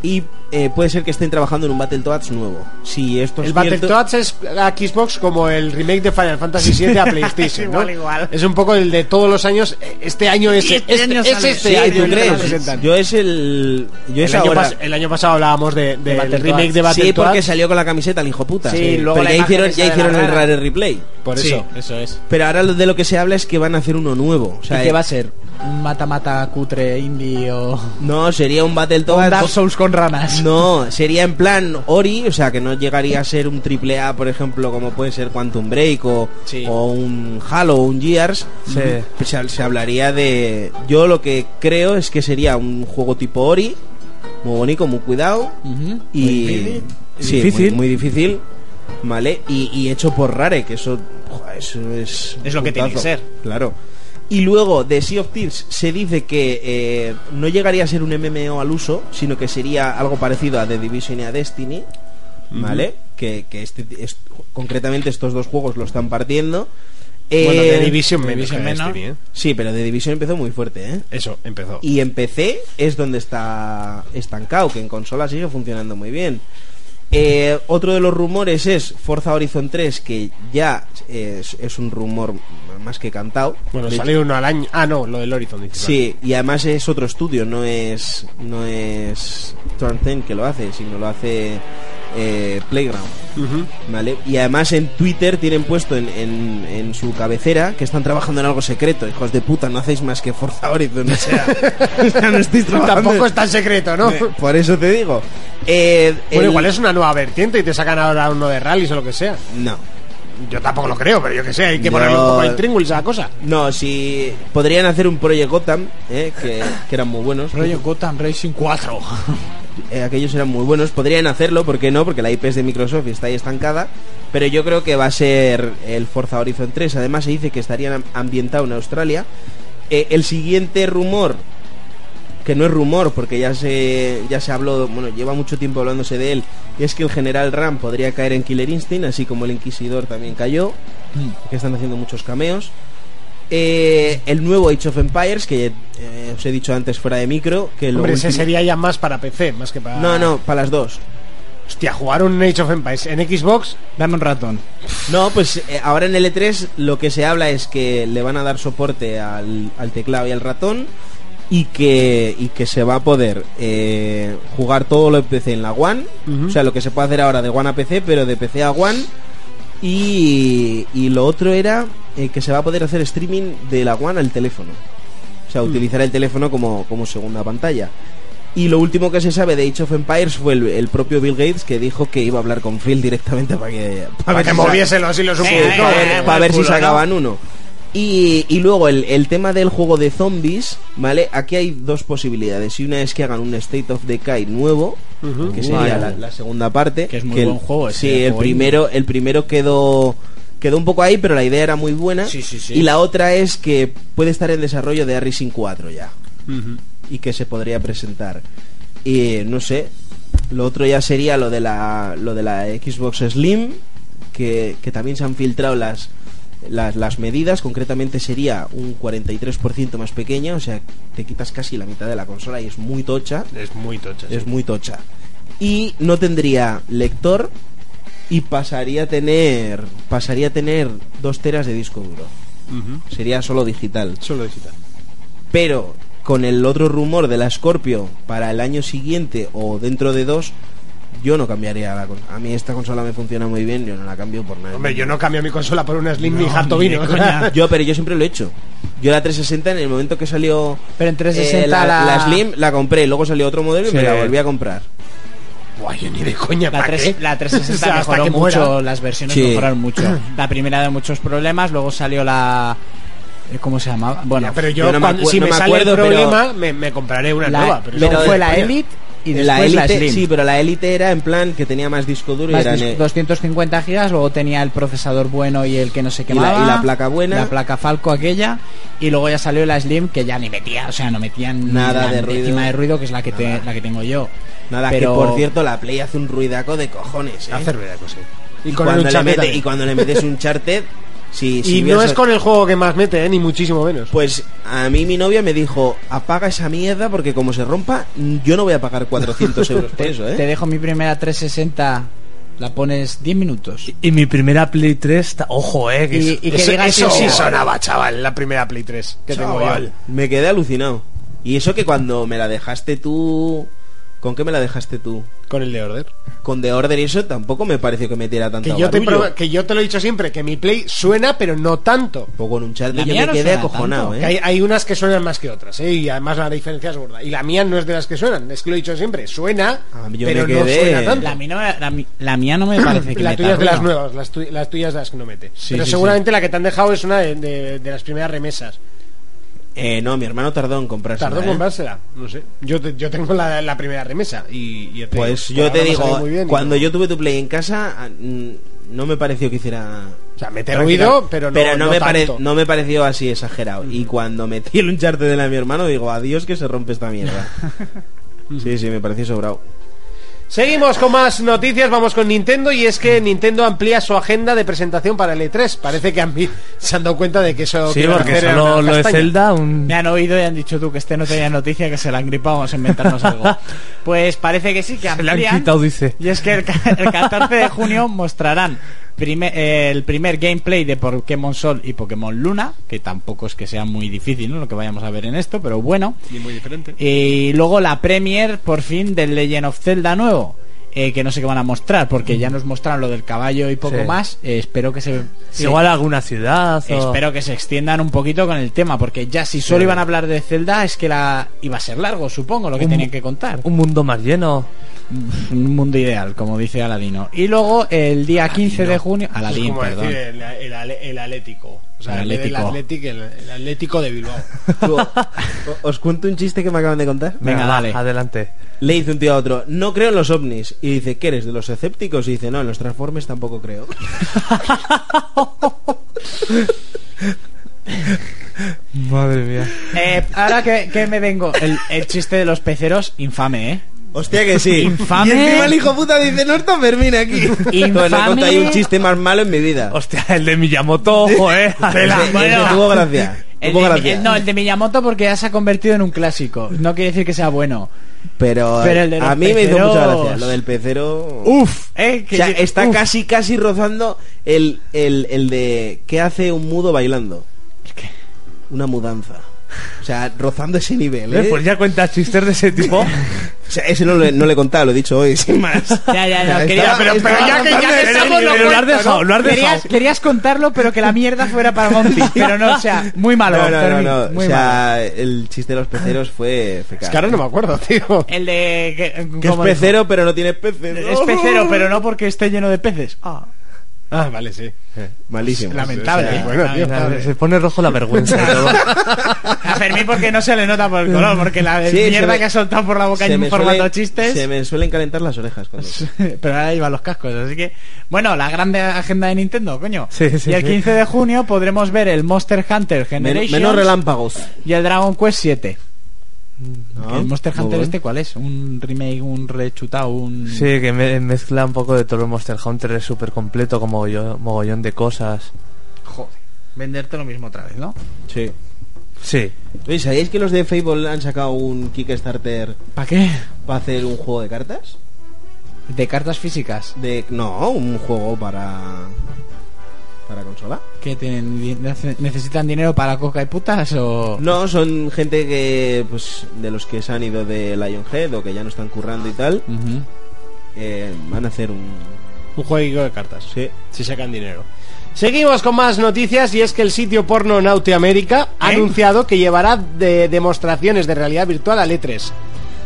Speaker 7: Y eh, puede ser que estén trabajando en un Battletoads nuevo. Si esto es
Speaker 2: El
Speaker 7: pues, cierto-
Speaker 2: Battletoads es a Xbox como el remake de Final Fantasy
Speaker 7: [LAUGHS]
Speaker 2: VII a PlayStation, ¿no?
Speaker 4: Igual, igual.
Speaker 2: Es un poco el de todos los años, eh, este año es este,
Speaker 4: Este año
Speaker 2: es
Speaker 4: sale.
Speaker 2: este
Speaker 7: Sí,
Speaker 2: año
Speaker 7: ¿tú
Speaker 2: el que nos
Speaker 7: crees?
Speaker 2: presentan.
Speaker 7: Yo es el. Yo es
Speaker 2: el, año
Speaker 7: ahora.
Speaker 2: pas- el año pasado hablábamos de, del
Speaker 4: Battletoads.
Speaker 2: remake de
Speaker 7: Sí,
Speaker 2: Battletoads.
Speaker 7: porque salió con la camiseta el hijo puta.
Speaker 2: Sí, luego
Speaker 7: Pero
Speaker 2: la
Speaker 7: ya
Speaker 2: imagen
Speaker 7: hicieron,
Speaker 2: esa
Speaker 7: ya
Speaker 2: de la Pues
Speaker 7: hicieron el
Speaker 2: rara.
Speaker 7: Rare Replay.
Speaker 2: Por
Speaker 4: Sí,
Speaker 2: eso.
Speaker 4: eso es.
Speaker 7: Pero ahora lo- de lo que se habla es que van a hacer uno nuevo. O sea,
Speaker 4: ¿Y qué va a ser? ¿Un mata-mata cutre indie o.?
Speaker 7: No, sería un
Speaker 4: Un Dark
Speaker 7: Battletoads.
Speaker 4: Souls con ranas.
Speaker 7: No, sería en plan Ori, o sea, que no llegaría a ser un triple A, por ejemplo, como puede ser Quantum Break o,
Speaker 4: Sí.
Speaker 7: o un Halo o un Gears.
Speaker 6: Sí.
Speaker 7: Pues se, se hablaría de. Yo lo que creo es que sería un juego tipo Ori, muy bonito, muy cuidado.
Speaker 4: Ujú.
Speaker 7: y
Speaker 4: difícil.
Speaker 7: sí,
Speaker 6: Difícil.
Speaker 7: Muy, muy difícil vale y, y hecho por Rare que eso, joder, eso es
Speaker 4: Es lo que tiene que
Speaker 7: putazo.
Speaker 4: ser.
Speaker 7: claro Y luego de Sea of Thieves se dice que eh, no llegaría a ser un MMO al uso, sino que sería algo parecido a The Division y a Destiny. ¿Vale? Que, que este, es- concretamente estos dos juegos lo están partiendo.
Speaker 10: Bueno,
Speaker 7: Eh,
Speaker 10: The Division menos.
Speaker 4: Division
Speaker 10: que
Speaker 4: menos.
Speaker 10: Destiny, ¿eh?
Speaker 7: Sí, pero The Division empezó muy fuerte, ¿eh?
Speaker 10: Eso, empezó.
Speaker 7: Y en PC es donde está estancado, que en consola sigue funcionando muy bien. Eh, otro de los rumores es Forza Horizon 3, que ya es, es un rumor más que cantado.
Speaker 10: Bueno,
Speaker 7: De hecho,
Speaker 10: salió uno al año. Ah, no, lo del Horizon. dice,
Speaker 7: Sí, y además es otro estudio, no es no es Turn 10 que lo hace, sino lo hace eh, Playground,
Speaker 10: vale. Ujú.
Speaker 7: ¿vale? Y además en Twitter tienen puesto en, en- en su cabecera que están trabajando en algo secreto, hijos de puta, no hacéis más que Forza Horizon,
Speaker 10: [LAUGHS]
Speaker 7: o sea, [LAUGHS] o sea, no estáis trabajando.
Speaker 10: Tampoco es tan secreto, ¿no?
Speaker 7: Eh, Por eso te digo. Eh,
Speaker 10: Bueno,
Speaker 7: el-
Speaker 10: igual es una nueva vertiente y te sacan ahora uno de rallies o lo que sea.
Speaker 7: No.
Speaker 10: Yo tampoco lo creo, pero yo que sé, hay que
Speaker 7: No.
Speaker 10: ponerle un poco de intríngulis a la cosa.
Speaker 7: No, si podrían hacer un Project Gotham, eh, que, que eran muy buenos.
Speaker 4: Project Gotham Racing 4.
Speaker 7: Eh, aquellos eran muy buenos. Podrían hacerlo, ¿por qué no? Porque la IP es de Microsoft y está ahí estancada. Pero yo creo que va a ser el Forza Horizon 3. Además, se dice que estarían am- ambientado en Australia. Eh, el siguiente rumor, que no es rumor, porque ya se, ya se habló, bueno, lleva mucho tiempo hablándose de él, y es que el general Ram podría caer en Killer Instinct, así como el Inquisidor también cayó, que están haciendo muchos cameos. Eh, el nuevo Age of Empires, que eh, os he dicho antes fuera de micro, que lo
Speaker 10: Hombre, ese
Speaker 7: último-
Speaker 10: sería ya más para PC, más que para.
Speaker 7: No, no, para las dos.
Speaker 10: Hostia, jugar un Age of Empires en Xbox.
Speaker 4: Dame un ratón.
Speaker 7: No, pues eh, ahora en el E3 lo que se habla es que le van a dar soporte al, al teclado y al ratón y que, y que se va a poder eh, jugar todo lo de PC en la One. O sea, lo que se puede hacer ahora de One a PC, pero de PC a One. Y, y lo otro era eh, que se va a poder hacer streaming de la One al teléfono. O
Speaker 10: Mm.
Speaker 7: sea, utilizar el teléfono como, como segunda pantalla. Y lo último que se sabe de Age of Empires fue el, el propio Bill Gates que dijo que iba a hablar con Phil directamente para que,
Speaker 10: Para
Speaker 7: ver
Speaker 10: que
Speaker 7: si sa-
Speaker 10: moviese los hilos un
Speaker 7: Sí,
Speaker 4: Eh,
Speaker 10: poquito.
Speaker 7: para ver, para ver si sacaban uno. Y, y luego el, el tema del juego de zombies, ¿vale? Aquí hay dos posibilidades. Y una es que hagan un State of Decay nuevo, que sería
Speaker 4: Guay.
Speaker 7: la, la segunda parte.
Speaker 4: Que es muy
Speaker 7: el-
Speaker 4: buen juego ese eh,
Speaker 7: Sí, el
Speaker 4: juego
Speaker 7: primero, el primero quedó, quedó un poco ahí, pero la idea era muy buena.
Speaker 4: Sí, sí, sí.
Speaker 7: Y la otra es que puede estar en desarrollo de Racing 4 ya. Y que se podría presentar. Y no sé. Lo otro ya sería lo de la, lo de la Xbox Slim, que, que también se han filtrado las, las, las medidas. Concretamente sería un 43% más pequeña, o sea, te quitas casi la mitad de la consola y es muy tocha.
Speaker 10: Es muy tocha. sí.
Speaker 7: Es muy tocha. Y no tendría lector y pasaría a tener pasaría a tener dos teras de disco duro. Sería solo digital.
Speaker 10: Solo digital.
Speaker 7: Pero con el otro rumor de la Scorpio para el año siguiente o dentro de dos, yo no cambiaría la consola. A mí esta consola me funciona muy bien, yo no la cambio por nada.
Speaker 10: Hombre, yo no cambio mi consola por una Slim ni harto vino.
Speaker 7: Yo, pero yo siempre lo he hecho. Yo la 360 en el momento que salió
Speaker 4: Pero en 360
Speaker 7: eh, la,
Speaker 4: la-
Speaker 7: la Slim la compré, luego salió otro modelo y
Speaker 6: Sí.
Speaker 7: me la volví a comprar.
Speaker 10: Guay, yo ni de coña,
Speaker 4: La,
Speaker 10: ¿para
Speaker 4: tres-
Speaker 10: qué?
Speaker 4: la
Speaker 7: [LAUGHS]
Speaker 4: 360
Speaker 10: O sea, hasta
Speaker 4: mejoró
Speaker 10: que muera.
Speaker 4: mucho, las versiones
Speaker 7: Sí.
Speaker 4: mejoraron
Speaker 7: [LAUGHS]
Speaker 4: mucho. La primera de muchos problemas, luego salió la... eh, ¿cómo se llamaba? Bueno,
Speaker 10: Ya, pero yo,
Speaker 7: yo no me
Speaker 10: cuando-
Speaker 7: acuer-
Speaker 10: si
Speaker 7: no
Speaker 10: me,
Speaker 7: me
Speaker 10: sale
Speaker 7: acuerdo,
Speaker 10: el
Speaker 7: pero-
Speaker 10: problema, me, me compraré una
Speaker 4: la-
Speaker 10: nueva. Pero
Speaker 4: luego
Speaker 7: pero
Speaker 4: fue
Speaker 7: de
Speaker 4: la
Speaker 7: coña.
Speaker 4: Elite y después
Speaker 7: La
Speaker 4: la,
Speaker 7: Elite,
Speaker 4: Slim.
Speaker 7: sí, pero eh, la Elite era en plan que tenía más disco duro y
Speaker 4: Más
Speaker 7: era
Speaker 4: dis-
Speaker 7: ne-
Speaker 4: 250 gigas, luego tenía el procesador bueno y el que no se
Speaker 7: Y la-
Speaker 4: quemaba.
Speaker 7: y la placa buena.
Speaker 4: La placa Falco aquella. Y luego ya salió la Slim que ya ni metía, o sea, no metían
Speaker 7: Nada de ruido.
Speaker 4: de ruido que es la que, te- la que tengo yo.
Speaker 7: Nada,
Speaker 4: pero,
Speaker 7: que por cierto, la Play hace un ruidaco de cojones, ¿eh?
Speaker 10: Hacer rueda, cosa. Y
Speaker 7: y,
Speaker 10: con
Speaker 7: cuando
Speaker 10: el
Speaker 7: le
Speaker 10: Uncharted
Speaker 7: mete-
Speaker 10: también.
Speaker 7: y cuando le metes un charted, si,
Speaker 10: [LAUGHS]
Speaker 7: si
Speaker 10: Y no
Speaker 7: hubieras-
Speaker 10: es con el juego que más mete, eh, ni muchísimo menos.
Speaker 7: Pues a mí mi novia me dijo, apaga esa mierda porque como se rompa, yo no voy a
Speaker 4: [LAUGHS]
Speaker 7: pagar 400 euros por eso,
Speaker 4: Te
Speaker 7: ¿eh?
Speaker 4: dejo mi primera 360, la pones 10 minutos.
Speaker 6: Y mi primera Play 3, ta- ojo, eh. Que
Speaker 4: Y-
Speaker 6: es-
Speaker 4: y que
Speaker 10: eso
Speaker 4: digas
Speaker 10: eso
Speaker 4: sí,
Speaker 10: sí
Speaker 4: sí.
Speaker 10: sonaba, chaval, la primera Play 3 que tengo yo.
Speaker 7: Chaval, Me quedé alucinado. Y eso que cuando me la dejaste tú... ¿Con qué me la dejaste tú?
Speaker 10: Con el de Order.
Speaker 7: Con The Order y eso tampoco me pareció que metiera tanto
Speaker 10: Que yo, te,
Speaker 7: barullo.
Speaker 10: proba- que yo te lo he dicho siempre, que mi Play suena, pero no tanto.
Speaker 7: O con un
Speaker 4: La
Speaker 7: charted yo
Speaker 4: mía
Speaker 7: me
Speaker 4: no
Speaker 7: quedé
Speaker 4: suena
Speaker 7: acojonado,
Speaker 4: tanto,
Speaker 7: ¿eh?
Speaker 10: Que hay, hay unas que suenan más que otras, ¿eh? y además la diferencia es gorda. Y la mía no es de las que suenan, es que lo he dicho siempre, suena,
Speaker 7: Ah, yo
Speaker 10: pero
Speaker 7: me
Speaker 10: no
Speaker 7: quedé-
Speaker 10: suena tanto.
Speaker 4: La, mía no me- la mi- la mía no me parece que
Speaker 10: la
Speaker 4: meta
Speaker 10: tuya es de
Speaker 4: ruido.
Speaker 10: las nuevas, las, tu- las tuyas de las que no mete.
Speaker 4: Sí,
Speaker 10: pero
Speaker 4: sí,
Speaker 10: seguramente la que te han dejado es una de, de- de las primeras remesas.
Speaker 7: Pues Eh, no, mi hermano tardó en comprarse. ¿eh?
Speaker 10: Tardó en comprársela, no sé. Yo, te- yo tengo la, la primera remesa. Y, y ya te
Speaker 7: Pues
Speaker 10: digo,
Speaker 7: yo
Speaker 10: por
Speaker 7: te
Speaker 10: ahora me sale
Speaker 7: digo,
Speaker 10: muy bien y
Speaker 7: cuando
Speaker 10: todo.
Speaker 7: yo tuve tu Play en casa, ah, mm, no me pareció que hiciera.
Speaker 10: O sea, meter ruido, pero no, no
Speaker 7: me
Speaker 10: tanto. Mm.
Speaker 7: no me pareció así exagerado. Y cuando metí el uncharte de la de mi hermano, digo, adiós que se rompe
Speaker 10: [LAUGHS]
Speaker 7: esta mierda. sí, sí, me pareció sobrado.
Speaker 10: Seguimos con más noticias, vamos con Nintendo y es que Nintendo amplía su agenda de presentación para el E3. Parece que han vi- [LAUGHS] se han dado cuenta de que eso
Speaker 6: Sí,
Speaker 10: que iba a
Speaker 6: porque
Speaker 10: hacer era
Speaker 6: solo
Speaker 10: una
Speaker 6: lo de
Speaker 10: castaña.
Speaker 6: Zelda, un...
Speaker 4: Me han oído y han dicho tú que este no tenía noticia, que se la han gripado, vamos a inventarnos algo.
Speaker 10: [LAUGHS]
Speaker 4: Pues parece que sí, que
Speaker 6: le han
Speaker 4: amplían.
Speaker 6: quitado, dice.
Speaker 4: Y es que el, ca- el 14 de junio mostrarán prime- eh, el primer gameplay de Pokémon Sol y Pokémon Luna, que tampoco es que sea muy difícil ¿no? lo que vayamos a ver en esto, pero bueno.
Speaker 2: Ni muy diferente.
Speaker 4: Y luego la premier, por fin, del Legend of Zelda nuevo. eh, que no sé qué van a mostrar, porque ya nos mostraron lo del caballo y poco
Speaker 6: Sí.
Speaker 4: más. eh, espero que se, se- eh,
Speaker 6: Igual alguna ciudad o...
Speaker 4: Espero que se extiendan un poquito con el tema, porque ya si solo iban a hablar de Zelda es que la iba a ser largo, supongo, lo que
Speaker 6: Un-
Speaker 4: tenían que contar.
Speaker 6: Un mundo más lleno.
Speaker 4: Un mundo ideal, como dice Aladino. Y luego el día 15 de junio,
Speaker 2: Es
Speaker 4: Aladín,
Speaker 2: como
Speaker 4: perdón.
Speaker 2: decir el, el, ale- el Atlético. O sea,
Speaker 4: El
Speaker 2: en vez del
Speaker 4: Atlético.
Speaker 2: Athletic, el, el Atlético de
Speaker 4: [LAUGHS]
Speaker 2: Bilbao.
Speaker 7: Tú, o- os cuento un chiste que me acaban de contar.
Speaker 4: Venga,
Speaker 6: va,
Speaker 4: dale.
Speaker 6: Adelante.
Speaker 7: Le dice un tío a otro, no creo en los ovnis. Y dice, ¿qué eres? ¿De los escépticos? Y dice, no, en los transformes tampoco creo.
Speaker 4: [LAUGHS]
Speaker 6: Madre mía.
Speaker 4: Eh, ahora que, que me vengo, el, el chiste de los peceros, infame, ¿eh?
Speaker 7: Hostia que sí.
Speaker 4: Infame.
Speaker 7: Y encima el hijo puta dice, no está Fermín aquí.
Speaker 4: [LAUGHS] Infame.
Speaker 7: Bueno, he contado ahí un chiste más malo en mi vida.
Speaker 6: Hostia, el
Speaker 4: [LAUGHS]
Speaker 6: de Miyamoto, ojo, eh.
Speaker 7: Ese-
Speaker 6: Adelante.
Speaker 7: ese tuvo gracia.
Speaker 4: El
Speaker 7: Tuvo
Speaker 4: de-
Speaker 7: gracia.
Speaker 4: el- no, el de Miyamoto porque ya se ha convertido en un clásico. No quiere decir que sea bueno.
Speaker 7: Pero, eh,
Speaker 4: Pero el de los
Speaker 7: a mí me hizo mucha
Speaker 4: peceros.
Speaker 7: gracia. Lo del pecero...
Speaker 4: Uf, eh,
Speaker 7: O
Speaker 4: que
Speaker 7: sea,
Speaker 4: yo-
Speaker 7: está
Speaker 4: uf.
Speaker 7: casi, casi rozando el, el, el de ¿qué hace un mudo bailando? Una mudanza. O sea, rozando ese nivel, ¿eh?
Speaker 6: Eh, Pues ya cuentas chistes de ese tipo.
Speaker 7: O sea, ese no, le- no le he contado, lo he dicho hoy, [LAUGHS] sin más.
Speaker 4: Ya, ya, no,
Speaker 7: Estaba-
Speaker 4: quería, pero,
Speaker 7: estaba
Speaker 4: pero ya que ya
Speaker 7: rozando
Speaker 4: que
Speaker 7: ese
Speaker 4: estamos
Speaker 7: nivel.
Speaker 4: lo
Speaker 6: Pero lo has
Speaker 4: cuento,
Speaker 6: dejado,
Speaker 4: ¿no?
Speaker 6: lo has
Speaker 4: querías,
Speaker 6: dejado.
Speaker 4: querías contarlo, pero que la mierda fuera para [LAUGHS] Monty. Pero no, o sea, muy malo.
Speaker 7: No, no, no,
Speaker 4: Fermín,
Speaker 7: no,
Speaker 4: muy
Speaker 7: o sea,
Speaker 4: malo.
Speaker 7: el chiste de los peceros fue fecal.
Speaker 10: Es que ahora no me acuerdo, tío.
Speaker 4: El de. Que,
Speaker 7: Que es
Speaker 4: ¿cómo dijo?
Speaker 7: pecero, pero no tiene peces.
Speaker 4: Es pecero, pero no porque esté lleno de peces. Ah,
Speaker 10: Ah, vale, sí.
Speaker 7: Malísimo.
Speaker 4: lamentable. ¿eh?
Speaker 10: Bueno, tío,
Speaker 4: Lamentable.
Speaker 6: Se pone rojo la vergüenza y todo.
Speaker 4: A Fermín porque no se le nota por el color, porque la
Speaker 7: Sí, se
Speaker 4: mierda
Speaker 7: me-
Speaker 4: que ha soltado por la boca
Speaker 7: Se
Speaker 4: en
Speaker 7: me
Speaker 4: formato
Speaker 7: suelen-
Speaker 4: chistes.
Speaker 7: Se me suelen calentar las orejas cuando...
Speaker 4: [LAUGHS] Pero ahora lleva los cascos, así que. Bueno, la grande agenda de Nintendo, coño.
Speaker 6: Sí, sí,
Speaker 4: y el
Speaker 6: sí.
Speaker 4: 15 de junio podremos ver el Monster Hunter
Speaker 7: Men-
Speaker 4: Generation
Speaker 7: menos relámpagos.
Speaker 4: y el Dragon Quest 7.
Speaker 7: Ah,
Speaker 4: ¿El Monster
Speaker 7: muy
Speaker 4: Hunter
Speaker 7: bueno.
Speaker 4: este cuál es? ¿Un remake, un rechutado, un...?
Speaker 6: Sí, que me- mezcla un poco de todo el Monster Hunter, es súper completo, como yo- mogollón de cosas.
Speaker 4: Joder, venderte lo mismo otra vez, ¿no?
Speaker 7: Sí.
Speaker 6: Sí.
Speaker 7: Oye, ¿sabéis que los de Fable han sacado un Kickstarter
Speaker 4: ¿Para qué?
Speaker 7: para hacer un juego de cartas?
Speaker 4: De cartas físicas.
Speaker 7: De, no, un juego para para consola.
Speaker 4: ¿Qué tienen? Di- nece- ¿Necesitan dinero para coca y putas o...?
Speaker 7: No, son gente que pues de los que se han ido de Lionhead o que ya no están currando y tal,
Speaker 4: Ujú.
Speaker 7: eh, van a hacer un
Speaker 10: Un jueguito de cartas.
Speaker 7: sí.
Speaker 10: Si sacan dinero. Seguimos con más noticias y es que el sitio porno Nauti América ha anunciado que llevará de demostraciones de realidad virtual al E E3.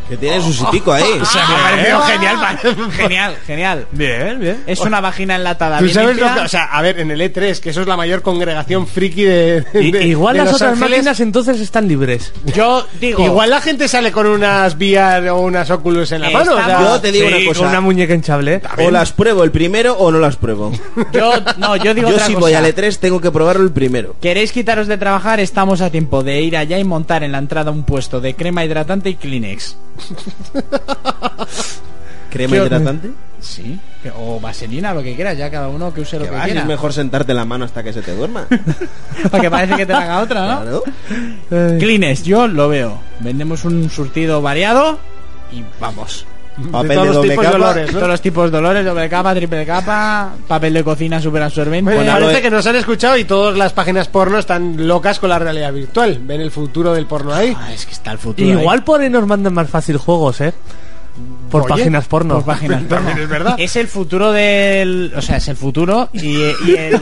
Speaker 7: que tiene su sitico [LAUGHS] ahí.
Speaker 4: Me pareció genial, pa- ¿eh? [LAUGHS] genial, genial.
Speaker 6: Bien, bien.
Speaker 4: Es una vagina enlatada.
Speaker 10: ¿Tú
Speaker 4: bien
Speaker 10: sabes lo
Speaker 4: limpia.
Speaker 10: que- O sea, a ver, en el E3, que eso es la mayor congregación friki de.
Speaker 6: I-
Speaker 10: de-
Speaker 6: igual
Speaker 10: de
Speaker 6: las
Speaker 10: Los
Speaker 6: otras
Speaker 10: Ángeles.
Speaker 6: máquinas entonces están libres.
Speaker 4: Yo digo...
Speaker 10: Igual la gente sale con unas VR o unas Oculus en la
Speaker 4: Estamos-
Speaker 10: mano. o sea,
Speaker 7: Yo te digo
Speaker 6: Sí,
Speaker 7: una cosa,
Speaker 6: con una muñeca hinchable.
Speaker 7: o las pruebo el primero o no las [LAUGHS] pruebo.
Speaker 4: Yo, no, yo digo
Speaker 7: [LAUGHS] Yo
Speaker 4: otra
Speaker 7: si
Speaker 4: cosa.
Speaker 7: voy al E3 tengo que probarlo el primero.
Speaker 4: ¿Queréis quitaros de trabajar? Estamos a tiempo de ir allá y montar en la entrada un puesto de crema hidratante y Kleenex.
Speaker 7: ¿Crema
Speaker 4: Yo-
Speaker 7: hidratante?
Speaker 4: Sí. O vaselina, lo que quieras, ya cada uno que use lo
Speaker 7: Que
Speaker 4: que,
Speaker 7: va, si
Speaker 4: quiera.
Speaker 7: es mejor sentarte la mano hasta que se te [LAUGHS] duerma.
Speaker 4: Porque parece que te la haga otra, ¿no?
Speaker 7: Claro.
Speaker 6: Eh,
Speaker 4: Kleenex, yo lo veo. Vendemos un surtido variado y vamos.
Speaker 7: Papel
Speaker 10: todos
Speaker 7: de
Speaker 10: los
Speaker 7: doble
Speaker 10: tipos
Speaker 7: capa.
Speaker 10: de olores.
Speaker 4: Todos los tipos de olores, doble capa, triple capa, papel de cocina superabsorbente.
Speaker 10: Bueno,
Speaker 7: Bueno,
Speaker 10: parece
Speaker 7: lo de-
Speaker 10: que nos han escuchado y todas las páginas porno están locas con la realidad virtual. Ven el futuro del porno ahí.
Speaker 4: Ah, es que está el futuro. ahí.
Speaker 6: Igual por ahí nos mandan más fácil juegos, ¿eh? Por
Speaker 10: Oye,
Speaker 6: páginas porno.
Speaker 4: Por Pues páginas porno.
Speaker 10: También es verdad.
Speaker 4: Es el futuro del. O sea, es el futuro y, y el.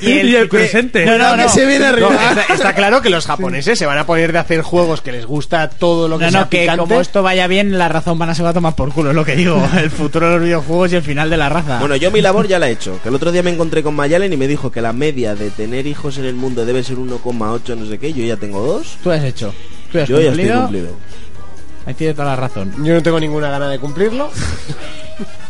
Speaker 6: Y el presente.
Speaker 4: No, no,
Speaker 7: Cuidado
Speaker 4: no.
Speaker 7: que se viene arriba.
Speaker 10: No, está, está claro que los japoneses se van a poner de hacer juegos que les gusta todo lo que
Speaker 4: No,
Speaker 10: sea
Speaker 4: no, que
Speaker 10: picante.
Speaker 4: como esto vaya bien, la raza humana se va a tomar por culo, es lo que [LAUGHS] digo. El futuro de los videojuegos y el final de la raza.
Speaker 7: Bueno, yo mi labor ya la he hecho. Que el otro día me encontré con Mayalen y me dijo que la media de tener hijos en el mundo debe ser 1,8, no sé qué. Yo ya tengo dos.
Speaker 4: tú has hecho. Tú has
Speaker 7: Yo ya
Speaker 4: cumplido.
Speaker 7: estoy cumplido.
Speaker 4: Ahí tiene toda la razón.
Speaker 10: Yo no tengo ninguna gana de cumplirlo.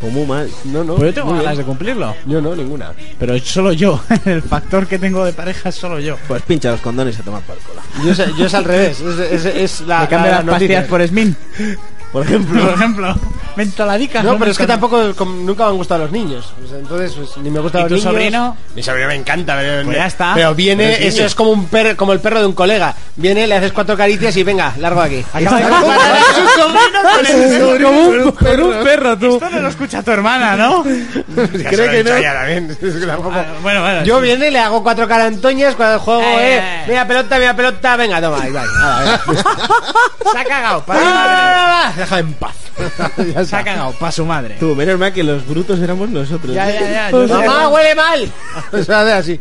Speaker 7: O muy mal.
Speaker 2: No, no.
Speaker 4: Pues yo tengo
Speaker 2: muy
Speaker 4: ganas de
Speaker 2: bien.
Speaker 4: cumplirlo.
Speaker 2: Yo no, ninguna.
Speaker 4: Pero solo yo. [LAUGHS] El factor que tengo de pareja es solo yo.
Speaker 7: Pues pincha los condones a tomar por el cola.
Speaker 2: Yo es, yo es al revés. Es, es- es la,
Speaker 4: Me cambio
Speaker 2: la
Speaker 4: las
Speaker 2: noticia.
Speaker 4: pastillas por Smin.
Speaker 7: [LAUGHS] Por ejemplo.
Speaker 4: Por ejemplo. Mentoladica.
Speaker 2: No, pero es que tampoco com- nunca me han gustado los niños. Pues, entonces, pues, ni me gustan
Speaker 4: ¿Y
Speaker 2: los
Speaker 4: tu
Speaker 2: niños.
Speaker 4: sobrino?
Speaker 2: Mi sobrino me encanta. Pero,
Speaker 4: Pues ya está.
Speaker 2: Pero viene,
Speaker 4: Pero es
Speaker 2: eso
Speaker 4: niño.
Speaker 2: es como un perro, como el perro de un colega. Viene, le haces cuatro caricias y venga, largo de aquí.
Speaker 4: Acaba de
Speaker 2: [LAUGHS] Comparar a su
Speaker 4: [LAUGHS]
Speaker 2: sobrino con el perro.
Speaker 7: Pero un perro, tú.
Speaker 4: Esto no lo escucha tu hermana,
Speaker 7: [LAUGHS]
Speaker 4: ¿no?
Speaker 2: Ya se lo he dicho a ella también. [LAUGHS] Es que tampoco-
Speaker 4: Ah, bueno, bueno.
Speaker 2: Yo viene, le hago cuatro carantoñas cuando juego,
Speaker 4: Eh,
Speaker 2: eh.
Speaker 4: eh.
Speaker 2: Mira pelota, mira pelota, venga, toma, ahí Ah, va. nada, venga. [LAUGHS] Se ha cagado, para su madre. Deja en paz. Ya
Speaker 4: Se ha
Speaker 2: está.
Speaker 4: cagado pa' su madre.
Speaker 7: Tú, menos mal que los brutos éramos nosotros.
Speaker 4: Ya, ya, ya.
Speaker 7: [LAUGHS]
Speaker 4: yo-
Speaker 2: Mamá, huele mal. [LAUGHS] O sea, hace así.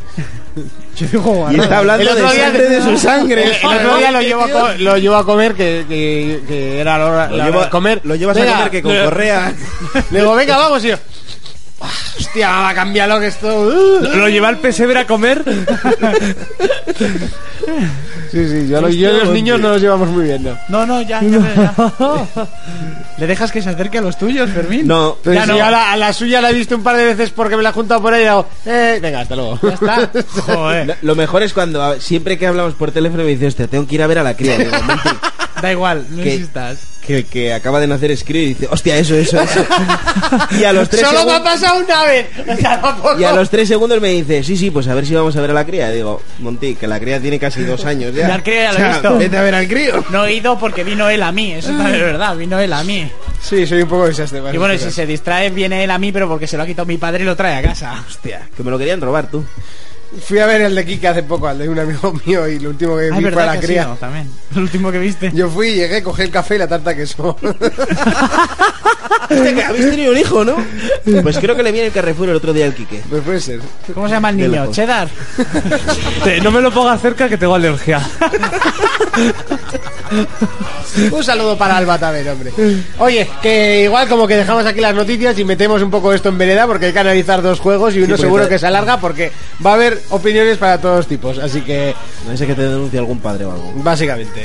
Speaker 7: Y está hablando
Speaker 2: El
Speaker 7: de
Speaker 2: otro día-
Speaker 7: sangre de su sangre.
Speaker 2: El otro día lo llevo a, co- lo llevo a comer, que, que, que era la hora, la
Speaker 7: Lo,
Speaker 2: hora
Speaker 7: lleva-
Speaker 2: de comer.
Speaker 7: lo llevas
Speaker 2: Venga,
Speaker 7: a comer que con
Speaker 2: le-
Speaker 7: correa.
Speaker 2: Le digo, venga, vamos, y yo. "Ah, Hostia, mamá, cámbialo que esto. uh".
Speaker 6: ¿Lo lleva al pesebre a comer?
Speaker 2: [LAUGHS] Sí, sí, yo, a los- yo a los niños no los llevamos muy bien, ¿no?
Speaker 4: No, no, ya, ya,
Speaker 7: [LAUGHS]
Speaker 4: ya. ¿Le dejas que se acerque a los tuyos, Fermín?
Speaker 7: [LAUGHS] No,
Speaker 2: Pero
Speaker 7: pues,
Speaker 4: Ya
Speaker 2: si
Speaker 4: no.
Speaker 2: a, la, a la suya la he visto un par de veces porque me la he juntado por ahí y hago, eh, venga, hasta luego.
Speaker 4: Ya
Speaker 2: [LAUGHS]
Speaker 4: está. Joder.
Speaker 7: Lo mejor es cuando a- siempre que hablamos por teléfono me dice, hostia, tengo que ir a ver a la cría. Digo, "Vente".
Speaker 4: Da igual, no
Speaker 7: ¿Qué?
Speaker 4: insistas.
Speaker 7: que, que acaba de nacer escribe y dice, hostia, eso, eso, eso. Y a los tres
Speaker 2: Solo me ha
Speaker 7: segundos...
Speaker 2: pasado una vez. [LAUGHS] O sea, tampoco.
Speaker 7: Y a los tres segundos me dice, sí, sí, pues a ver si vamos a ver a la cría. Digo, Monti, que la cría tiene casi dos años ya.
Speaker 4: La cría ya la he
Speaker 7: O sea,
Speaker 4: visto.
Speaker 7: Vete a ver al crío.
Speaker 4: No he ido porque vino él a mí, eso
Speaker 7: Ah.
Speaker 4: también es verdad, vino él a mí.
Speaker 2: Sí, soy un poco desastre. para
Speaker 4: Y bueno, y si
Speaker 2: esas
Speaker 4: se distrae, viene él a mí, pero porque se lo ha quitado mi padre y lo trae a casa.
Speaker 7: Hostia, que me lo querían robar tú.
Speaker 2: cosas. Fui a ver el de Kike hace poco, al de un amigo [LAUGHS] mío, y lo último que vi fue
Speaker 4: Ah, es
Speaker 2: a
Speaker 4: verdad
Speaker 2: la
Speaker 4: que has
Speaker 2: cría.
Speaker 4: ido también. [LAUGHS] Lo último que viste.
Speaker 2: Yo fui, llegué, cogí el café y la tarta queso. [LAUGHS]
Speaker 7: Hostia, que habéis tenido un hijo, ¿no? Pues creo que le vi en el Carrefour el otro día al Quique.
Speaker 2: pues puede ser.
Speaker 4: ¿Cómo se llama el
Speaker 7: De
Speaker 4: niño?
Speaker 7: lejos.
Speaker 4: Cheddar.
Speaker 6: Te- no me lo pongas cerca que tengo alergia.
Speaker 2: Un saludo para Alba también, hombre. Oye, que igual como que dejamos aquí las noticias y metemos un poco esto en vereda porque hay que analizar dos juegos y uno
Speaker 7: porque
Speaker 2: seguro
Speaker 7: te-
Speaker 2: que se alarga porque va a haber opiniones para todos tipos. Así que,
Speaker 7: No sé que te denuncie algún padre o algo.
Speaker 2: básicamente.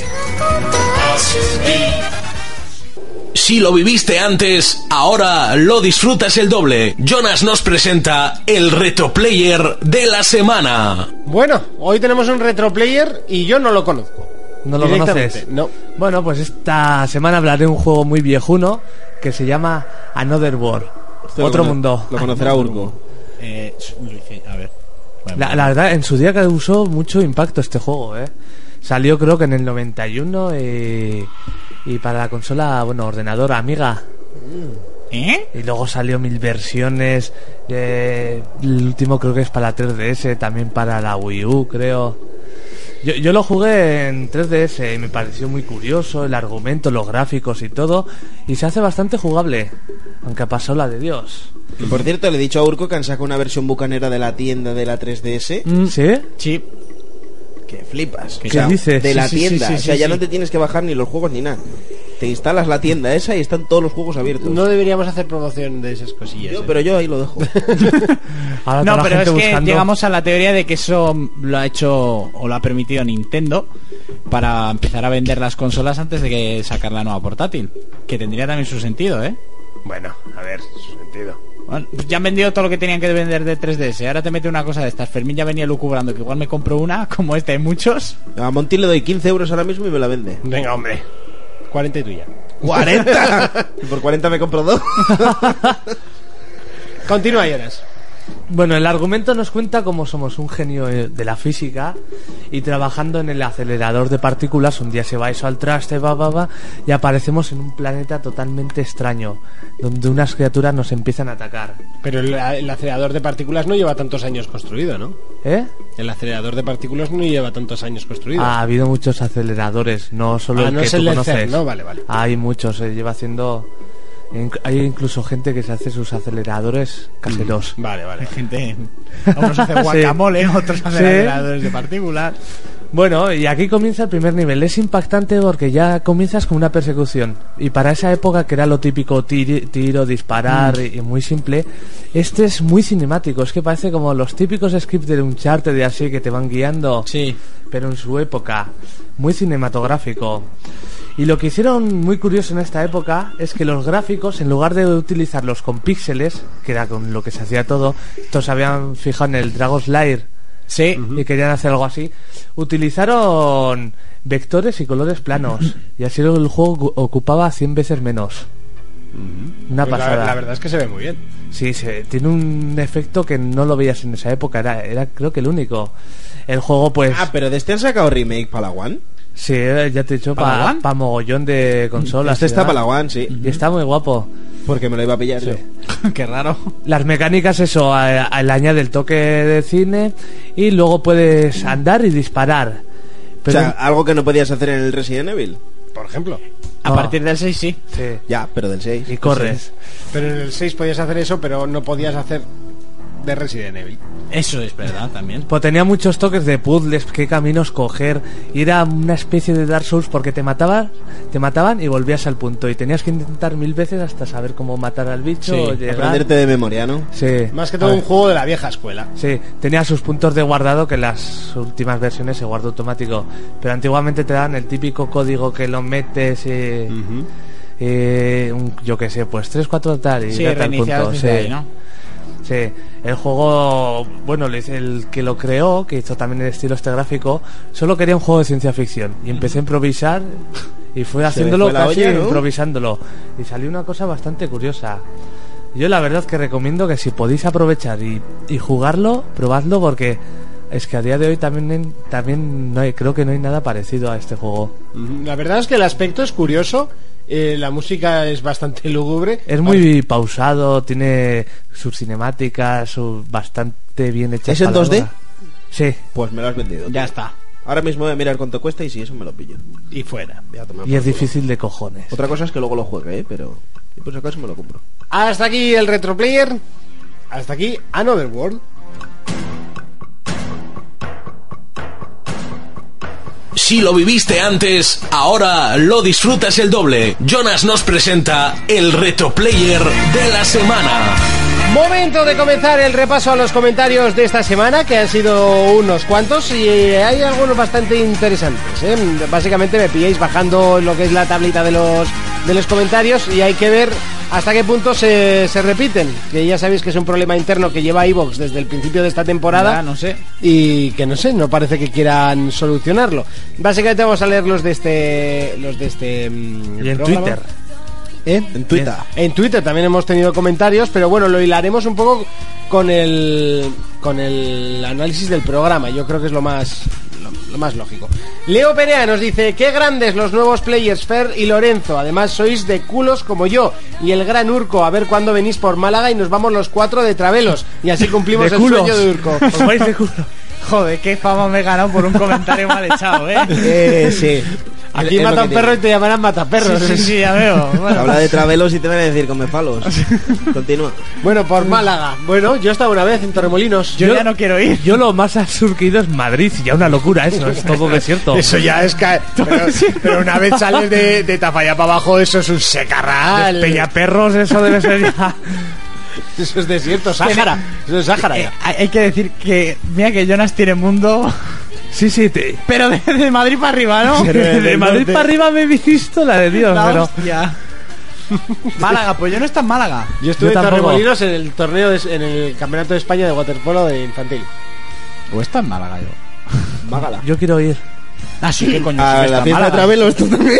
Speaker 1: Si lo viviste antes, ahora lo disfrutas el doble. Jonas nos presenta el reto player de la semana.
Speaker 2: Bueno, hoy tenemos un retroplayer y yo no lo conozco.
Speaker 6: No lo
Speaker 2: Directamente,
Speaker 6: conoces.
Speaker 2: No.
Speaker 6: Bueno, pues esta semana hablaré de un juego muy viejuno que se llama Another World.
Speaker 7: Esto Este lo
Speaker 6: Otro
Speaker 7: cono-
Speaker 6: mundo.
Speaker 7: Lo conocerá Urco.
Speaker 4: Eh, lo hice, a ver.
Speaker 6: La, la verdad, en su día causó mucho impacto este juego, ¿eh? Salió creo que en el 91 y, eh, y para la consola, bueno, ordenador, amiga.
Speaker 4: ¿Eh?
Speaker 6: Y luego salió mil versiones. eh, el último creo que es para la 3DS, también para la Wii U, creo. Yo, yo lo jugué en 3DS y me pareció muy curioso el argumento, los gráficos y todo. Y se hace bastante jugable, aunque pasó la de Dios.
Speaker 7: Y por cierto, le he dicho a Urco que han sacado una versión bucanera de la tienda de la 3DS.
Speaker 4: Mm.
Speaker 6: ¿Sí?
Speaker 4: Sí.
Speaker 7: Que flipas.
Speaker 6: ¿Qué dices?
Speaker 7: De la
Speaker 4: Sí, sí, sí,
Speaker 7: tienda.
Speaker 4: sí,
Speaker 7: o sea,
Speaker 4: sí,
Speaker 7: ya
Speaker 4: sí.
Speaker 7: no te tienes que bajar ni los juegos ni nada. Te instalas la tienda esa y están todos los juegos abiertos.
Speaker 2: No deberíamos hacer promoción de esas cosillas.
Speaker 7: Yo-
Speaker 2: ¿eh?
Speaker 7: pero yo ahí
Speaker 4: [LAUGHS]
Speaker 7: lo dejo.
Speaker 6: Ahora Ah, toda
Speaker 4: No,
Speaker 6: la
Speaker 4: pero es
Speaker 6: gente
Speaker 4: que
Speaker 6: buscando-
Speaker 4: llegamos a la teoría de que eso lo ha hecho o lo ha permitido Nintendo para empezar a vender las consolas antes de que sacar la nueva portátil. Que tendría también su sentido, ¿eh?
Speaker 2: Bueno, a ver, su sentido.
Speaker 4: Bueno, pues ya han vendido todo lo que tenían que vender de 3DS. Ahora te mete una cosa de estas. Fermín ya venía lucubrando que igual me compro una, [LAUGHS] como esta hay muchos.
Speaker 7: A Monti le doy 15 euros ahora mismo y me la vende.
Speaker 2: Venga, hombre. 40 y tuya.
Speaker 7: ¡40! y por 40 me compro dos.
Speaker 2: [LAUGHS] Continúa, Jonas.
Speaker 6: Bueno, el argumento nos cuenta cómo somos un genio eh, de la física y trabajando en el acelerador de partículas, un día se va eso al traste, va, va, va, y aparecemos en un planeta totalmente extraño, donde unas criaturas nos empiezan a atacar.
Speaker 2: Pero el, el acelerador de partículas no lleva tantos años construido, ¿no?
Speaker 6: ¿Eh?
Speaker 2: El acelerador de partículas no lleva tantos años construido.
Speaker 6: Ha habido muchos aceleradores, no solo
Speaker 2: Ah,
Speaker 6: Ah, el
Speaker 2: no
Speaker 6: que
Speaker 2: es
Speaker 6: tú
Speaker 2: el del
Speaker 6: conoces.
Speaker 2: CERN, no, vale, vale.
Speaker 6: Hay muchos, se lleva haciendo... inc- Hay incluso gente que se hace sus aceleradores caseros.
Speaker 2: Vale, vale.
Speaker 4: Gente, unos hace
Speaker 6: Sí.
Speaker 4: guacamole, otros hacen
Speaker 6: Sí.
Speaker 4: aceleradores de partículas.
Speaker 6: Bueno, y aquí comienza el primer nivel. Es impactante porque ya comienzas con una persecución. Y para esa época, que era lo típico tiri- tiro, disparar y- y muy simple, este es muy cinemático. Es que parece como los típicos scripts de un charter de así que te van guiando.
Speaker 4: Sí.
Speaker 6: Pero en su época, muy cinematográfico. Y lo que hicieron muy curioso en esta época es que los gráficos, en lugar de utilizarlos con píxeles, que era con lo que se hacía todo, estos se habían fijado en el Dragon's Lair.
Speaker 4: Sí.
Speaker 6: Y querían hacer algo así. Utilizaron vectores y colores planos. Y así el juego ocupaba 100 veces menos. Una
Speaker 2: Pues la-
Speaker 6: pasada.
Speaker 2: la verdad es que se ve muy bien.
Speaker 6: Sí, se- tiene un efecto que no lo veías en esa época. Era, era creo que el único. El juego, pues.
Speaker 7: Ah, pero de este han sacado remake para la One.
Speaker 6: Sí, eh, ya te he dicho,
Speaker 7: ¿Para la
Speaker 6: para
Speaker 7: One?
Speaker 6: mogollón de consolas.
Speaker 7: Este
Speaker 6: y
Speaker 7: está
Speaker 6: demás.
Speaker 7: para la One, sí.
Speaker 6: Y está muy guapo.
Speaker 4: Mm.
Speaker 7: Porque me lo iba a pillar yo.
Speaker 4: Qué raro.
Speaker 6: Las mecánicas, eso, a- a- le añade el toque de cine y luego puedes andar y disparar. Pero
Speaker 7: o sea, algo que no podías hacer en el Resident Evil.
Speaker 2: Por ejemplo.
Speaker 4: A
Speaker 6: No.
Speaker 4: partir del 6 sí.
Speaker 6: sí,
Speaker 7: Ya, pero del 6.
Speaker 6: y corres.
Speaker 7: pues
Speaker 2: Pero en el 6 podías hacer eso, pero no podías hacer de Resident Evil.
Speaker 4: Eso es verdad también.
Speaker 6: Pues tenía muchos toques de puzzles, qué caminos coger. Y era una especie de Dark Souls porque te mataban, te mataban y volvías al punto. Y tenías que intentar mil veces hasta saber cómo matar al bicho.
Speaker 4: Sí,
Speaker 6: o llegar.
Speaker 7: Aprenderte de memoria, ¿no?
Speaker 6: Sí.
Speaker 2: Más que
Speaker 6: A
Speaker 2: todo un
Speaker 6: ver,
Speaker 2: juego de la vieja escuela.
Speaker 6: Sí, tenía sus puntos de guardado que en las últimas versiones se guardó automático. Pero antiguamente te daban el típico código que lo metes y. y un- yo qué sé, pues 3, 4 tal y
Speaker 4: Sí,
Speaker 6: ya tal
Speaker 4: reiniciados
Speaker 6: punto,
Speaker 4: desde
Speaker 6: sí.
Speaker 4: ahí, ¿no?
Speaker 6: Sí, el juego, bueno, le- el que lo creó, que hizo también el estilo este gráfico, solo quería un juego de ciencia ficción y empecé a improvisar y fue haciéndolo
Speaker 7: fue la
Speaker 6: casi
Speaker 7: olla, ¿no?
Speaker 6: improvisándolo y salió una cosa bastante curiosa. Yo la verdad que recomiendo que si podéis aprovechar y, y jugarlo, probadlo porque es que a día de hoy también en- también no hay, creo que no hay nada parecido a este juego.
Speaker 2: La verdad es que el aspecto es curioso. eh, la música es bastante lúgubre.
Speaker 6: Es muy pausado, tiene sus cinemáticas, sus bastante bien hechas.
Speaker 7: ¿Es en
Speaker 6: para la
Speaker 7: 2D?
Speaker 6: época. Sí.
Speaker 7: Pues me lo has vendido.
Speaker 4: Ya está.
Speaker 7: Ahora mismo voy a mirar cuánto cuesta y si eso me lo pillo.
Speaker 2: Y fuera.
Speaker 7: Voy a tomar
Speaker 6: Y
Speaker 7: por
Speaker 6: es
Speaker 7: culo.
Speaker 6: difícil de cojones.
Speaker 7: Otra cosa es que luego lo juegue, ¿eh? Pero. Y pues acaso me lo compro.
Speaker 2: Hasta aquí el retroplayer. Hasta aquí Another World.
Speaker 1: Si lo viviste antes, ahora lo disfrutas el doble. Jonas nos presenta el reto player de la semana.
Speaker 2: Momento de comenzar el repaso a los comentarios de esta semana, que han sido unos cuantos y hay algunos bastante interesantes. ¿eh? Básicamente me pilláis bajando lo que es la tablita de los, de los comentarios y hay que ver hasta qué punto se, se repiten. Que ya sabéis que es un problema interno que lleva Evox desde el principio de esta temporada
Speaker 4: Ya, no sé.
Speaker 2: y que no sé, no parece que quieran solucionarlo. Básicamente vamos a leer los de este, los de este mm,
Speaker 6: Y en
Speaker 2: programa.
Speaker 6: Twitter.
Speaker 2: ¿Eh?
Speaker 7: En Twitter.
Speaker 2: En Twitter también hemos tenido comentarios, pero bueno, lo hilaremos un poco con el con el análisis del programa. Yo creo que es lo más lo, lo más lógico. Leo Perea nos dice, "Qué grandes los nuevos players Fer y Lorenzo. Además sois de culos como yo y el gran Urco. A ver cuándo venís por Málaga y nos vamos los cuatro de Travelos y así cumplimos
Speaker 6: De
Speaker 2: el
Speaker 6: culos.
Speaker 2: sueño de Urco."
Speaker 6: [LAUGHS] Os vais de culo.
Speaker 4: Joder, qué fama me he ganado por un comentario mal echado, ¿eh?
Speaker 7: Eh, sí.
Speaker 2: Aquí
Speaker 7: Es lo
Speaker 2: mata
Speaker 7: que
Speaker 2: un
Speaker 7: tiene.
Speaker 2: perro y te llamarán
Speaker 4: Sí,
Speaker 2: mataperros.
Speaker 4: sí, sí, ya veo. Bueno,
Speaker 7: Habla de Travelos y te van a decir
Speaker 4: [LAUGHS]
Speaker 7: come palos. Continúa.
Speaker 2: Bueno, por Málaga. Bueno, yo estaba una vez en Torremolinos.
Speaker 4: yo,
Speaker 2: [LAUGHS]
Speaker 4: ya no quiero ir.
Speaker 6: Yo lo más al sur que he ido es Madrid, y ya una locura eso, es todo [LAUGHS] desierto.
Speaker 2: Eso ya es caer. Pero, pero una vez sales de, de Tafalla para abajo, eso es un secarral.
Speaker 6: Peñaperros, eso debe ser ya.
Speaker 2: [LAUGHS] Eso es desierto, Sáhara. Eso es Sáhara
Speaker 4: Eh,
Speaker 2: ya.
Speaker 4: hay hay que decir que, mira que Jonas tiene mundo,
Speaker 6: Sí, sí, te-
Speaker 4: pero de, de Madrid para arriba, ¿no?
Speaker 6: de, Madrid para arriba me visto la de Dios,
Speaker 4: La
Speaker 6: pero.
Speaker 4: hostia. Málaga, pues yo no está en Málaga.
Speaker 2: Yo estuve
Speaker 6: yo
Speaker 2: en
Speaker 6: tampoco.
Speaker 2: Torremolinos en el torneo, de- en el campeonato de España de waterpolo de infantil.
Speaker 4: O está en Málaga yo.
Speaker 7: Mágala.
Speaker 6: Yo quiero ir.
Speaker 4: Ah, sí, qué coño.
Speaker 7: A la fiesta de Travelos tú
Speaker 4: [LAUGHS]
Speaker 7: también.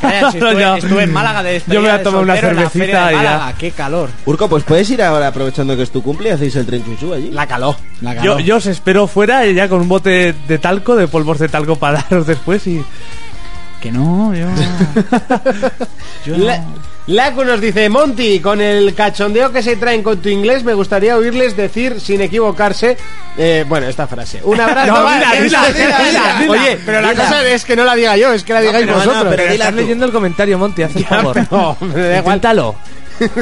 Speaker 4: Calla, si
Speaker 6: [LAUGHS]
Speaker 4: estuve,
Speaker 6: Yo-
Speaker 4: estuve en Málaga de despedida
Speaker 6: yo me voy a
Speaker 4: de
Speaker 6: tomar una
Speaker 4: soltero en la
Speaker 6: cervecita
Speaker 4: feria de
Speaker 6: y ya.
Speaker 4: Málaga, qué calor.
Speaker 7: Urco, pues puedes ir ahora aprovechando que es tu cumple y hacéis el tren chuchú allí.
Speaker 2: La caló.
Speaker 4: La
Speaker 6: Yo,
Speaker 4: calor.
Speaker 6: yo os espero fuera y ya con un bote de talco, de polvos de talco para [LAUGHS] daros después y.
Speaker 4: Que no, yo. yo no.
Speaker 2: La- Laku nos dice, Monty, con el cachondeo que se traen con tu inglés, me gustaría oírles decir, sin equivocarse, eh, bueno, esta frase. Un abrazo.
Speaker 6: No,
Speaker 2: Vale,
Speaker 6: dila,
Speaker 2: que-
Speaker 6: dila, dila, dila.
Speaker 2: Oye, pero la
Speaker 7: Dila.
Speaker 2: cosa es que no la diga yo, es que la digáis
Speaker 7: pero no,
Speaker 2: vosotros.
Speaker 7: pero dila
Speaker 6: Estás
Speaker 7: tú.
Speaker 6: leyendo el comentario, Monty, [LAUGHS] haz el favor.
Speaker 2: [LAUGHS] No, me da igual.
Speaker 6: Inténtalo.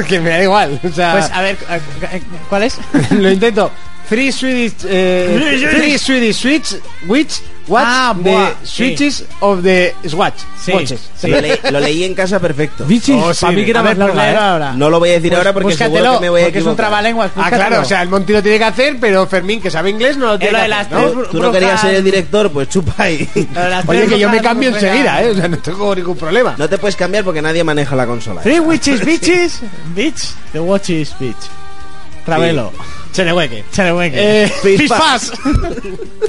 Speaker 2: que me da igual. O sea,
Speaker 4: Pues a ver, eh, eh, ¿cuál es?
Speaker 2: [LAUGHS] lo intento. Three Swedish, eh,
Speaker 4: Three
Speaker 2: three Swedish Switch, Which, Watch,
Speaker 4: Ah,
Speaker 2: the
Speaker 4: buah,
Speaker 2: Switches of the Swatch.
Speaker 4: Sí,
Speaker 2: watches.
Speaker 4: sí.
Speaker 7: Lo, leí, lo leí en casa perfecto.
Speaker 4: Bichis,
Speaker 2: Oh, sí.
Speaker 4: para mí que era
Speaker 2: A
Speaker 4: más
Speaker 2: ver, pues
Speaker 4: larga,
Speaker 2: léelo
Speaker 4: ¿eh?
Speaker 2: ahora.
Speaker 7: No lo voy a decir ahora porque seguro
Speaker 4: Búscatelo,
Speaker 7: que me voy a
Speaker 4: porque es un
Speaker 7: equivocar.
Speaker 4: trabalenguas.
Speaker 2: Ah,
Speaker 4: búscatelo.
Speaker 2: claro, o sea, el Monty lo tiene que hacer, pero Fermín, que sabe inglés, no lo tiene
Speaker 4: lo
Speaker 2: que
Speaker 4: de las
Speaker 2: hacer,
Speaker 4: tres
Speaker 2: ¿no?
Speaker 7: ¿Tú no querías ser el director? Pues chupa [LAUGHS] ahí.
Speaker 4: Lo de las
Speaker 2: Oye,
Speaker 4: tres
Speaker 2: que yo me
Speaker 4: brujas,
Speaker 2: cambio
Speaker 4: brujas.
Speaker 2: enseguida, ¿eh? O sea, no tengo ningún problema.
Speaker 7: No te puedes cambiar porque nadie maneja la consola. ¿eh?
Speaker 4: Three witches, bitches, bitch, the watches, bitch. Travelo.
Speaker 2: Chenehueque.
Speaker 4: Cherehueque.
Speaker 2: Eh, Fifas. [LAUGHS]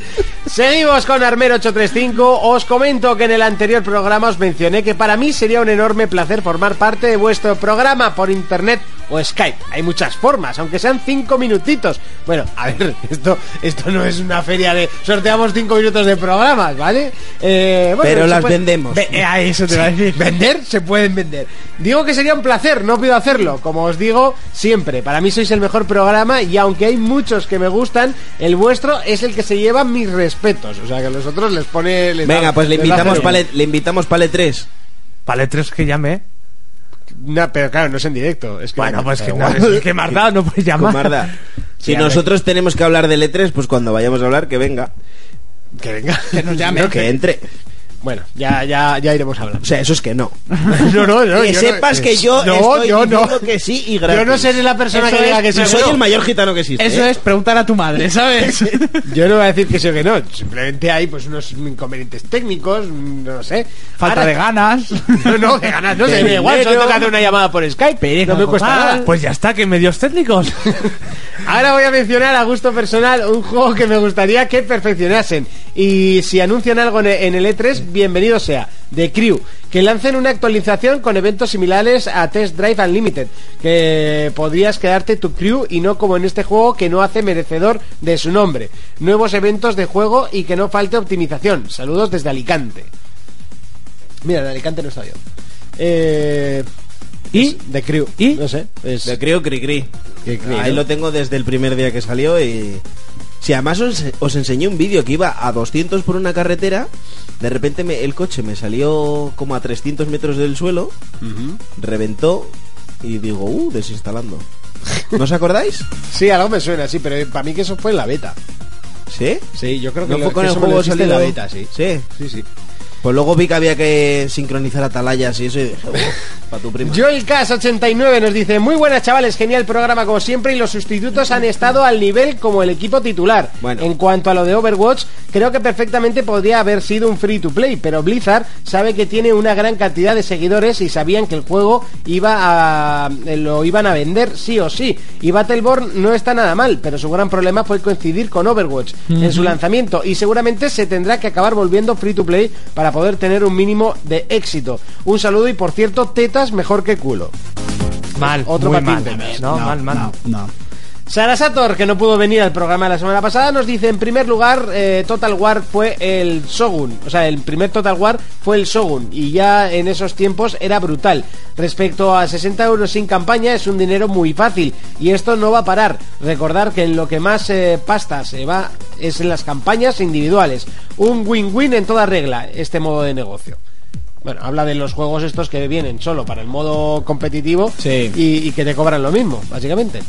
Speaker 2: Seguimos con Armero 835. Os comento que en el anterior programa os mencioné que para mí sería un enorme placer formar parte de vuestro programa por internet o Skype. Hay muchas formas, aunque sean cinco minutitos. Bueno, a ver, [LAUGHS] esto, esto no es una feria de sorteamos cinco minutos de programas, ¿vale? Eh, bueno,
Speaker 7: Pero
Speaker 2: se
Speaker 7: las
Speaker 2: puede-
Speaker 7: vendemos.
Speaker 2: Ve- eh, ahí eso te iba a decir. Vender se pueden vender. Digo que sería un placer, no pido hacerlo. Como os digo siempre, para mí sois el mejor programa y aunque hay muchos que me gustan, el vuestro es el que se lleva mis respetos. O sea que a los otros les pone. les
Speaker 7: Venga,
Speaker 2: da-
Speaker 7: pues le
Speaker 2: les da
Speaker 7: invitamos
Speaker 2: cero.
Speaker 7: pale, le invitamos pale 3.
Speaker 6: Paletres que llame.
Speaker 2: No, pero claro, no es en directo. Es que
Speaker 6: Bueno, pues
Speaker 2: da
Speaker 6: que no,
Speaker 2: igual.
Speaker 6: es que me has dado, [LAUGHS] no
Speaker 4: pues
Speaker 6: puedes llamar.
Speaker 7: Comarda. Si
Speaker 2: a ver.
Speaker 7: nosotros tenemos que hablar de letras, pues cuando vayamos a hablar, que venga.
Speaker 2: [LAUGHS] Que venga. Que nos llame.
Speaker 7: No, que entre.
Speaker 2: Bueno, ya, ya, ya iremos hablando.
Speaker 7: O sea, eso es que no.
Speaker 2: No, no, no.
Speaker 7: que
Speaker 2: yo no-
Speaker 7: sepas que yo
Speaker 2: No,
Speaker 7: estoy
Speaker 2: yo no.
Speaker 7: diciendo que sí y gratis.
Speaker 2: Yo no seré la persona
Speaker 4: Eso
Speaker 2: que diga
Speaker 4: es-
Speaker 2: que sí.
Speaker 7: Si
Speaker 2: o que
Speaker 7: soy
Speaker 2: no.
Speaker 7: el mayor gitano que existe.
Speaker 4: Eso
Speaker 7: ¿eh?
Speaker 4: es preguntar a tu madre, ¿sabes?
Speaker 2: Yo no voy a decir que sí o que no, simplemente hay pues unos inconvenientes técnicos, no lo sé.
Speaker 4: Falta
Speaker 2: Ahora-
Speaker 4: de ganas.
Speaker 2: [LAUGHS] No, no, de ganas, no sé,
Speaker 7: De
Speaker 2: da igual, solo
Speaker 7: dinero.
Speaker 2: tengo que hacer una llamada por Skype,
Speaker 4: Pereza
Speaker 2: no me cuesta
Speaker 4: total.
Speaker 2: nada.
Speaker 6: Pues ya está, que medios técnicos.
Speaker 2: [LAUGHS] Ahora voy a mencionar a gusto personal un juego que me gustaría que perfeccionasen. Y si anuncian algo en e- en el E3, bienvenido sea. The Crew. Que lancen una actualización con eventos similares a Test Drive Unlimited. Que podrías quedarte tu crew y no como en este juego que no hace merecedor de su nombre. Nuevos eventos de juego y que no falte optimización. Saludos desde Alicante. Mira, de Alicante no estaba yo. Eh,
Speaker 4: ¿Y?
Speaker 2: The Crew.
Speaker 4: ¿Y?
Speaker 2: No sé. es-
Speaker 7: Lo creo cri Pues cri.
Speaker 2: Cri cri,
Speaker 7: Ahí
Speaker 2: ¿no?
Speaker 7: lo tengo desde el primer día que salió y... Si además os, os enseñé un vídeo que iba a 200 por una carretera, de repente me- el coche me salió como a 300 metros del suelo, reventó y digo, uh, desinstalando. ¿No os acordáis?
Speaker 2: Sí, algo me suena, sí, pero para mí que eso fue en la beta.
Speaker 7: ¿Sí?
Speaker 2: Sí, yo creo que,
Speaker 7: ¿No
Speaker 2: lo-
Speaker 7: fue con
Speaker 2: que
Speaker 7: el
Speaker 2: eso me lo
Speaker 7: juego
Speaker 2: dijiste
Speaker 7: salido
Speaker 2: en la beta, sí.
Speaker 7: Sí.
Speaker 2: Sí, sí.
Speaker 7: Pues luego vi que había que sincronizar atalayas y eso y dije, para tu prima.
Speaker 2: Joel Cas 89 nos dice, muy buenas chavales, genial programa como siempre y los sustitutos han estado al nivel como el equipo titular.
Speaker 7: Bueno.
Speaker 2: En cuanto a lo de Overwatch, creo que perfectamente podría haber sido un free to play, pero Blizzard sabe que tiene una gran cantidad de seguidores y sabían que el juego iba a eh, lo iban a vender sí o sí. Y Battleborn no está nada mal, pero su gran problema fue coincidir con Overwatch en su lanzamiento y seguramente se tendrá que acabar volviendo free to play para poder tener un mínimo de éxito. Un saludo y por cierto, tetas mejor que culo.
Speaker 6: [LAUGHS] mal,
Speaker 2: Otro
Speaker 6: muy
Speaker 2: patín
Speaker 6: mal.
Speaker 2: de mes.
Speaker 6: No, mal, mal.
Speaker 4: No.
Speaker 2: Sara Sator, que no pudo venir al programa la semana pasada, nos dice en primer lugar eh, Total War fue el Shogun, o sea, el primer Total War fue el Shogun y ya en esos tiempos era brutal. Respecto a 60 euros sin campaña es un dinero muy fácil y esto no va a parar. Recordar que en lo que más eh, pasta se va es en las campañas individuales. Un win-win en toda regla este modo de negocio. Bueno, habla de los juegos estos que vienen solo para el modo competitivo
Speaker 4: Sí.
Speaker 2: y- y que te cobran lo mismo, básicamente.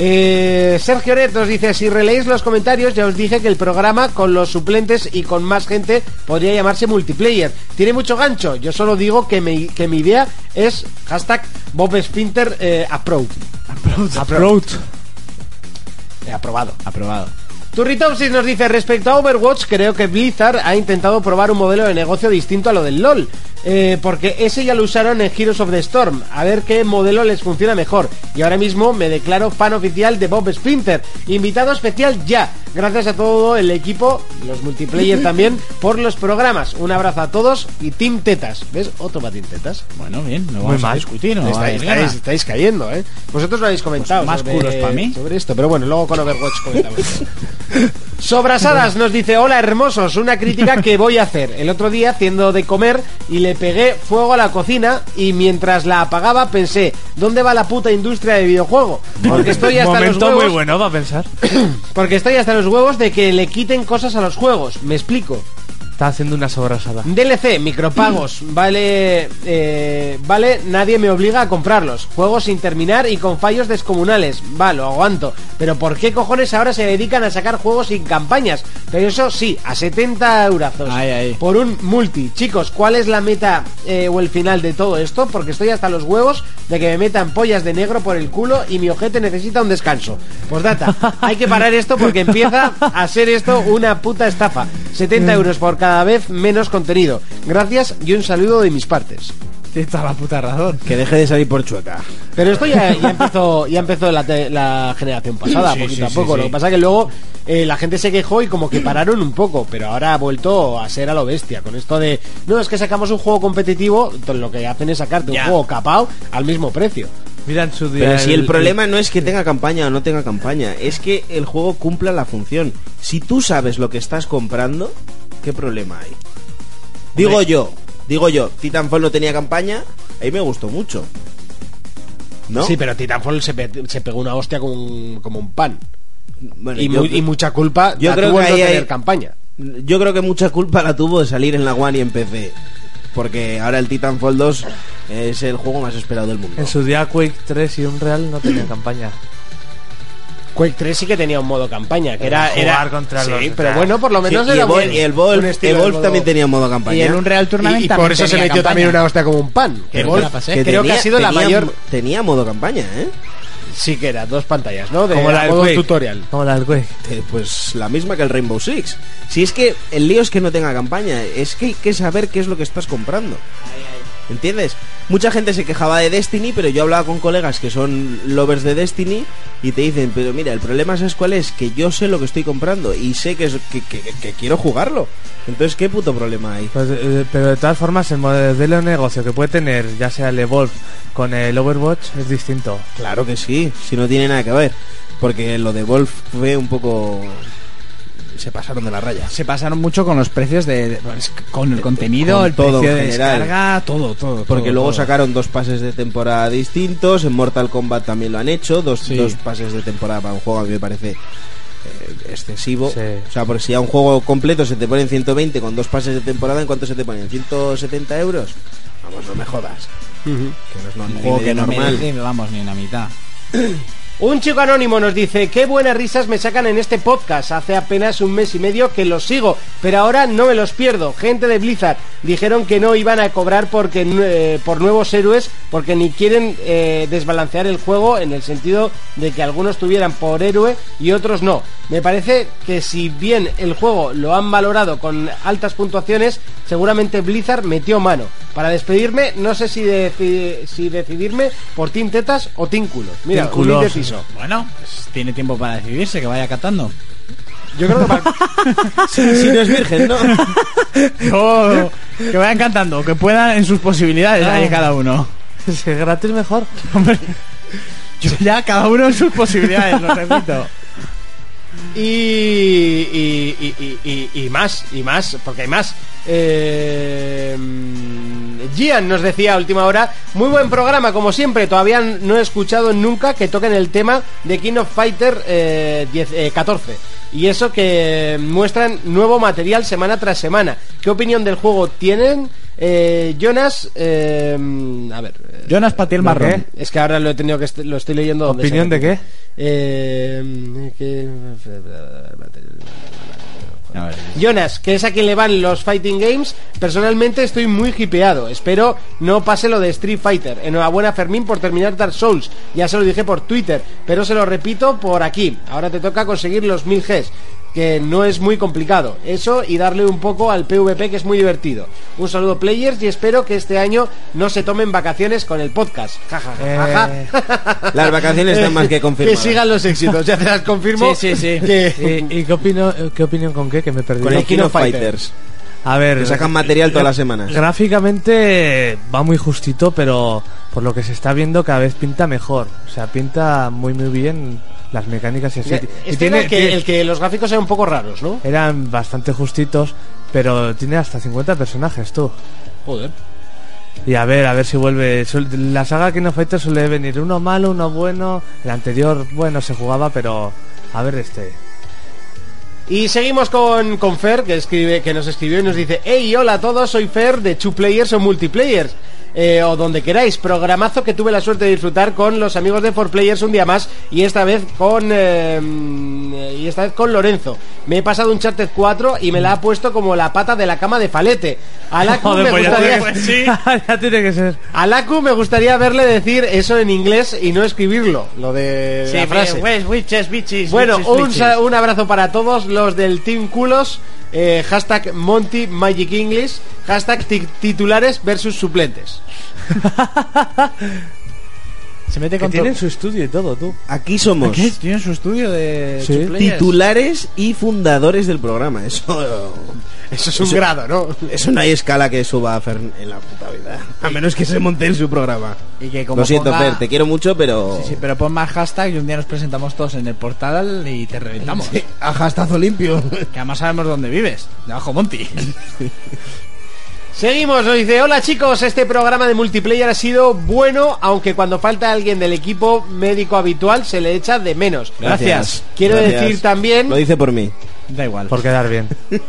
Speaker 2: Eh, Sergio Oret nos dice, si releéis los comentarios, ya os dije que el programa con los suplentes y con más gente podría llamarse multiplayer. Tiene mucho gancho. Yo solo digo que mi, que mi idea es hashtag Bob Spinter eh, approved.
Speaker 4: Upload.
Speaker 2: Eh, aprobado.
Speaker 4: Aprobado.
Speaker 2: Turritopsis nos dice, respecto a Overwatch, creo que Blizzard ha intentado probar un modelo de negocio distinto a lo del LOL, eh, porque ese ya lo usaron en Heroes of the Storm, a ver qué modelo les funciona mejor. Y ahora mismo me declaro fan oficial de Bob Splinter, invitado especial ya. Gracias a todo el equipo, los [LAUGHS] multiplayer también, por los programas. Un abrazo a todos y Team Tetas. ¿Ves? Otro para Team Tetas.
Speaker 4: Bueno, bien, no vamos a
Speaker 6: mal.
Speaker 4: discutir. No
Speaker 2: Está-
Speaker 4: vale,
Speaker 2: estáis,
Speaker 4: gana.
Speaker 2: estáis cayendo, ¿eh? Vosotros lo habéis comentado.
Speaker 4: Pues más
Speaker 2: sobre-
Speaker 4: culos pa' mí.
Speaker 2: Sobre esto, pero bueno, luego con
Speaker 4: [LAUGHS]
Speaker 2: Overwatch comentamos. Sobrasadas nos dice, hola hermosos, una crítica que voy a hacer. El otro día haciendo de comer y le pegué fuego a la cocina y mientras la apagaba pensé, ¿dónde va la puta industria de videojuego? Porque estoy hasta los
Speaker 6: Momento
Speaker 2: huevos...
Speaker 6: muy bueno para pensar.
Speaker 2: Porque estoy hasta los huevos de que le quiten cosas a los juegos. Me explico.
Speaker 6: Está haciendo una sobrasada.
Speaker 2: DLC, micropagos, vale, eh, vale, nadie me obliga a comprarlos. Juegos sin terminar y con fallos descomunales. Va, lo aguanto. Pero ¿por qué cojones ahora se dedican a sacar juegos sin campañas? Pero eso sí, a 70 eurazos.
Speaker 4: Ay, ay.
Speaker 2: Por un multi. Chicos, ¿cuál es la meta eh, o el final de todo esto? Porque estoy hasta los huevos de que me metan pollas de negro por el culo y mi ojete necesita un descanso. Pues data, hay que parar esto porque empieza a ser esto una puta estafa. 70 euros por cada vez menos contenido. Gracias y un saludo de mis partes.
Speaker 6: Tiene toda la puta razón.
Speaker 7: Que deje de salir por chueca.
Speaker 2: Pero esto ya, ya empezó, ya empezó la, te- la generación pasada,
Speaker 6: Sí,
Speaker 2: poquito
Speaker 6: sí,
Speaker 2: a
Speaker 6: sí,
Speaker 2: poco.
Speaker 6: sí.
Speaker 2: Lo que pasa que luego eh, la gente se quejó y como que pararon un poco, pero ahora ha vuelto a ser a lo bestia. Con esto de, no, es que sacamos un juego competitivo, entonces lo que hacen es sacarte un juego capao al mismo precio.
Speaker 6: Mira en su día.
Speaker 7: Pero si el problema no es que tenga campaña o no tenga campaña, es que el juego cumpla la función. Si tú sabes lo que estás comprando, ¿qué problema hay? Digo yo, digo yo, Titanfall no tenía campaña, ahí me gustó mucho. ¿No?
Speaker 2: Sí, pero Titanfall se, pe- se pegó una hostia como un, como un pan.
Speaker 7: Bueno,
Speaker 2: Y,
Speaker 7: yo,
Speaker 2: mu- y mucha culpa
Speaker 7: yo
Speaker 2: la
Speaker 7: creo
Speaker 2: tuvo
Speaker 7: que
Speaker 2: en
Speaker 7: ahí
Speaker 2: no
Speaker 7: hay-
Speaker 2: tener campaña.
Speaker 7: yo creo que mucha culpa la tuvo de salir en la One y en PC. Porque ahora el Titanfall 2 es el juego más esperado del mundo.
Speaker 6: En su día Quake 3 y Unreal no tenían campaña.
Speaker 2: Quake 3 sí que tenía un modo campaña, que era...
Speaker 6: jugar
Speaker 2: era-
Speaker 6: contra
Speaker 2: sí,
Speaker 6: los-
Speaker 2: pero bueno, por lo
Speaker 7: Sí,
Speaker 2: menos
Speaker 7: y
Speaker 2: era
Speaker 7: Evolve,
Speaker 2: bueno.
Speaker 7: y Evolve-
Speaker 2: un estilo de
Speaker 7: Evolve
Speaker 2: modo-
Speaker 7: también tenía modo campaña.
Speaker 4: Y en un Real Tournament
Speaker 2: Y, y por
Speaker 4: también
Speaker 2: eso se
Speaker 4: tenía
Speaker 2: metió
Speaker 4: campaña.
Speaker 2: también una hostia como un pan. Que
Speaker 4: Pero
Speaker 2: vol-
Speaker 4: te la pasé.
Speaker 2: creo que ha
Speaker 7: tenía-
Speaker 2: sido la
Speaker 7: tenía-
Speaker 2: mayor.
Speaker 7: Tenía modo campaña, ¿eh?
Speaker 2: Sí, que era dos pantallas, ¿no? De
Speaker 6: Como la del
Speaker 2: modo
Speaker 6: Quake.
Speaker 2: tutorial.
Speaker 6: Como la del Quake.
Speaker 7: Eh, Pues la misma que el Rainbow Six. Si es que el lío es que no tenga campaña, es que hay que saber qué es lo que estás comprando. ¿Entiendes? Mucha gente se quejaba de Destiny, pero yo hablaba con colegas que son lovers de Destiny y te dicen, pero mira, el problema es cuál es, que yo sé lo que estoy comprando y sé que, es- que, que- que- que quiero jugarlo. Entonces, ¿qué puto problema hay?
Speaker 6: Pues, eh, pero de todas formas, el modelo de negocio que puede tener, ya sea el Evolve con el Overwatch, es distinto.
Speaker 7: Claro que sí, si no tiene nada que ver. Porque lo de Wolf fue un poco... Se pasaron de la raya.
Speaker 4: Se pasaron mucho con los precios de, de- pues, con el contenido,
Speaker 7: Con
Speaker 4: el
Speaker 7: todo
Speaker 4: precio
Speaker 7: en
Speaker 4: de
Speaker 7: general.
Speaker 4: descarga, todo, todo.
Speaker 7: Porque
Speaker 4: todo,
Speaker 7: luego
Speaker 4: todo.
Speaker 7: sacaron dos pases de temporada distintos. En Mortal Kombat también lo han hecho. Dos,
Speaker 4: Sí.
Speaker 7: dos pases de temporada para un juego a mí me parece eh, excesivo.
Speaker 6: Sí.
Speaker 7: O sea, porque si a un juego completo se te ponen 120 con dos pases de temporada, ¿en cuánto se te ponen? ¿170 euros? Vamos, no me jodas. Que no es
Speaker 4: un
Speaker 7: normal.
Speaker 4: juego que no
Speaker 7: normal.
Speaker 4: merece, vamos, ni la mitad.
Speaker 2: Un chico anónimo nos dice, qué buenas risas me sacan en este podcast. Hace apenas un mes y medio que los sigo, pero ahora no me los pierdo. Gente de Blizzard dijeron que no iban a cobrar porque eh, por nuevos héroes, porque ni quieren eh, desbalancear el juego en el sentido de que algunos tuvieran por héroe y otros no. Me parece que si bien el juego lo han valorado con altas puntuaciones, seguramente Blizzard metió mano. Para despedirme, no sé si, deci- si decidirme por Team Tetas o Team Culos. Mira,
Speaker 6: Team
Speaker 2: un
Speaker 6: Culos.
Speaker 2: indeciso.
Speaker 4: Bueno, pues, tiene tiempo para decidirse, que vaya catando.
Speaker 2: Yo [LAUGHS] creo que para-
Speaker 7: Si, si no es virgen, ¿no?
Speaker 4: No, que vayan cantando, que puedan en sus posibilidades
Speaker 6: Ah.
Speaker 4: ahí cada uno.
Speaker 6: Si es gratis, mejor.
Speaker 4: Hombre, yo ya cada uno en sus posibilidades, lo repito.
Speaker 2: y, y, y- y- y- y más, y más, porque hay más. Eh, mm, Gian nos decía a última hora, muy buen programa, como siempre, todavía no he escuchado nunca que toquen el tema de King of Fighter eh, 10, eh, 14. Y eso que muestran nuevo material semana tras semana. ¿Qué opinión del juego tienen? Eh, Jonas, eh, a ver. eh,
Speaker 4: Jonas Patiel
Speaker 6: ¿Lo
Speaker 4: Marrón.
Speaker 6: qué?
Speaker 2: es que ahora lo he tenido que est- lo estoy leyendo. donde
Speaker 6: ¿Opinión
Speaker 2: se-
Speaker 6: de qué?
Speaker 2: Eh, que-
Speaker 4: A ver.
Speaker 2: Jonas, que es a quien le van los fighting games, personalmente estoy muy hipeado. Espero no pase lo de Street Fighter. Enhorabuena Fermín por terminar Dark Souls. Ya se lo dije por Twitter, pero se lo repito por aquí. Ahora te toca conseguir los 1000 Gs, que no es muy complicado. Eso y darle un poco al PvP que es muy divertido. Un saludo players y espero que este año no se tomen vacaciones con el podcast. Ja, ja, ja, ja, ja.
Speaker 6: Eh,
Speaker 7: Las vacaciones
Speaker 4: [LAUGHS]
Speaker 7: están más que confirmadas.
Speaker 2: Eh, Que sigan los éxitos, ya te las confirmo.
Speaker 4: Sí, sí,
Speaker 2: [LAUGHS]
Speaker 4: sí.
Speaker 2: Que-
Speaker 6: ¿Y, y qué, opino, qué opinión con qué? Que me perdí.
Speaker 7: Con el King of
Speaker 2: Fighter.
Speaker 7: Fighters.
Speaker 6: A ver,
Speaker 7: Que sacan material todas las semanas.
Speaker 6: Gráficamente va muy justito, pero por lo que se está viendo cada vez pinta mejor. O sea, pinta muy muy bien las mecánicas y así.
Speaker 2: Este
Speaker 6: Y
Speaker 2: era
Speaker 6: tiene-
Speaker 2: el, que,
Speaker 6: tiene-
Speaker 2: el que los gráficos eran un poco raros, ¿no?
Speaker 6: Eran bastante justitos, pero tiene hasta 50 personajes tú.
Speaker 2: Joder.
Speaker 6: Y a ver, a ver si vuelve. Suel- La saga King of Fighters suele venir uno malo, uno bueno. El anterior, bueno, se jugaba, pero a ver este.
Speaker 2: Y seguimos con, con Fer, que, escribe, que nos escribió y nos dice, hey, hola a todos, soy Fer de Two Players o Multiplayers. eh, o donde queráis, programazo que tuve la suerte de disfrutar con los amigos de 4Players un día más y esta vez con eh, y esta vez con Lorenzo. Me he pasado un Charter 4 y me la ha puesto como la pata de la cama de Falete. A la que
Speaker 6: Joder,
Speaker 2: me
Speaker 6: pues ya
Speaker 2: gustaría-
Speaker 6: tiene- [LAUGHS] ya tiene que ser.
Speaker 2: a Laku me gustaría verle decir eso en inglés y no escribirlo, lo de la frase. bueno, un, sa- un abrazo para todos los del Team Culos, eh, hashtag Monty Magic English, hashtag ti- titulares versus suplentes.
Speaker 4: Se mete
Speaker 6: Que
Speaker 4: con
Speaker 6: tienen
Speaker 4: todo.
Speaker 6: su estudio y todo, tú.
Speaker 7: Aquí somos
Speaker 4: ¿Qué? Tienen su estudio de
Speaker 6: Sí.
Speaker 4: two players?
Speaker 7: titulares y fundadores del programa. Eso,
Speaker 2: Eso es un
Speaker 7: Eso-
Speaker 2: grado, ¿no?
Speaker 7: eso no hay escala que suba a Fer en la puta vida. A menos que se monte en su programa.
Speaker 4: Y que como
Speaker 7: Lo siento,
Speaker 4: ponga-
Speaker 7: Fer, te quiero mucho, pero.
Speaker 4: Sí, sí, pero pon más hashtag y un día nos presentamos todos en el portal y te reventamos.
Speaker 7: Sí, A jastazo limpio.
Speaker 4: Que además sabemos dónde vives, debajo
Speaker 7: [LAUGHS]
Speaker 4: Monty.
Speaker 2: Seguimos, nos dice, hola chicos, este programa de multiplayer ha sido bueno, aunque cuando falta alguien del equipo médico habitual se le echa de menos. Quiero
Speaker 7: Gracias.
Speaker 2: decir también...
Speaker 7: Lo dice por mí.
Speaker 4: Da igual.
Speaker 6: Por quedar bien.
Speaker 2: [LAUGHS]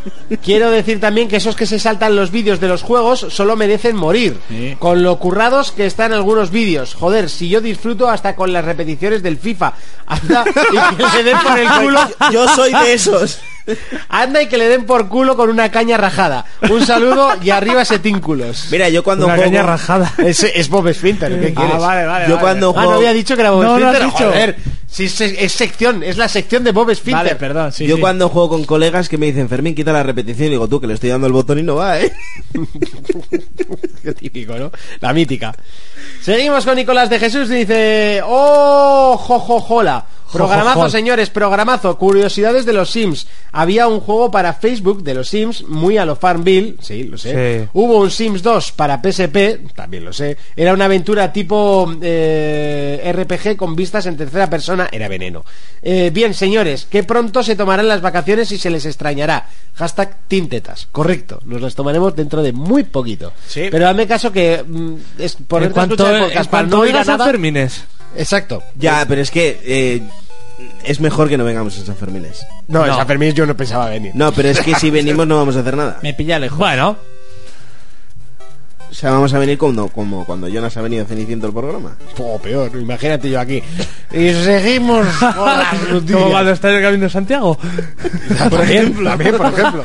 Speaker 2: Quiero decir también que esos que se saltan los vídeos de los juegos solo merecen morir.
Speaker 4: Sí.
Speaker 2: Con lo currados que están algunos vídeos. Joder, si yo disfruto hasta con las repeticiones del FIFA. Anda y que le den por el culo.
Speaker 7: Yo soy de esos.
Speaker 2: Anda y que le den por culo con una caña rajada. Un saludo y arriba ese tínculos. Ah,
Speaker 7: Mira, yo cuando
Speaker 6: Una
Speaker 7: juego.
Speaker 6: caña rajada.
Speaker 2: Es, es Bob Splinter, ¿qué quieres?
Speaker 4: vale, vale,
Speaker 7: yo
Speaker 4: vale.
Speaker 7: cuando
Speaker 2: Ah,
Speaker 7: juego.
Speaker 2: no había dicho que era Bob
Speaker 4: No, no has
Speaker 2: Splinter.
Speaker 4: dicho.
Speaker 2: Joder, si es, es sección, es la sección de Bob Splinter.
Speaker 4: Vale, perdón, sí,
Speaker 7: yo
Speaker 4: sí.
Speaker 7: cuando juego con colegas que me dicen, Fermín, quita la repetición, y digo, tú que le estoy dando el botón y no va, ¿eh?
Speaker 2: Lo [LAUGHS] típico, ¿no? La mítica. Seguimos con Nicolás de Jesús. Dice: ¡Oh, jojojola! Programazo,
Speaker 6: Jojojol.
Speaker 2: señores, programazo. Curiosidades de los Sims. Había un juego para Facebook de los Sims, muy a lo Farmville. Sí, lo sé.
Speaker 6: Sí.
Speaker 2: Hubo un Sims 2 para PSP, también lo sé. Era una aventura tipo eh, RPG con vistas en tercera persona. Era veneno. Eh, bien, señores, que pronto se tomarán las vacaciones y se les extrañará. Hashtag Tintetas. Correcto. Nos las tomaremos dentro de muy poquito.
Speaker 4: Sí.
Speaker 2: Pero dame caso que mm, es por
Speaker 6: en cuanto, en cuanto
Speaker 2: no ir a
Speaker 6: oigas a
Speaker 2: nada.
Speaker 6: Fermines.
Speaker 2: Exacto.
Speaker 7: Ya, pero es que. eh, es mejor que no vengamos en San Fermines.
Speaker 2: No,
Speaker 6: No.
Speaker 2: San Fermín yo no pensaba venir.
Speaker 7: No, pero es que [LAUGHS] si venimos no vamos a hacer nada.
Speaker 4: Me pilla lejos.
Speaker 6: Bueno,
Speaker 7: O sea, vamos a venir como, como cuando Jonas ha venido ceniciento el programa.
Speaker 2: O peor, imagínate yo aquí. Y seguimos con
Speaker 6: [LAUGHS]
Speaker 2: las
Speaker 6: como cuando
Speaker 2: noticias.
Speaker 6: está en el camino de Santiago.
Speaker 2: [LAUGHS] Por ejemplo, también, por ejemplo.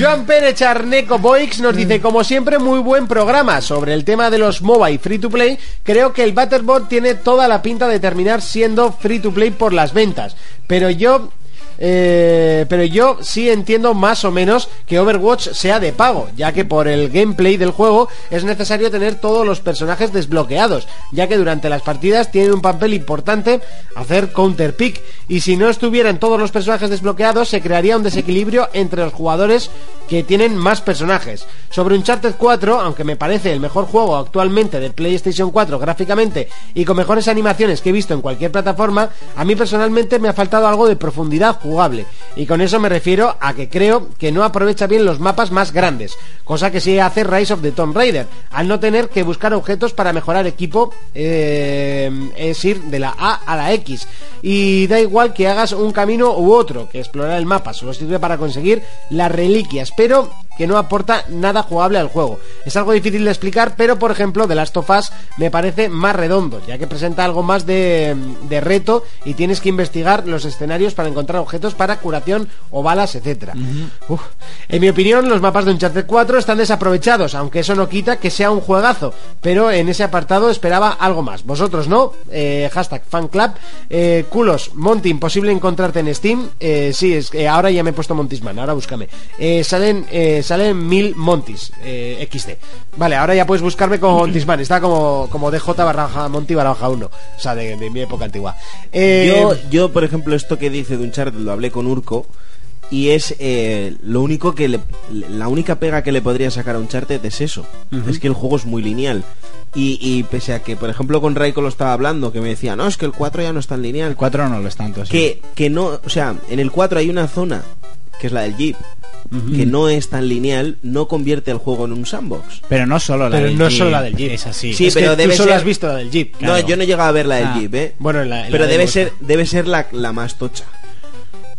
Speaker 2: Joan Pérez Charneco Boix nos dice, como siempre, muy buen programa sobre el tema de los mobile free to play. Creo que el Battlebot tiene toda la pinta de terminar siendo free to play por las ventas. Pero yo... eh, pero yo sí entiendo más o menos que Overwatch sea de pago, ya que por el gameplay del juego es necesario tener todos los personajes desbloqueados, ya que durante las partidas tienen un papel importante hacer counter pick y si no estuvieran todos los personajes desbloqueados se crearía un desequilibrio entre los jugadores que tienen más personajes. Sobre Uncharted 4, aunque me parece el mejor juego actualmente de PlayStation 4 gráficamente y con mejores animaciones que he visto en cualquier plataforma, a mí personalmente me ha faltado algo de profundidad jugable y con eso me refiero a que creo que no aprovecha bien los mapas más grandes, cosa que sí hace Rise of the Tomb Raider, al no tener que buscar objetos para mejorar equipo, eh, es ir de la A a la X. Y da igual que hagas un camino u otro, que explorar el mapa solo sirve para conseguir las reliquias, pero que no aporta nada jugable al juego. Es algo difícil de explicar, pero por ejemplo The Last of Us me parece más redondo, ya que presenta algo más de, de reto y tienes que investigar los escenarios para encontrar objetos para curación o balas, etc. Uf. En mi opinión, los mapas de Uncharted 4 están desaprovechados, aunque eso no quita que sea un juegazo, pero en ese apartado esperaba algo más. Vosotros no, Eh, hashtag fanclub, Eh, culos, Monty, imposible encontrarte en Steam, Eh, sí, es que ahora ya me he puesto Montisman, ahora búscame. Eh, salen, eh, salen mil Montis, eh, XD. Vale, ahora ya puedes buscarme como Montisman, está como, como DJ barra Monty barra 1, o sea, de, de mi época antigua. Eh,
Speaker 7: Yo, yo, por ejemplo, esto que dice de Uncharted lo hablé con Urco y es eh, lo único que le- la única pega que le podría sacar a Uncharted es eso, es que el juego es muy lineal. Y, y pese a que, por ejemplo, con Raiko lo estaba hablando, que me decía, no, es que el 4 ya no es tan lineal.
Speaker 4: El 4 no lo es tanto así.
Speaker 7: Que, que no, o sea, en el 4 hay una zona, que es la del Jeep, que no es tan lineal, no convierte el juego en un sandbox.
Speaker 4: Pero no solo la
Speaker 2: Pero
Speaker 4: del
Speaker 2: no
Speaker 4: Jeep,
Speaker 2: solo la del Jeep.
Speaker 4: Es así.
Speaker 7: Sí,
Speaker 2: es que
Speaker 7: pero
Speaker 2: tú
Speaker 7: debe
Speaker 2: solo
Speaker 7: ser-
Speaker 2: has visto la del Jeep.
Speaker 7: No, yo no llegaba a ver la del
Speaker 4: Ah.
Speaker 7: Jeep, ¿eh?
Speaker 2: Bueno, en la- en la
Speaker 7: pero debe
Speaker 2: demo
Speaker 7: ser, debe ser la, la más tocha.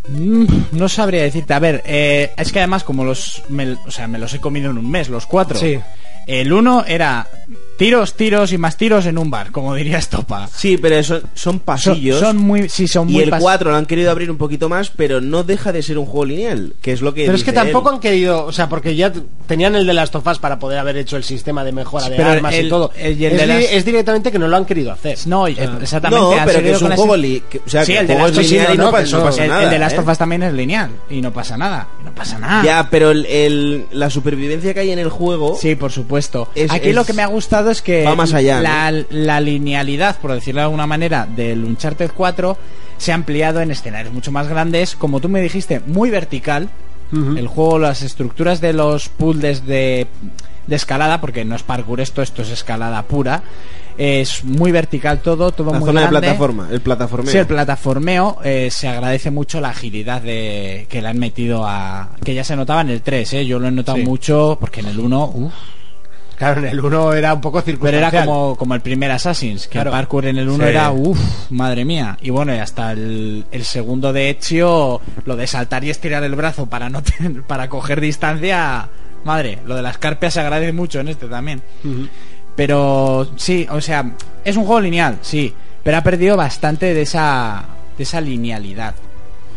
Speaker 4: Mm, No sabría decirte. A ver, eh, es que además como los... me- o sea, me los he comido en un mes, los cuatro.
Speaker 7: Sí.
Speaker 4: El uno era tiros, tiros y más tiros en un bar, como diría Estopa.
Speaker 7: Sí, pero son, son pasillos.
Speaker 4: Son, son muy... Sí, son
Speaker 7: y
Speaker 4: muy
Speaker 7: el
Speaker 4: pas-
Speaker 7: 4 lo han querido abrir un poquito más, pero no deja de ser un juego lineal, que es lo que.
Speaker 2: Pero es que
Speaker 7: dice él.
Speaker 2: tampoco han querido, o sea, porque ya t- tenían el de las tofas para poder haber hecho el sistema de mejora de
Speaker 4: Pero
Speaker 2: armas
Speaker 4: el-
Speaker 2: y todo.
Speaker 4: el- y el
Speaker 2: es,
Speaker 4: de
Speaker 2: di-
Speaker 4: las-
Speaker 2: es directamente que no lo han querido hacer.
Speaker 4: No, exactamente.
Speaker 7: Ah. No,
Speaker 4: han
Speaker 7: pero que
Speaker 4: seguido
Speaker 7: es
Speaker 4: con
Speaker 7: un
Speaker 4: la
Speaker 7: juego.
Speaker 4: sin-
Speaker 7: li- que- o sea,
Speaker 4: Sí,
Speaker 7: que
Speaker 4: el de
Speaker 7: juego
Speaker 4: Last
Speaker 7: es
Speaker 4: of Us-
Speaker 7: lineal y
Speaker 4: no, no,
Speaker 7: no, pa- no pasa
Speaker 4: el,
Speaker 7: nada.
Speaker 4: el de Last
Speaker 7: ¿eh?
Speaker 4: of Us también es lineal y no pasa nada. y no pasa nada.
Speaker 7: Ya, pero el, el- la supervivencia que hay en el juego.
Speaker 4: Sí, por supuesto.
Speaker 7: Es-
Speaker 4: Aquí
Speaker 7: es-
Speaker 4: lo que me ha gustado es que
Speaker 7: va más allá,
Speaker 4: la, la linealidad, por decirlo de alguna manera, del Uncharted 4 se ha ampliado en escenarios mucho más grandes, como tú me dijiste, muy vertical. El juego, las estructuras de los puzzles de, de escalada, porque no es parkour esto, esto es escalada pura. Es muy vertical todo, todo
Speaker 7: La
Speaker 4: muy
Speaker 7: zona de
Speaker 4: grande.
Speaker 7: plataforma, el plataformeo.
Speaker 4: Sí, el plataformeo eh, se agradece mucho la agilidad de, que le han metido a. que ya se notaba en el 3, ¿eh? yo lo he notado mucho porque en el 1. uf,
Speaker 2: Claro, en el 1 era un poco
Speaker 4: pero
Speaker 2: circunstancial.
Speaker 4: era como, como el primer Assassin's, que el parkour en el 1
Speaker 6: Sí.
Speaker 4: era uff, madre mía. Y bueno, y hasta el, el segundo de Ezio, lo de saltar y estirar el brazo para, no [LAUGHS] tener- para coger distancia, madre, lo de las carpias se agradece mucho en este también. Pero sí, o sea, es un juego lineal, sí, pero ha perdido bastante de esa, de esa linealidad.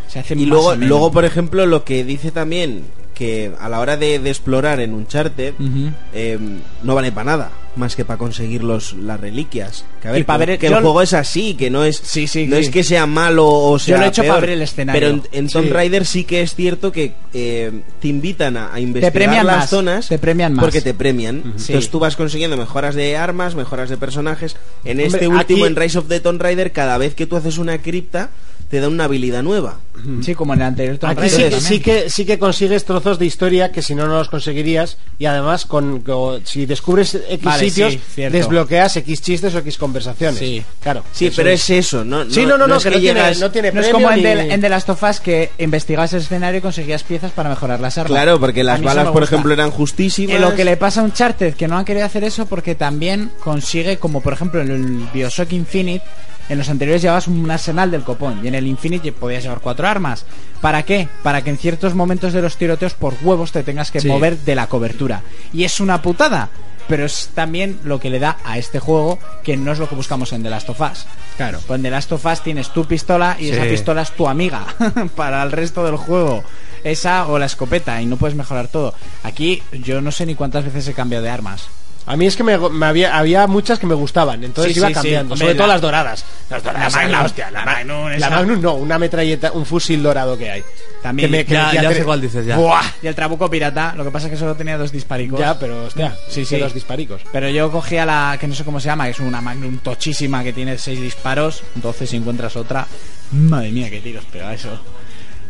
Speaker 4: Se hace
Speaker 7: Y
Speaker 4: más
Speaker 7: luego,
Speaker 4: ameno.
Speaker 7: luego, por ejemplo, lo que dice también que a la hora de, de explorar en Uncharted
Speaker 4: Ujú.
Speaker 7: eh, no vale para nada, más que para conseguir los, las reliquias. Que, a ver,
Speaker 4: Y pa'
Speaker 7: que-
Speaker 4: ver el-
Speaker 7: que
Speaker 4: yo
Speaker 7: el
Speaker 4: lo-
Speaker 7: juego es así, que no es,
Speaker 4: Sí, sí,
Speaker 7: no
Speaker 4: sí.
Speaker 7: es que sea malo o sea
Speaker 4: lo he hecho pa'
Speaker 7: peor.
Speaker 4: ver el escenario.
Speaker 7: Pero en, en Tomb
Speaker 4: Sí.
Speaker 7: Raider sí que es cierto que eh, te invitan a, a investigar
Speaker 4: premian
Speaker 7: las
Speaker 4: más,
Speaker 7: zonas
Speaker 4: te premian más.
Speaker 7: porque te premian. Entonces
Speaker 4: Sí.
Speaker 7: tú vas consiguiendo mejoras de armas, mejoras de personajes. En
Speaker 2: Hombre,
Speaker 7: este último,
Speaker 2: aquí-
Speaker 7: en Rise of the Tomb Raider, cada vez que tú haces una cripta, te da una habilidad nueva.
Speaker 4: Sí, como en el anterior Tomb
Speaker 2: Aquí
Speaker 4: Raider
Speaker 2: sí, que- sí
Speaker 4: también.
Speaker 2: que, sí que consigues trozos de historia que si no, no los conseguirías. Y además, con, con- si descubres X
Speaker 4: Vale,
Speaker 2: sitios,
Speaker 4: sí, cierto.
Speaker 2: desbloqueas X chistes o X conversaciones.
Speaker 4: Sí.
Speaker 2: claro.
Speaker 7: Sí,
Speaker 2: eso
Speaker 7: pero
Speaker 2: es-
Speaker 7: es eso, ¿no?
Speaker 2: Sí, no, no, no,
Speaker 7: es
Speaker 2: que
Speaker 7: que
Speaker 2: no tiene-
Speaker 7: llegas-
Speaker 2: no tiene-
Speaker 4: No es
Speaker 2: premio
Speaker 4: como en,
Speaker 2: ni-
Speaker 4: del- en The Last of Us que investigabas el escenario y conseguías piezas para mejorar las armas.
Speaker 7: Claro, porque
Speaker 4: A
Speaker 7: las
Speaker 4: mí eso
Speaker 7: balas,
Speaker 4: me
Speaker 7: por
Speaker 4: gusta.
Speaker 7: ejemplo, eran justísimas.
Speaker 4: Eh, lo que le pasa a Uncharted, que no han querido hacer eso porque también consigue, como por ejemplo en el Bioshock Infinite, en los anteriores llevabas un arsenal del copón y en el Infinite podías llevar cuatro armas. ¿Para qué? Para que en ciertos momentos de los tiroteos por huevos te tengas que mover de la cobertura. Y es una putada, pero es también lo que le da a este juego que no es lo que buscamos en The Last of Us. Claro. Pues en The Last of Us tienes tu pistola y esa
Speaker 6: Sí.
Speaker 4: pistola es tu amiga [LAUGHS] para el resto del juego. Esa o la escopeta y no puedes mejorar todo. Aquí yo no sé ni cuántas veces he cambiado de armas.
Speaker 2: A mí es que me, me había, había muchas que me gustaban, entonces
Speaker 4: Sí,
Speaker 2: iba
Speaker 4: sí, sí.
Speaker 2: cambiando,
Speaker 4: Hombre,
Speaker 2: sobre todo
Speaker 4: la-
Speaker 2: las doradas. Las
Speaker 4: doradas son la hostia, la Magnum,
Speaker 2: La
Speaker 4: esa.
Speaker 2: Magnum no, una metralleta, un fusil dorado que hay.
Speaker 4: También
Speaker 2: Que me- que
Speaker 6: ya-
Speaker 2: decía
Speaker 6: ya
Speaker 2: tres-
Speaker 6: sé cuál dices ya.
Speaker 2: Buah,
Speaker 4: Y el trabuco pirata, lo que pasa es que solo tenía dos disparicos.
Speaker 2: Ya, pero hostia,
Speaker 4: Sí,
Speaker 2: sí,
Speaker 4: sí.
Speaker 2: los disparicos.
Speaker 4: Pero yo cogía la que no sé cómo se llama, que es una magnum tochísima que tiene seis disparos, 12 si encuentras otra. Madre mía, qué tiros pega eso.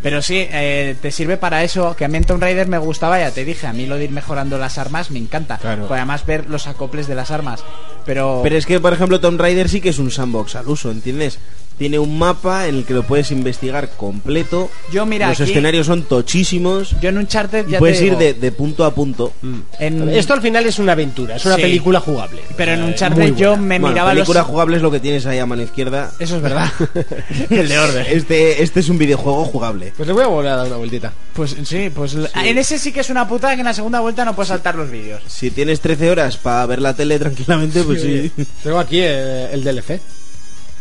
Speaker 4: Pero sí, eh, te sirve para eso, que a mí en Tomb Raider me gustaba, ya te dije, a mí lo de ir mejorando las armas me encanta.
Speaker 2: Claro.
Speaker 4: Porque además ver los acoples de las armas. Pero,
Speaker 7: Pero es que, por ejemplo, Tomb Raider sí que es un sandbox al uso, ¿entiendes? Tiene un mapa en el que lo puedes investigar completo.
Speaker 4: Yo, mira,
Speaker 7: Los
Speaker 4: aquí-
Speaker 7: escenarios son tochísimos.
Speaker 4: yo en un charter
Speaker 7: Y
Speaker 4: ya
Speaker 7: puedes
Speaker 4: te
Speaker 7: ir
Speaker 4: digo, Mm.
Speaker 7: de, de punto a punto.
Speaker 4: en-
Speaker 2: Esto al final es una aventura, es una
Speaker 4: Sí.
Speaker 2: película jugable.
Speaker 4: Pero en un
Speaker 2: muy
Speaker 4: charter
Speaker 2: buena.
Speaker 4: yo me
Speaker 7: Bueno,
Speaker 4: miraba los...
Speaker 7: película jugable es lo que tienes ahí a mano izquierda.
Speaker 4: Eso es
Speaker 7: [LAUGHS]
Speaker 4: verdad. el de orden.
Speaker 7: Este, este es un videojuego jugable.
Speaker 2: Pues le voy a volver a dar una vueltita.
Speaker 4: Pues sí, pues ah, en ese sí que es una putada que en la segunda vuelta no puedes saltar los vídeos.
Speaker 7: Si tienes 13 horas para ver la tele tranquilamente, pues sí.
Speaker 2: [LAUGHS] Tengo aquí eh, el DLC.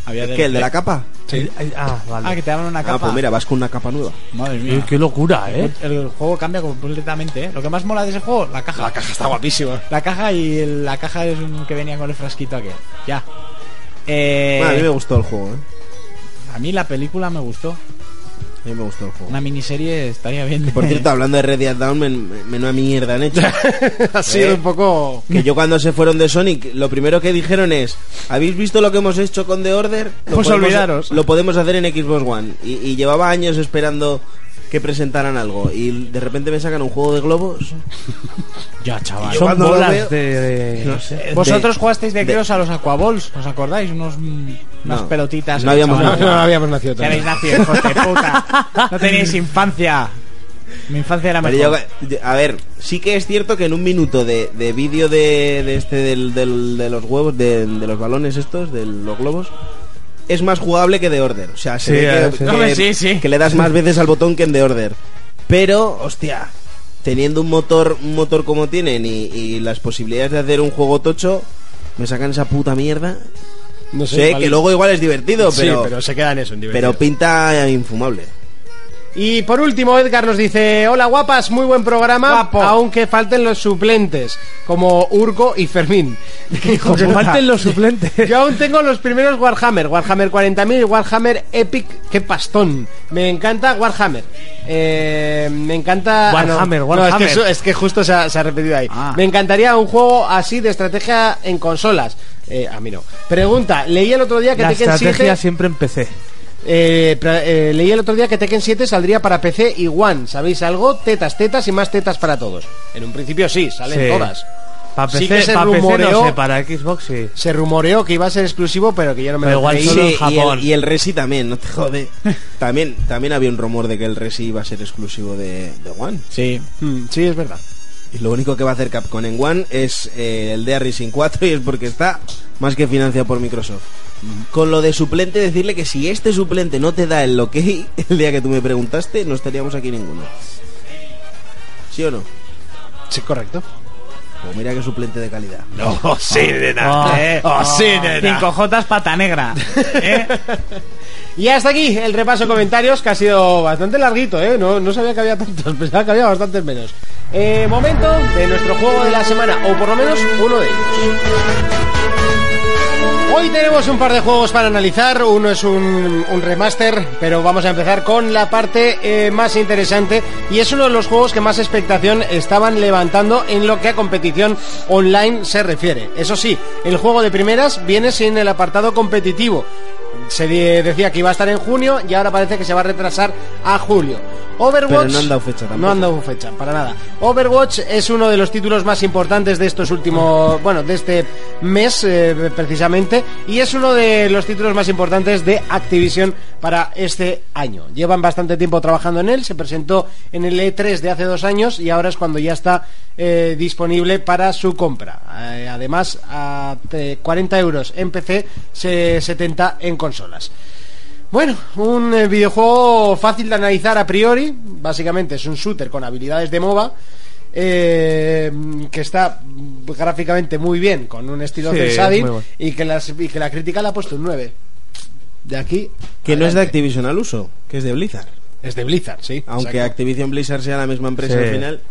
Speaker 4: Había
Speaker 7: ¿Qué? ¿El de la capa?
Speaker 6: Ay, Ah, vale.
Speaker 4: Ah, que te daban una capa.
Speaker 7: Ah, pues mira, vas con una capa nueva.
Speaker 4: Madre
Speaker 6: Qué-
Speaker 4: mía.
Speaker 6: Qué locura, ¿eh?
Speaker 4: El, el juego cambia completamente, ¿eh? Lo que más mola de ese juego, la caja. La caja está guapísima. La caja y el- la caja es un que venía con el frasquito aquel. Ya. Eh,
Speaker 7: Bueno, a mí me gustó el juego, ¿eh?
Speaker 4: a mí la película me gustó.
Speaker 7: A mí me gustó el juego.
Speaker 4: Una miniserie estaría bien.
Speaker 7: Por cierto, hablando de Red Dead Down, men- men- menuda mierda han hecho. Eh,
Speaker 2: Ha sido un poco...
Speaker 7: Que yo cuando se fueron de Sonic, lo primero que dijeron es, ¿habéis visto lo que hemos hecho con The Order? Lo
Speaker 4: Pues olvidaros.
Speaker 7: Lo podemos hacer en Xbox One. Y, y llevaba años esperando que presentaran algo. Y de repente me sacan un juego de globos.
Speaker 4: ya, chaval.
Speaker 7: Yo
Speaker 6: Son
Speaker 7: cuando lo
Speaker 6: bolas
Speaker 7: veo-
Speaker 6: de, de- No sé.
Speaker 7: de-
Speaker 4: Vosotros jugasteis [LAUGHS] de
Speaker 7: de-
Speaker 4: críos a los Aquaballs, ¿os acordáis? Unos, mm, unas
Speaker 7: No,
Speaker 4: pelotitas.
Speaker 7: no habíamos
Speaker 4: chaval.
Speaker 7: nacido.
Speaker 2: No, no habíamos nacido
Speaker 4: Ya habéis
Speaker 2: todavía.
Speaker 4: nacido, hijos de puta. No [LAUGHS] tenéis infancia. Mi infancia era
Speaker 7: Pero
Speaker 4: mejor.
Speaker 7: yo- yo- a ver, sí que es cierto que en un minuto de, de vídeo de, de este del, del- de los huevos, de, de los balones estos, de los globos, es más jugable que The Order. O sea, se
Speaker 6: Sí,
Speaker 7: ve que-
Speaker 6: eh, sí.
Speaker 7: que-
Speaker 6: Hombre, sí, sí.
Speaker 7: que le das más veces al botón que en The Order. Pero, hostia, teniendo un motor, un motor como tienen y, y las posibilidades de hacer un juego tocho, me sacan esa puta mierda.
Speaker 2: No
Speaker 7: sé, que luego igual es divertido,
Speaker 2: Pues Sí,
Speaker 7: pero,
Speaker 2: pero se queda en eso, en divertido.
Speaker 7: pero pinta infumable.
Speaker 2: Y por último, Edgar nos dice: Hola guapas, muy buen programa,
Speaker 4: Guapo.
Speaker 2: aunque falten los suplentes, como Urco y
Speaker 6: [LAUGHS]
Speaker 2: Fermín. Dijo que-
Speaker 6: Falten
Speaker 2: [LAUGHS]
Speaker 6: los suplentes.
Speaker 2: Yo aún tengo los primeros Warhammer, Warhammer 40.000 y Warhammer Epic, qué pastón. Me encanta Warhammer. Eh, me encanta... ah, no.
Speaker 6: Warhammer,
Speaker 2: No,
Speaker 6: Warhammer.
Speaker 2: es, que, eso- es que justo se ha, se ha repetido ahí.
Speaker 4: Ah.
Speaker 2: Me encantaría un juego así de estrategia en consolas. Eh, a mí no. Pregunta, leí el otro día que
Speaker 6: La
Speaker 2: Tekken 7...
Speaker 6: estrategia siempre empecé.
Speaker 2: Eh, pra- eh, leí el otro día que Tekken 7 saldría para PC y One. ¿Sabéis algo? Tetas, tetas y más tetas para todos. En un principio sí, salen
Speaker 6: Sí.
Speaker 2: todas.
Speaker 6: Para
Speaker 2: Sí
Speaker 6: PC,
Speaker 2: que se
Speaker 6: pa' PC
Speaker 2: rumoreó-
Speaker 6: no sé, para Xbox sí.
Speaker 2: Se rumoreó que iba a ser exclusivo, pero que yo no me
Speaker 6: Pero
Speaker 2: lo
Speaker 6: igual
Speaker 2: creí.
Speaker 6: solo en
Speaker 7: Sí, y
Speaker 6: Japón.
Speaker 7: el, y el Resi también, no te
Speaker 6: [LAUGHS]
Speaker 7: jode. También, también había un rumor de que el Resi iba a ser exclusivo de, de One.
Speaker 4: Sí.
Speaker 2: Mm, sí, es verdad.
Speaker 7: Y lo único que va a hacer Capcom en One es eh, el de Racing 4 [LAUGHS] y es porque está más que financiado por Microsoft. Con lo de suplente, decirle que si este suplente no te da el ok [LAUGHS] el día que tú me preguntaste, no estaríamos aquí ninguno. ¿Sí o no?
Speaker 2: Sí, correcto.
Speaker 7: Pues mira que suplente de calidad.
Speaker 1: No, sí,
Speaker 7: Ah.
Speaker 4: Oh,
Speaker 1: eh.
Speaker 4: oh,
Speaker 1: sí, nena.
Speaker 4: Cinco Jotas pata
Speaker 7: [LAUGHS]
Speaker 4: negra. ¿eh?
Speaker 2: Y hasta aquí el repaso de comentarios, que ha sido bastante larguito, ¿eh? No, no sabía que había tantos, [LAUGHS] pensaba que había bastantes menos. Eh, momento de nuestro juego de la semana, o por lo menos uno de ellos. Hoy tenemos un par de juegos para analizar, uno es un, un remaster, pero vamos a empezar con la parte eh, más interesante y es uno de los juegos que más expectación estaban levantando en lo que a competición online se refiere. Eso sí, el juego de primeras viene sin el apartado competitivo, se de- decía que iba a estar en junio y ahora parece que se va a retrasar a julio. Overwatch
Speaker 7: Pero no han dado fecha tampoco.
Speaker 2: No han dado fecha para nada. Overwatch es uno de los títulos más importantes de estos últimos, bueno, de este mes eh, precisamente y es uno de los títulos más importantes de Activision para este año. Llevan bastante tiempo trabajando en él, se presentó en el E3 de hace dos años y ahora es cuando ya está eh, disponible para su compra. Eh, además, a eh, 40 euros en PC, se- 70 en consolas. Bueno, un eh, videojuego fácil de analizar a priori. Básicamente es un shooter con habilidades de MOBA. eh, que está mm, gráficamente muy bien, con un estilo
Speaker 6: Sí,
Speaker 2: de
Speaker 6: muy bueno.
Speaker 2: y, que las- y que la crítica le ha puesto un 9. De aquí.
Speaker 7: Que no es de
Speaker 2: adelante.
Speaker 7: Activision al uso, que es de Blizzard.
Speaker 2: Es de Blizzard, sí.
Speaker 7: Aunque
Speaker 2: exacto.
Speaker 7: Activision Blizzard sea la misma empresa
Speaker 6: Sí.
Speaker 7: al final,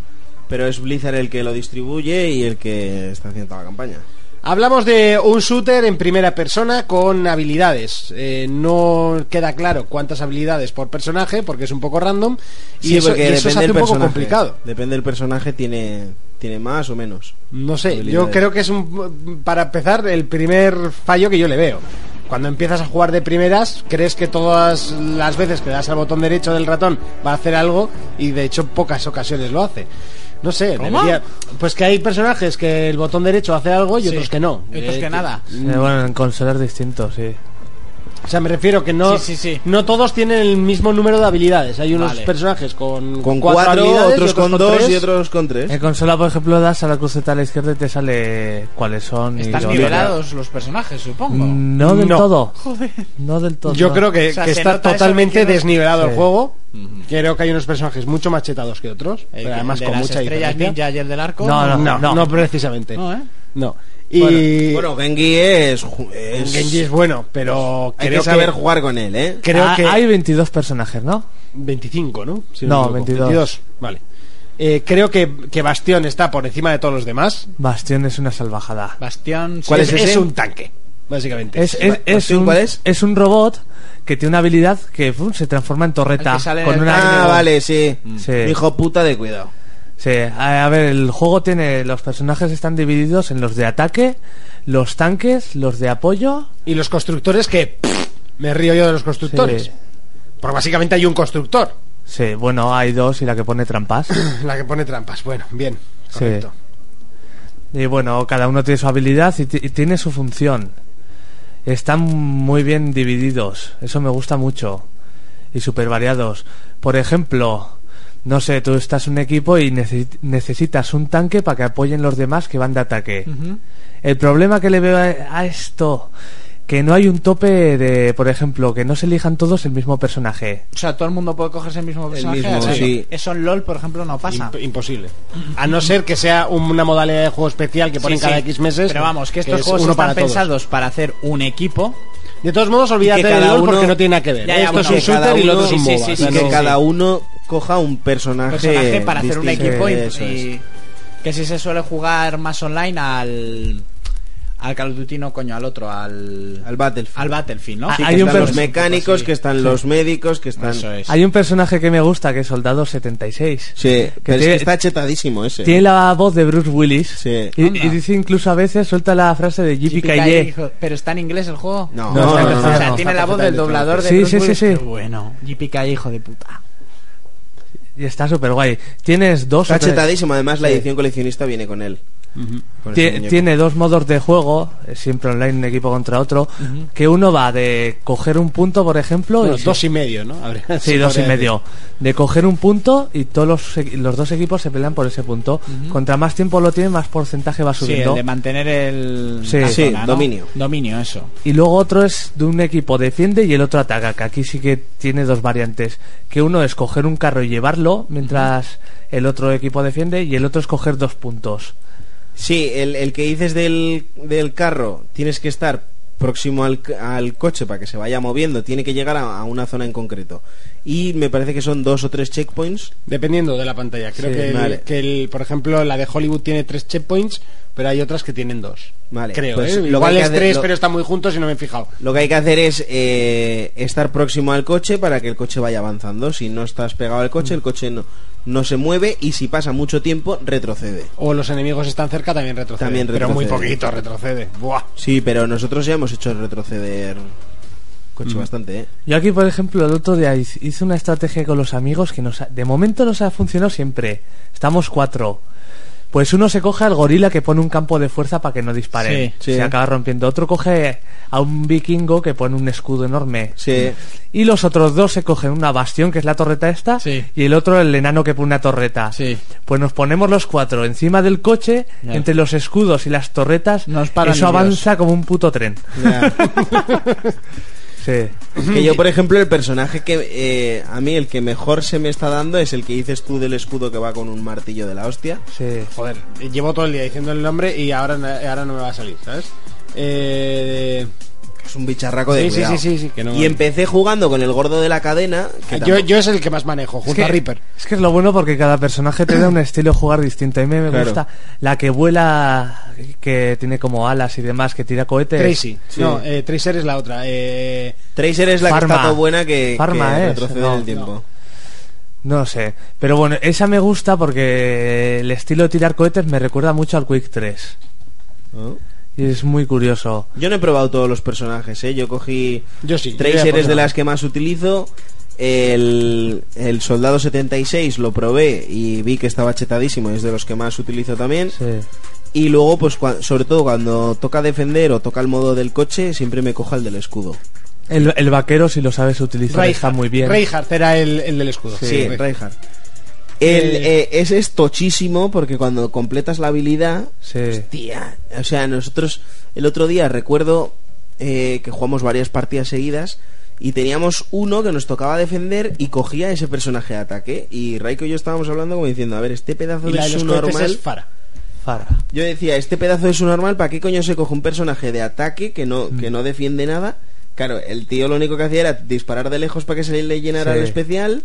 Speaker 7: pero es Blizzard el que lo distribuye y el que está haciendo toda la campaña.
Speaker 2: Hablamos de un shooter en primera persona con habilidades. Eh, no queda claro cuántas habilidades por personaje, porque es un poco random. Y
Speaker 7: sí,
Speaker 2: eso,
Speaker 7: porque
Speaker 2: y eso
Speaker 7: depende
Speaker 2: se hace
Speaker 7: del
Speaker 2: un poco
Speaker 7: personaje.
Speaker 2: complicado.
Speaker 7: Depende del personaje, tiene, tiene más o menos.
Speaker 2: No sé, yo
Speaker 7: Habilidades.
Speaker 2: creo que es un, para empezar el primer fallo que yo le veo. Cuando empiezas a jugar de primeras, crees que todas las veces que le das al botón derecho del ratón va a hacer algo y de hecho pocas ocasiones lo hace. No sé, debería- pues que hay personajes que el botón derecho hace algo y
Speaker 4: Sí.
Speaker 2: otros que no.
Speaker 4: Y otros
Speaker 2: Eh,
Speaker 4: que nada.
Speaker 6: Eh, bueno, en consolas distintos, sí.
Speaker 2: O sea, me refiero que no,
Speaker 4: Sí, sí, sí.
Speaker 2: no todos tienen el mismo número de habilidades. Hay unos
Speaker 4: Vale.
Speaker 2: personajes con,
Speaker 7: Con
Speaker 2: cuatro,
Speaker 7: cuatro,
Speaker 2: habilidades y
Speaker 7: otros con dos
Speaker 2: tres.
Speaker 7: y otros con tres.
Speaker 6: En consola, por ejemplo, das a la cruceta a la izquierda y te sale cuáles son. y
Speaker 4: Están
Speaker 6: lo- Mm,
Speaker 4: nivelados los personajes, supongo. Eh,
Speaker 6: No del
Speaker 2: No.
Speaker 6: todo. No del todo.
Speaker 2: Yo creo que,
Speaker 4: O sea,
Speaker 2: que
Speaker 4: se
Speaker 2: está
Speaker 4: nota eso
Speaker 2: totalmente
Speaker 4: porque no-
Speaker 2: desnivelado el
Speaker 6: Sí.
Speaker 2: juego. Creo que hay unos personajes mucho más chetados que otros,
Speaker 4: El
Speaker 2: pero además
Speaker 4: de
Speaker 2: con
Speaker 4: las
Speaker 2: mucha
Speaker 4: estrellas
Speaker 2: diferencia.
Speaker 4: ninja y el del arco.
Speaker 6: No, no,
Speaker 2: No, no, precisamente.
Speaker 4: No, ¿eh?
Speaker 2: No. Eh, Y
Speaker 7: Bueno, Gengi es. ju- es-
Speaker 2: Genji es bueno, pero
Speaker 7: hay
Speaker 2: creo
Speaker 7: que saber
Speaker 2: que-
Speaker 7: jugar con él, ¿eh?
Speaker 2: creo
Speaker 6: Ah,
Speaker 2: que
Speaker 6: Hay 22 personajes, ¿no?
Speaker 2: 25, ¿no? Si
Speaker 6: No,
Speaker 2: me equivoco.
Speaker 6: 22.
Speaker 2: Vale. Eh, creo que, que Bastión está por encima de todos los demás.
Speaker 6: Bastión es una salvajada.
Speaker 4: Bastión.
Speaker 7: ¿Cuál
Speaker 4: sí.
Speaker 7: es ese?
Speaker 2: un tanque, básicamente.
Speaker 6: Es, es, es
Speaker 7: Bastión,
Speaker 6: un,
Speaker 7: ¿cuál es?
Speaker 6: un robot que tiene una habilidad que pum, se transforma en
Speaker 4: El
Speaker 6: torreta.
Speaker 4: que sale en
Speaker 6: Con
Speaker 4: el
Speaker 6: una
Speaker 7: Ah, vale, sí.
Speaker 2: Mm.
Speaker 6: Sí.
Speaker 7: Hijo puta de cuidado.
Speaker 6: Sí, a, a ver, el juego tiene. Los personajes están divididos en los de ataque, los tanques, los de apoyo.
Speaker 2: Y los constructores que... pff, me río yo de los constructores.
Speaker 6: Sí.
Speaker 2: Porque básicamente hay un constructor,
Speaker 6: Sí, bueno, hay dos y la que pone trampas.
Speaker 2: [LAUGHS] la que pone trampas. Bueno, bien,
Speaker 6: Sí.
Speaker 2: correcto.
Speaker 6: Y bueno, cada uno tiene su habilidad y, ti- y tiene su función. Están muy bien divididos, eso me gusta mucho. Y súper variados. Por ejemplo, no sé, tú estás en un equipo y necesi- necesitas un tanque para que apoyen los demás que van de ataque. El problema que le veo a, a esto, que no hay un tope de, por ejemplo, que no se elijan todos el mismo personaje.
Speaker 4: O sea, todo el mundo puede cogerse el mismo personaje.
Speaker 7: mismo,
Speaker 4: O sea,
Speaker 7: sí.
Speaker 4: Eso en LOL, por ejemplo, no pasa.
Speaker 2: Imp- imposible. A no ser que sea una modalidad de juego especial que ponen
Speaker 4: Sí,
Speaker 2: cada
Speaker 4: sí.
Speaker 2: X meses.
Speaker 4: Pero vamos, que estos
Speaker 2: es
Speaker 4: juegos
Speaker 2: uno
Speaker 4: están
Speaker 2: para todos.
Speaker 4: pensados para hacer un equipo.
Speaker 2: De todos modos, olvídate
Speaker 7: que
Speaker 2: de
Speaker 7: cada
Speaker 2: LOL
Speaker 7: uno-
Speaker 2: porque no tiene nada que ver. ¿eh?
Speaker 4: Ya, ya,
Speaker 2: Esto es
Speaker 4: bueno,
Speaker 2: un
Speaker 4: que
Speaker 7: cada
Speaker 2: shooter y lo
Speaker 7: uno-
Speaker 2: otro es un
Speaker 4: sí,
Speaker 2: MOBA.
Speaker 4: sí,
Speaker 2: o
Speaker 4: sí,
Speaker 2: sea,
Speaker 7: que
Speaker 2: no-
Speaker 7: cada uno coja un personaje,
Speaker 4: personaje para hacer un
Speaker 7: distinto.
Speaker 4: equipo y,
Speaker 7: Eso es.
Speaker 4: y- que si se suele jugar más online al al Call of Duty no coño al otro al
Speaker 7: al Battlefield.
Speaker 4: al Battlefield no
Speaker 6: Ah,
Speaker 7: Sí, que
Speaker 6: hay un
Speaker 7: están los
Speaker 6: per-
Speaker 7: mecánicos, que están los médicos, que están.
Speaker 4: eso es
Speaker 6: Hay un personaje que me gusta, que es Soldado 76.
Speaker 7: Sí, pero es
Speaker 6: tiene-
Speaker 7: que está chetadísimo ese.
Speaker 6: Tiene la voz de Bruce Willis.
Speaker 7: Sí.
Speaker 6: Y,
Speaker 4: Anda.
Speaker 6: y dice incluso a veces, suelta la frase de JPKY.
Speaker 4: hijo- pero está en inglés el juego
Speaker 7: No,
Speaker 6: No,
Speaker 7: no,
Speaker 6: está
Speaker 7: no,
Speaker 6: en
Speaker 7: no,
Speaker 4: o sea
Speaker 7: no.
Speaker 4: tiene
Speaker 7: Está
Speaker 4: la voz
Speaker 7: fatal,
Speaker 4: del
Speaker 7: está
Speaker 4: doblador de
Speaker 6: Sí,
Speaker 4: Bruce
Speaker 6: sí, sí,
Speaker 4: Willis. Qué
Speaker 6: sí.
Speaker 4: bueno JPK hijo de puta
Speaker 6: Y está súper guay. Tienes dos...
Speaker 7: Está
Speaker 6: o tres-
Speaker 7: chetadísimo, además la edición coleccionista viene con él. Con ese
Speaker 6: Tie-
Speaker 7: muñeco.
Speaker 6: tiene dos modos de juego, eh, siempre online, un equipo contra otro, que uno va de coger un punto, por ejemplo,
Speaker 2: Bueno,
Speaker 6: y-
Speaker 2: dos y medio, ¿no? Habría- [LAUGHS] se
Speaker 6: sí, dos y
Speaker 2: podría decir.
Speaker 6: medio, de coger un punto y todos los, equi- los dos equipos se pelean por ese punto. Contra más tiempo lo tiene, más porcentaje va
Speaker 4: sí
Speaker 6: subiendo.
Speaker 4: el de mantener el
Speaker 6: Sí,
Speaker 4: la
Speaker 7: sí,
Speaker 4: ¿no?
Speaker 7: dominio.
Speaker 4: dominio eso
Speaker 6: Y luego otro es de un equipo defiende y el otro ataca, que aquí sí que tiene dos variantes, que uno es coger un carro y llevarlo mientras el otro equipo defiende y el otro es coger dos puntos.
Speaker 7: Sí, el, el que dices del, del carro, tienes que estar próximo al, c- al coche para que se vaya moviendo, tiene que llegar a, a una zona en concreto. Y me parece que son dos o tres checkpoints.
Speaker 2: Dependiendo de la pantalla. Creo
Speaker 7: Sí,
Speaker 2: que, el-
Speaker 7: vale.
Speaker 2: que el- por ejemplo, la de Hollywood tiene tres checkpoints, pero hay otras que tienen dos.
Speaker 7: Vale,
Speaker 2: Creo,
Speaker 7: pues
Speaker 2: ¿eh?
Speaker 7: lo que
Speaker 2: Igual
Speaker 7: hay que
Speaker 2: es
Speaker 7: hacer-
Speaker 2: tres,
Speaker 7: lo-
Speaker 2: pero están muy juntos y no me he fijado.
Speaker 7: Lo que hay que hacer es eh, estar próximo al coche para que el coche vaya avanzando. Si no estás pegado al coche, el coche no, no se mueve y si pasa mucho tiempo, retrocede.
Speaker 2: O los enemigos están cerca, también retrocede.
Speaker 7: También
Speaker 2: Pero muy
Speaker 7: retrocede.
Speaker 2: poquito retrocede. Buah.
Speaker 7: Sí, pero nosotros ya hemos hecho retroceder
Speaker 2: Mm.
Speaker 7: coche bastante, ¿eh?
Speaker 6: Yo aquí, por ejemplo, el otro día hiz- hice una estrategia con los amigos que nos ha- de momento nos ha funcionado siempre. Estamos cuatro. Pues uno se coge al gorila que pone un campo de fuerza para que no dispare.
Speaker 4: Sí,
Speaker 7: sí.
Speaker 6: Se acaba rompiendo. Otro coge a un vikingo que pone un escudo enorme.
Speaker 7: Sí.
Speaker 6: Y los otros dos se cogen una bastión, que es la torreta esta,
Speaker 4: Sí.
Speaker 6: y el otro el enano que pone una torreta.
Speaker 4: Sí.
Speaker 6: Pues nos ponemos los cuatro encima del coche,
Speaker 4: Ya.
Speaker 6: entre los escudos y las torretas.
Speaker 4: Nos paran
Speaker 6: eso
Speaker 4: ni Dios.
Speaker 6: avanza como un puto tren.
Speaker 2: [LAUGHS]
Speaker 6: Sí.
Speaker 7: Que yo, por ejemplo, el personaje que eh, a mí el que mejor se me está dando es el que dices tú del escudo que va con un martillo de la hostia.
Speaker 6: Sí.
Speaker 2: Joder, llevo todo el día diciendo el nombre y ahora, na- ahora no me va a salir, ¿sabes? Eh,
Speaker 7: que es un bicharraco de
Speaker 2: sí, sí,
Speaker 7: cuidado.
Speaker 2: sí, sí, sí, que no- Ah,
Speaker 7: Y empecé jugando con el gordo de la cadena. que
Speaker 2: yo,
Speaker 7: tampoco-
Speaker 2: yo es el que más manejo, junto
Speaker 6: que-
Speaker 2: a Reaper.
Speaker 6: Es que es lo bueno porque cada personaje te da un estilo de jugar distinto. A mí me
Speaker 7: Claro.
Speaker 6: gusta la que vuela, que tiene como alas y demás, que tira cohetes.
Speaker 2: Tracy. No, eh, Tracer es la otra. Eh,
Speaker 7: Tracer es la que
Speaker 6: Farma.
Speaker 7: está tan buena que,
Speaker 6: Farma
Speaker 7: que
Speaker 6: es,
Speaker 7: retrocede
Speaker 6: no,
Speaker 7: en el tiempo.
Speaker 6: no. No sé. Pero bueno, esa me gusta porque el estilo de tirar cohetes me recuerda mucho al Quick 3.
Speaker 7: ¿No?
Speaker 6: Y es muy curioso.
Speaker 7: Yo no he probado todos los personajes, ¿eh? Yo cogí...
Speaker 2: yo sí. yo ya
Speaker 7: Tracer
Speaker 2: por
Speaker 7: es de
Speaker 2: no.
Speaker 7: las que más utilizo. El, el Soldado 76 lo probé y vi que estaba chetadísimo, es de los que más utilizo también.
Speaker 6: Sí.
Speaker 7: Y luego, pues cua- sobre todo cuando toca defender o toca el modo del coche, siempre me coja el del escudo.
Speaker 6: El, el vaquero, si lo sabes utilizar, está
Speaker 2: Reinhardt.
Speaker 6: muy bien.
Speaker 2: Reinhardt era el, el del escudo.
Speaker 7: Sí, Reinhardt. El, eh, ese es tochísimo porque cuando completas la habilidad,
Speaker 6: Sí.
Speaker 7: Tía, o sea, nosotros el otro día recuerdo eh, que jugamos varias partidas seguidas y teníamos uno que nos tocaba defender y cogía ese personaje de ataque. Y Raiko y yo estábamos hablando como diciendo, a ver, este pedazo
Speaker 2: Y la de
Speaker 7: es
Speaker 2: los
Speaker 7: un
Speaker 2: cohetes
Speaker 7: normal.
Speaker 2: es Fara.
Speaker 6: Fara.
Speaker 7: Yo decía, este pedazo es un normal, ¿para qué coño se coge un personaje de ataque que no, que no defiende nada? Claro, el tío lo único que hacía era disparar de lejos para que se le llenara
Speaker 6: Sí.
Speaker 7: el especial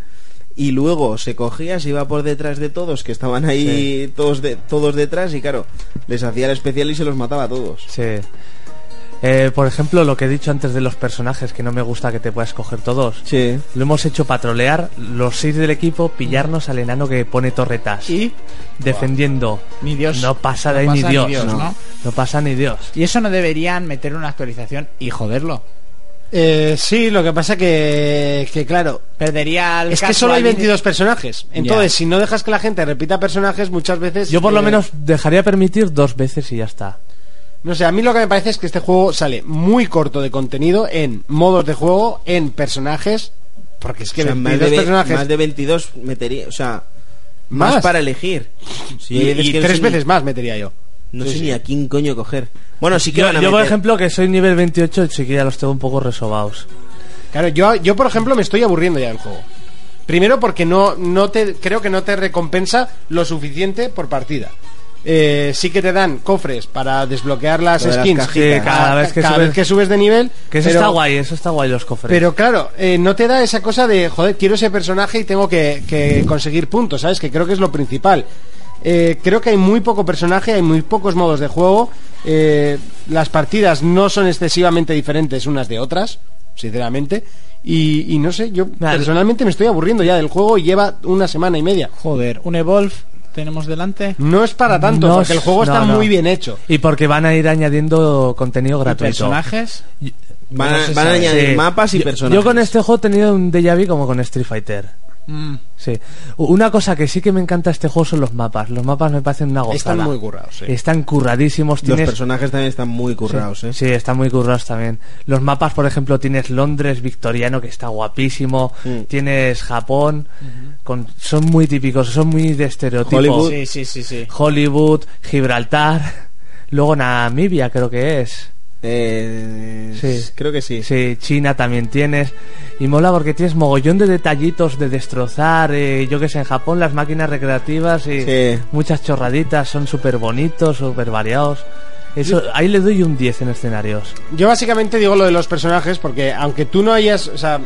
Speaker 7: y luego se cogía, se iba por detrás de todos, que estaban ahí todos, de, todos detrás y claro, les hacía el especial y se los mataba a todos.
Speaker 6: Sí. Eh, por ejemplo, lo que he dicho antes de los personajes, que no me gusta que te puedas coger todos.
Speaker 7: Sí.
Speaker 6: Lo hemos hecho patrolear los seis del equipo, pillarnos al enano que pone torretas.
Speaker 4: y
Speaker 6: Defendiendo.
Speaker 4: ni Dios
Speaker 6: No pasa de
Speaker 4: no
Speaker 6: ahí ni
Speaker 4: pasa
Speaker 6: Dios.
Speaker 4: ¿no?
Speaker 6: no. No pasa ni Dios.
Speaker 4: y eso no deberían meter una actualización y joderlo
Speaker 2: Eh, sí, lo que pasa que, que claro,
Speaker 4: perdería al
Speaker 2: es que solo hay
Speaker 4: casual-
Speaker 2: 22 personajes. Entonces, si no dejas que la gente repita personajes, muchas veces...
Speaker 6: Yo por lo
Speaker 2: eh,
Speaker 6: menos dejaría permitir dos veces y ya está.
Speaker 2: No sé, a mí lo que me parece es que este juego sale muy corto de contenido en modos de juego, en personajes, porque es que
Speaker 7: O sea,
Speaker 2: 22
Speaker 7: más, de, ve-
Speaker 2: personajes
Speaker 7: más de 22 metería, o sea, más,
Speaker 2: Más.
Speaker 7: para elegir. Si
Speaker 2: y,
Speaker 7: dices
Speaker 2: y
Speaker 7: que
Speaker 2: tres
Speaker 7: es un-
Speaker 2: veces más metería yo.
Speaker 7: No sé ni a quién coño coger. Bueno, sí que
Speaker 6: yo,
Speaker 7: van a
Speaker 6: yo, por
Speaker 7: meter-
Speaker 6: ejemplo, que soy nivel 28, sí que ya los tengo un poco resobados.
Speaker 2: Claro, yo, yo por ejemplo me estoy aburriendo ya del juego. Primero porque no, no te, creo que no te recompensa lo suficiente por partida. Eh, sí que te dan cofres para desbloquear las
Speaker 7: Lo de las
Speaker 2: skins ca-
Speaker 7: cajitas.
Speaker 6: Cada vez que
Speaker 2: cada
Speaker 6: subes-
Speaker 2: vez que subes de nivel.
Speaker 6: Que eso
Speaker 2: pero-
Speaker 6: está guay, eso está guay los cofres.
Speaker 2: Pero claro, eh, no te da esa cosa de, joder, quiero ese personaje y tengo que, que conseguir puntos, ¿sabes? Que creo que es lo principal. Eh, creo que hay muy poco personaje, hay muy pocos modos de juego. eh, las partidas no son excesivamente diferentes unas de otras, sinceramente. Y, y no sé, yo
Speaker 6: Vale.
Speaker 2: personalmente me estoy aburriendo ya del juego y lleva una semana y media.
Speaker 4: Joder, un Evolve tenemos delante.
Speaker 2: No es para tanto,
Speaker 6: No
Speaker 2: porque el
Speaker 6: es-
Speaker 2: juego está
Speaker 6: no, no.
Speaker 2: muy bien hecho.
Speaker 6: Y porque van a ir añadiendo contenido
Speaker 4: ¿Y
Speaker 6: gratuito.
Speaker 4: personajes.
Speaker 7: Van, a-
Speaker 6: No se
Speaker 7: van a
Speaker 6: sabe.
Speaker 7: añadir
Speaker 6: Sí.
Speaker 7: mapas y
Speaker 6: Yo-
Speaker 7: personajes.
Speaker 6: Yo con este juego he tenido un déjà vu como con Street Fighter.
Speaker 4: Mm.
Speaker 6: Sí. U- Una cosa que sí que me encanta de este juego son los mapas. Los mapas me parecen una gozada.
Speaker 2: Están muy currados, sí.
Speaker 6: Están curradísimos.
Speaker 7: Los
Speaker 6: Eh, Tienes...
Speaker 7: personajes también están muy currados, ¿eh?
Speaker 6: Sí, están muy currados también. Los mapas, por ejemplo, tienes Londres victoriano, que está guapísimo.
Speaker 7: Mm.
Speaker 6: Tienes Japón. con... Son muy típicos, son muy de estereotipo.
Speaker 7: Hollywood.
Speaker 4: Sí, sí, sí, sí.
Speaker 6: Hollywood, Gibraltar. [LAUGHS] Luego Namibia, creo que es.
Speaker 7: Eh,
Speaker 6: Sí.
Speaker 7: Creo que sí.
Speaker 6: Sí, China también tienes. Y mola porque tienes mogollón de detallitos de destrozar. eh, yo que sé, en Japón las máquinas recreativas y
Speaker 7: Sí.
Speaker 6: muchas chorraditas son súper bonitos, súper variados. Eso, ahí le doy un 10 en escenarios.
Speaker 2: Yo básicamente digo lo de los personajes porque aunque tú no hayas, o sea,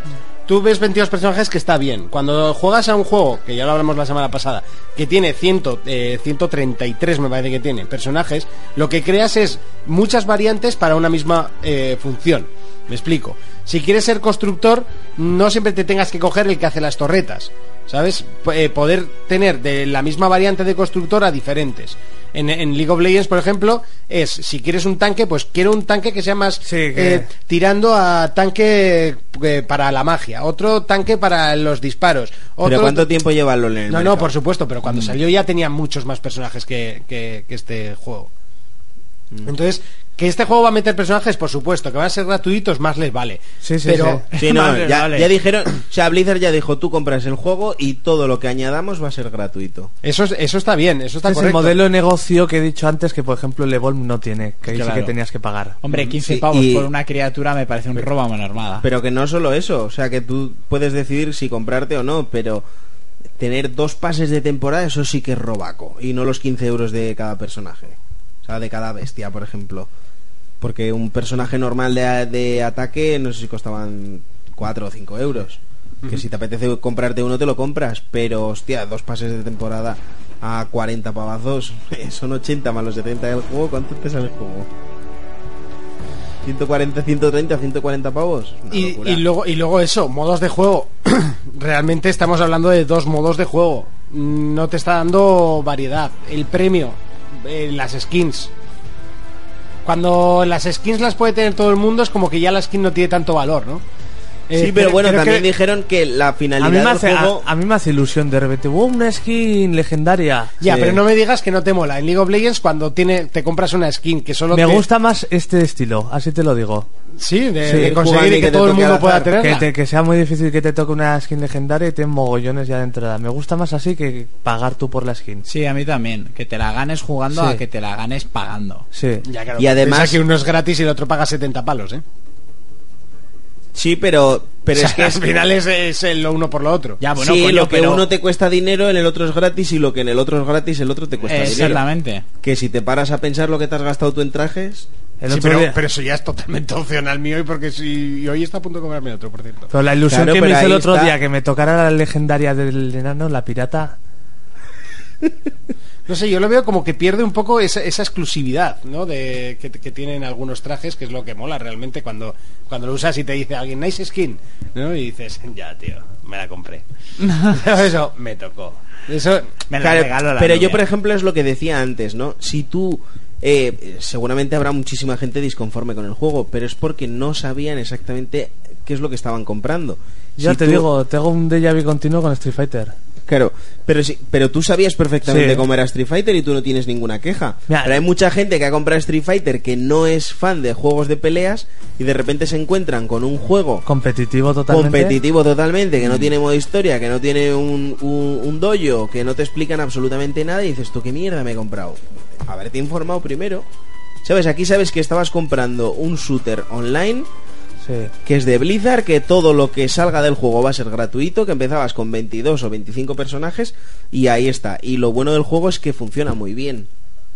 Speaker 2: tú ves 22 personajes que está bien. Cuando juegas a un juego, que ya lo hablamos la semana pasada, que tiene 100, eh, 133 me parece que tiene personajes, lo que creas es muchas variantes para una misma eh, función. Me explico. Si quieres ser constructor, no siempre te tengas que coger el que hace las torretas. ¿Sabes? P- eh, poder tener de la misma variante de constructor a diferentes. En, en League of Legends, por ejemplo, es si quieres un tanque, pues quiero un tanque que sea más
Speaker 6: Sí, que-
Speaker 2: eh, tirando a tanque eh, para la magia, otro tanque para los disparos. Otro...
Speaker 7: ¿Pero cuánto tiempo lleva LOL en el
Speaker 2: No,
Speaker 7: mercado?
Speaker 2: no, por supuesto, pero
Speaker 7: Mm.
Speaker 2: cuando salió ya tenía muchos más personajes que, que- que este juego.
Speaker 7: Mm.
Speaker 2: Entonces, que este juego va a meter personajes, por supuesto, que van a ser gratuitos, más les vale.
Speaker 6: Sí, sí,
Speaker 2: pero
Speaker 6: sí.
Speaker 7: Sí, no,
Speaker 4: Vale,
Speaker 7: ya,
Speaker 4: vale.
Speaker 7: ya dijeron... O sea, Blizzard ya dijo, tú compras el juego y todo lo que añadamos va a ser gratuito.
Speaker 2: [LAUGHS] eso, es- eso está bien, eso está
Speaker 6: Este es el
Speaker 2: correcto.
Speaker 6: modelo de negocio que he dicho antes que, por ejemplo, el Evolve no tiene, que ahí sí
Speaker 4: Claro.
Speaker 6: que tenías que pagar.
Speaker 4: Hombre, 15
Speaker 7: Sí,
Speaker 4: pavos
Speaker 7: y-
Speaker 4: por una criatura me parece un robo a mano armada.
Speaker 7: Pero que no solo eso, o sea que tú puedes decidir si comprarte o no, pero tener dos pases de temporada, eso sí que es robaco, y no los 15 euros de cada personaje, o sea, de cada bestia, por ejemplo. Porque un personaje normal de, de ataque, no sé si costaban 4 o 5 euros. Que si te apetece comprarte uno, te lo compras, pero hostia, dos pases de temporada a 40 pavazos, [LAUGHS] son 80 más los 70 del juego, ¿cuánto te sale el juego? 140, 130, 140 pavos. Una
Speaker 2: Y,
Speaker 7: locura.
Speaker 2: y eh, luego, y luego eso, modos de juego. [CLEARS THROAT] Realmente estamos hablando de dos modos de juego. No te está dando variedad. El premio, eh, las skins. Cuando las skins las puede tener todo el mundo, es como que ya la skin no tiene tanto valor, ¿no? Eh,
Speaker 7: Sí, pero
Speaker 2: cre-
Speaker 7: bueno,
Speaker 2: creo
Speaker 7: también
Speaker 2: que-
Speaker 7: dijeron que la
Speaker 6: A
Speaker 7: finalidad
Speaker 6: mí, me
Speaker 7: del
Speaker 6: hace, a-
Speaker 7: juego...
Speaker 6: a mí me hace ilusión de repente. ¡Wow, una skin legendaria!
Speaker 2: Ya,
Speaker 7: Sí.
Speaker 2: pero no me digas que no te mola. En League of Legends, cuando tiene, te compras una skin que solo
Speaker 6: Me
Speaker 2: te-
Speaker 6: gusta más este estilo, así te lo digo.
Speaker 2: Sí, de,
Speaker 7: Sí,
Speaker 2: de conseguir
Speaker 7: jugando y
Speaker 2: que,
Speaker 7: que te
Speaker 2: todo el
Speaker 7: toque
Speaker 2: mundo
Speaker 7: al
Speaker 2: pueda
Speaker 7: azar.
Speaker 2: tenerla.
Speaker 6: Que, te- que sea muy difícil que te toque una skin legendaria y ten mogollones ya de entrada. Me gusta más así que pagar tú por la skin.
Speaker 4: Sí, a mí también. Que te la ganes jugando
Speaker 6: Sí.
Speaker 4: a que te la ganes pagando.
Speaker 6: Sí.
Speaker 2: Ya, claro,
Speaker 7: Y además-
Speaker 2: piensa que uno es gratis y el otro paga 70 palos, ¿eh?
Speaker 7: Sí, pero, pero
Speaker 2: O [LAUGHS] sea,
Speaker 7: es que...
Speaker 2: al final es, es el lo uno por lo otro.
Speaker 4: Ya, bueno,
Speaker 7: sí,
Speaker 4: coño,
Speaker 7: lo que
Speaker 4: pero-
Speaker 7: uno te cuesta dinero, en el otro es gratis, y lo que en el otro es gratis, el otro
Speaker 4: Pues
Speaker 7: te cuesta
Speaker 4: Eh,
Speaker 7: dinero.
Speaker 4: Exactamente.
Speaker 7: Que si te paras a pensar lo que te has gastado tú en trajes...
Speaker 6: El
Speaker 2: Sí,
Speaker 6: otro
Speaker 2: pero,
Speaker 6: día-
Speaker 2: pero eso ya es totalmente [LAUGHS] opcional mío y porque si y hoy está a punto de comerme otro, por cierto.
Speaker 6: pero la ilusión
Speaker 7: Claro,
Speaker 6: que me
Speaker 7: pero
Speaker 6: hizo el
Speaker 7: ahí
Speaker 6: otro
Speaker 7: está.
Speaker 6: día, que me tocara la legendaria del enano, la pirata.
Speaker 2: No sé, yo lo veo como que pierde un poco esa, esa exclusividad, ¿no? De que, que tienen algunos trajes, que es lo que mola realmente cuando, cuando lo usas y te dice alguien nice skin, ¿no? Y dices, [LAUGHS] ya tío, me la
Speaker 7: [LAUGHS]
Speaker 2: compré. eso me tocó. Eso
Speaker 4: Me la
Speaker 7: Claro,
Speaker 4: regalo a la
Speaker 7: pero
Speaker 4: novia.
Speaker 7: yo, por ejemplo, es lo que decía antes, ¿no? Si tú... eh, seguramente habrá muchísima gente disconforme con el juego, pero es porque no sabían exactamente qué es lo que estaban comprando.
Speaker 6: Ya
Speaker 7: Si
Speaker 6: te
Speaker 7: tú-
Speaker 6: digo, tengo un déjà vu continuo con Street Fighter.
Speaker 7: Claro, pero sí, pero tú sabías perfectamente
Speaker 6: Sí.
Speaker 7: cómo era Street Fighter y tú no tienes ninguna queja.
Speaker 6: Mira,
Speaker 7: pero hay mucha gente que ha comprado Street Fighter que no es fan de juegos de peleas y de repente se encuentran con un juego
Speaker 6: Competitivo totalmente.
Speaker 7: competitivo totalmente, que no tiene modo historia, que no tiene un, un, un dojo, que no te explican absolutamente nada y dices, ¿tú qué mierda me he comprado? haberte informado primero. ¿Sabes? Aquí sabes que estabas comprando un shooter online que es de Blizzard, que todo lo que salga del juego va a ser gratuito, que empezabas con 22 o 25 personajes y ahí está. Y lo bueno del juego es que funciona muy bien.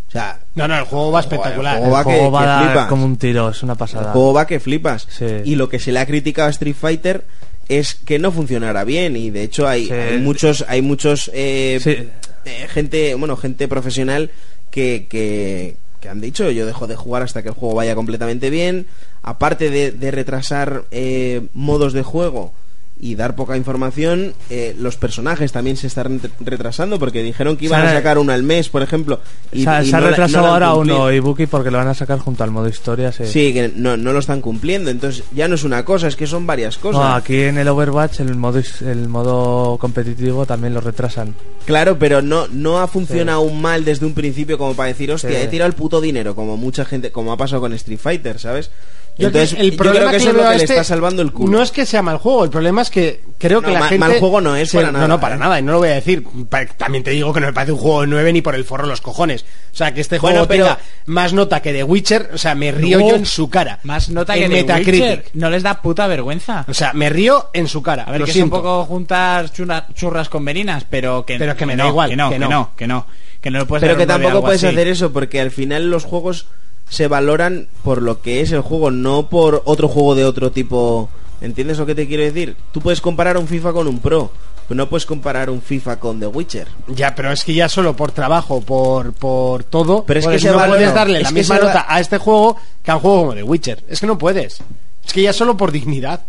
Speaker 7: O sea,
Speaker 2: No, no, el juego va espectacular.
Speaker 7: el juego va
Speaker 6: El
Speaker 7: que,
Speaker 6: juego
Speaker 7: que
Speaker 6: va a dar
Speaker 7: flipas.
Speaker 6: como un tiro, es una
Speaker 7: El
Speaker 6: pasada.
Speaker 7: juego va que flipas.
Speaker 6: Sí.
Speaker 7: Y lo que se le ha criticado a Street Fighter es que no funcionará bien y de hecho hay,
Speaker 6: Sí.
Speaker 7: hay muchos hay muchos eh,
Speaker 6: Sí.
Speaker 7: eh, gente bueno gente profesional que, que, que han dicho yo dejo de jugar hasta que el juego vaya completamente bien aparte de, de retrasar eh, modos de juego y dar poca información eh, los personajes también se están ret- retrasando porque dijeron que iban
Speaker 6: Se ha-
Speaker 7: a sacar uno al mes por ejemplo y,
Speaker 6: se ha,
Speaker 7: y
Speaker 6: se ha
Speaker 7: no la- no la
Speaker 6: retrasado
Speaker 7: han
Speaker 6: ahora
Speaker 7: cumplido.
Speaker 6: uno y Buki porque lo van a sacar junto al modo historia. Sí.
Speaker 7: Sí, que no, no lo están cumpliendo. Entonces, ya no es una cosa, es que son varias
Speaker 6: No,
Speaker 7: cosas.
Speaker 2: Ah.
Speaker 6: aquí en el Overwatch el modo, is- el modo competitivo también lo retrasan.
Speaker 7: Claro, pero no, no ha funcionado un mal desde un principio como para decir, hostia,
Speaker 6: Sí.
Speaker 7: he tirado el puto dinero, como mucha gente, como ha pasado con Street Fighter, ¿sabes?
Speaker 2: Yo creo
Speaker 7: Entonces,
Speaker 2: que el
Speaker 7: yo
Speaker 2: problema
Speaker 7: creo que eso
Speaker 2: que
Speaker 7: es lo
Speaker 2: veo a
Speaker 7: que le
Speaker 2: este
Speaker 7: está salvando el culo.
Speaker 2: No es que sea mal juego, el problema es que creo que
Speaker 7: No,
Speaker 2: la
Speaker 7: ma-
Speaker 2: gente.
Speaker 7: mal juego no es para nada,
Speaker 2: No, no, para
Speaker 7: ¿eh?
Speaker 2: nada, y no lo voy a decir. Pa- También te digo que no me parece un juego de 9 ni por el forro los cojones. O sea, que este juego
Speaker 7: Bueno, pero-
Speaker 2: tenga más nota que The Witcher, o sea, me río
Speaker 4: No.
Speaker 2: yo en su cara.
Speaker 4: Más nota
Speaker 2: En
Speaker 4: que de
Speaker 2: Metacritic.
Speaker 4: Witcher. No les da puta vergüenza.
Speaker 2: O sea, me río en su cara.
Speaker 4: A ver,
Speaker 2: lo
Speaker 4: que
Speaker 2: siento.
Speaker 4: es un poco juntar churra- churras con veninas, pero que,
Speaker 2: Pero que me da
Speaker 4: no,
Speaker 2: igual,
Speaker 4: Que no,
Speaker 2: que
Speaker 4: que no,
Speaker 2: no.
Speaker 4: que no. Que no le puedes
Speaker 7: pero
Speaker 4: dar
Speaker 7: que
Speaker 4: un nueve a
Speaker 7: tampoco
Speaker 4: algo
Speaker 7: puedes
Speaker 4: así.
Speaker 7: hacer eso, porque al final los juegos se valoran por lo que es el juego, no por otro juego de otro tipo. ¿Entiendes lo que te quiero decir? Tú puedes comparar un FIFA con un Pro, pero no puedes comparar un FIFA con The Witcher.
Speaker 2: Ya, pero es que ya solo por trabajo, por, por todo.
Speaker 7: Pero es
Speaker 2: pues
Speaker 7: que se
Speaker 2: no
Speaker 7: va-
Speaker 2: puedes
Speaker 7: no,
Speaker 2: darle
Speaker 7: es
Speaker 2: la
Speaker 7: que
Speaker 2: misma
Speaker 7: se va-
Speaker 2: nota a este juego que a un juego como The Witcher. Es que no puedes. Es que ya solo por dignidad.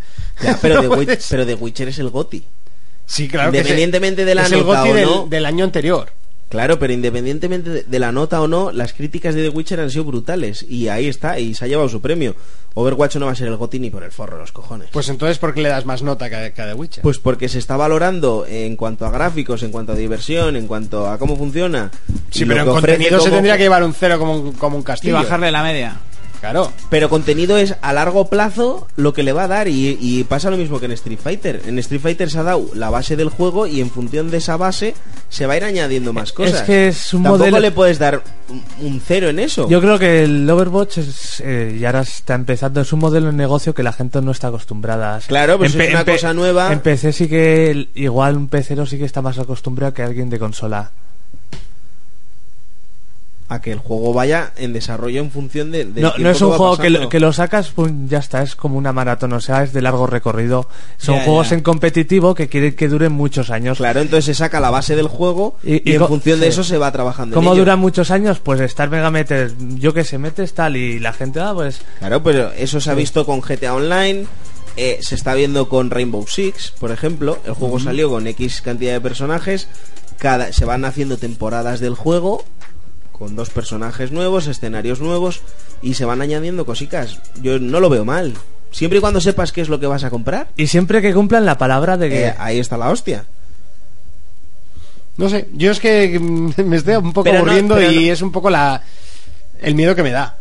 Speaker 7: Ya,
Speaker 2: [LAUGHS]
Speaker 7: pero,
Speaker 2: No
Speaker 7: The Witch-
Speaker 2: puedes.
Speaker 7: pero The Witcher es el GOTI.
Speaker 2: Sí, claro que sí.
Speaker 7: Independientemente de la
Speaker 2: es el
Speaker 7: nota
Speaker 2: GOTY
Speaker 7: o
Speaker 2: del,
Speaker 7: no.
Speaker 2: del año anterior.
Speaker 7: Claro, pero independientemente de- de la nota o no, las críticas de The Witcher han sido brutales. Y ahí está, y se ha llevado su premio. Overwatch no va a ser el GOTI ni por el forro, los cojones.
Speaker 2: Pues entonces, ¿por qué le das más nota que a, que a The Witcher?
Speaker 7: Pues porque se está valorando en cuanto a gráficos, en cuanto a diversión, en cuanto a cómo funciona.
Speaker 2: sí,
Speaker 7: y
Speaker 2: pero
Speaker 7: lo
Speaker 2: en
Speaker 7: que ofrece
Speaker 2: contenido se
Speaker 7: como-
Speaker 2: tendría que llevar un cero como un, como un
Speaker 4: Y
Speaker 2: castillo.
Speaker 4: bajarle la media.
Speaker 2: Claro.
Speaker 7: Pero contenido es a largo plazo lo que le va a dar y, y pasa lo mismo que en Street Fighter. En Street Fighter se ha dado la base del juego y en función de esa base se va a ir añadiendo más cosas.
Speaker 6: que es un
Speaker 7: Tampoco
Speaker 6: modelo-
Speaker 7: le puedes dar un, un cero en eso.
Speaker 6: Yo creo que el Overwatch es, eh, y ahora está empezando, es un modelo de negocio que la gente no está acostumbrada.
Speaker 7: Claro, pues es una cosa nueva.
Speaker 6: En PC sí que, el- igual un pecero sí que está más acostumbrado que alguien de consola.
Speaker 7: a que el juego vaya en desarrollo en función de... del
Speaker 6: No,
Speaker 7: tiempo
Speaker 6: no es un
Speaker 7: va
Speaker 6: juego que lo,
Speaker 7: pasando.
Speaker 6: que lo sacas, pum, ya está, es como una maratón, o sea, es de largo recorrido. Son
Speaker 4: Ya,
Speaker 6: juegos
Speaker 4: ya.
Speaker 6: en competitivo que quieren que duren muchos años.
Speaker 7: Claro, entonces se saca la base del juego y,
Speaker 6: Y- y
Speaker 7: en
Speaker 6: co-
Speaker 7: función de
Speaker 6: sí.
Speaker 7: eso se va trabajando. en
Speaker 6: ¿Cómo
Speaker 7: ello.
Speaker 6: duran muchos años? Pues estar Mega metes, yo que sé, metes tal y la gente, ah, pues
Speaker 7: Claro, pero eso se ha visto con GTA Online, eh, se está viendo con Rainbow Six, por ejemplo. El juego salió con X cantidad de personajes, cada, se van haciendo temporadas del juego con dos personajes nuevos, escenarios nuevos y se van añadiendo cositas. Yo no lo veo mal. Siempre y cuando sepas qué es lo que vas a comprar,
Speaker 6: Y siempre que cumplan la palabra de que...
Speaker 7: eh, ahí está la hostia.
Speaker 2: No sé, yo es que [LAUGHS] mm, me estoy un poco
Speaker 7: Pero no,
Speaker 2: aburriendo
Speaker 7: pero
Speaker 2: y
Speaker 7: no.
Speaker 2: es un poco la el miedo que me da.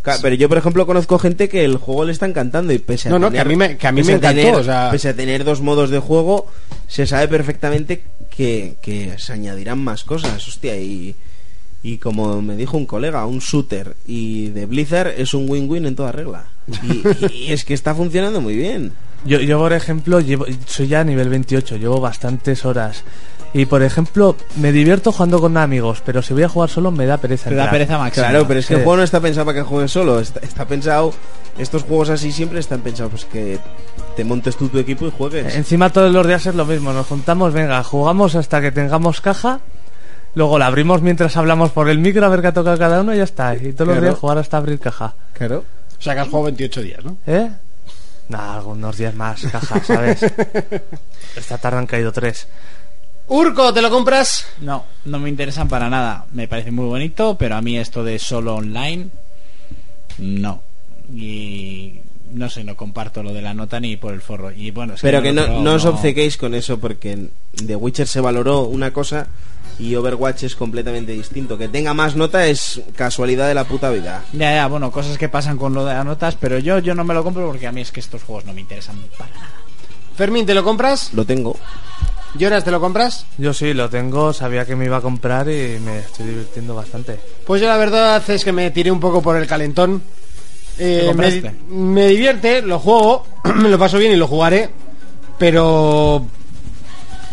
Speaker 7: Ca- Pero yo, por ejemplo, conozco gente que el juego le está encantando y pese a
Speaker 2: No, no,
Speaker 7: tener-
Speaker 2: que a mí me- que a mí
Speaker 7: pese
Speaker 2: me encantó,
Speaker 7: tener-
Speaker 2: o sea-
Speaker 7: Pese a tener dos modos de juego, se sabe perfectamente que, que se añadirán más cosas, hostia, y... Y como me dijo un colega, un shooter y de Blizzard es un win-win en toda regla. Y, y es que está funcionando muy bien.
Speaker 6: Yo, yo, por ejemplo, llevo, soy ya nivel 28, llevo bastantes horas. Y, por ejemplo, me divierto jugando con amigos, pero si voy a jugar solo me da pereza.
Speaker 4: Te da
Speaker 6: entrar.
Speaker 4: pereza máxima.
Speaker 7: Claro, pero es que
Speaker 6: Sí.
Speaker 7: el juego no está pensado para que juegues solo. Está, está pensado... Estos juegos así siempre están pensados pues, que te montes tú tu equipo y juegues.
Speaker 6: Encima todos los días es lo mismo, nos juntamos, venga, jugamos hasta que tengamos caja, luego la abrimos mientras hablamos por el micro a ver qué ha tocado cada uno y ya está. Y todos los
Speaker 7: Claro.
Speaker 6: días jugar hasta abrir caja.
Speaker 7: Claro.
Speaker 2: O sea, que has jugado 28 días, ¿no?
Speaker 6: ¿Eh? Nah, algunos días más caja, ¿sabes? Esta tarde han caído tres.
Speaker 2: Urco, ¿te lo compras?
Speaker 4: No, no me interesan para nada. Me parece muy bonito, pero a mí esto de solo online, no. Y no sé, no comparto lo de la nota ni por el forro. Y bueno, es
Speaker 7: Pero
Speaker 4: yo
Speaker 7: que
Speaker 4: lo
Speaker 7: no,
Speaker 4: he probado,
Speaker 7: no os obcequéis con eso porque en The Witcher se valoró una cosa y Overwatch es completamente distinto. Que tenga más nota es casualidad de la puta vida.
Speaker 4: Ya, ya, bueno, cosas que pasan con lo de las notas, pero yo, yo no me lo compro porque a mí es que estos juegos no me interesan para nada.
Speaker 2: Fermín, ¿te lo compras?
Speaker 7: Lo tengo.
Speaker 2: Jonas, ¿te lo compras?
Speaker 6: Yo sí, lo tengo, sabía que me iba a comprar y me estoy divirtiendo bastante.
Speaker 2: Pues yo la verdad es que me tiré un poco por el calentón. Eh, me,
Speaker 6: compraste?
Speaker 2: me divierte, lo juego, [CLEARS THROAT] me lo paso bien y lo jugaré. Pero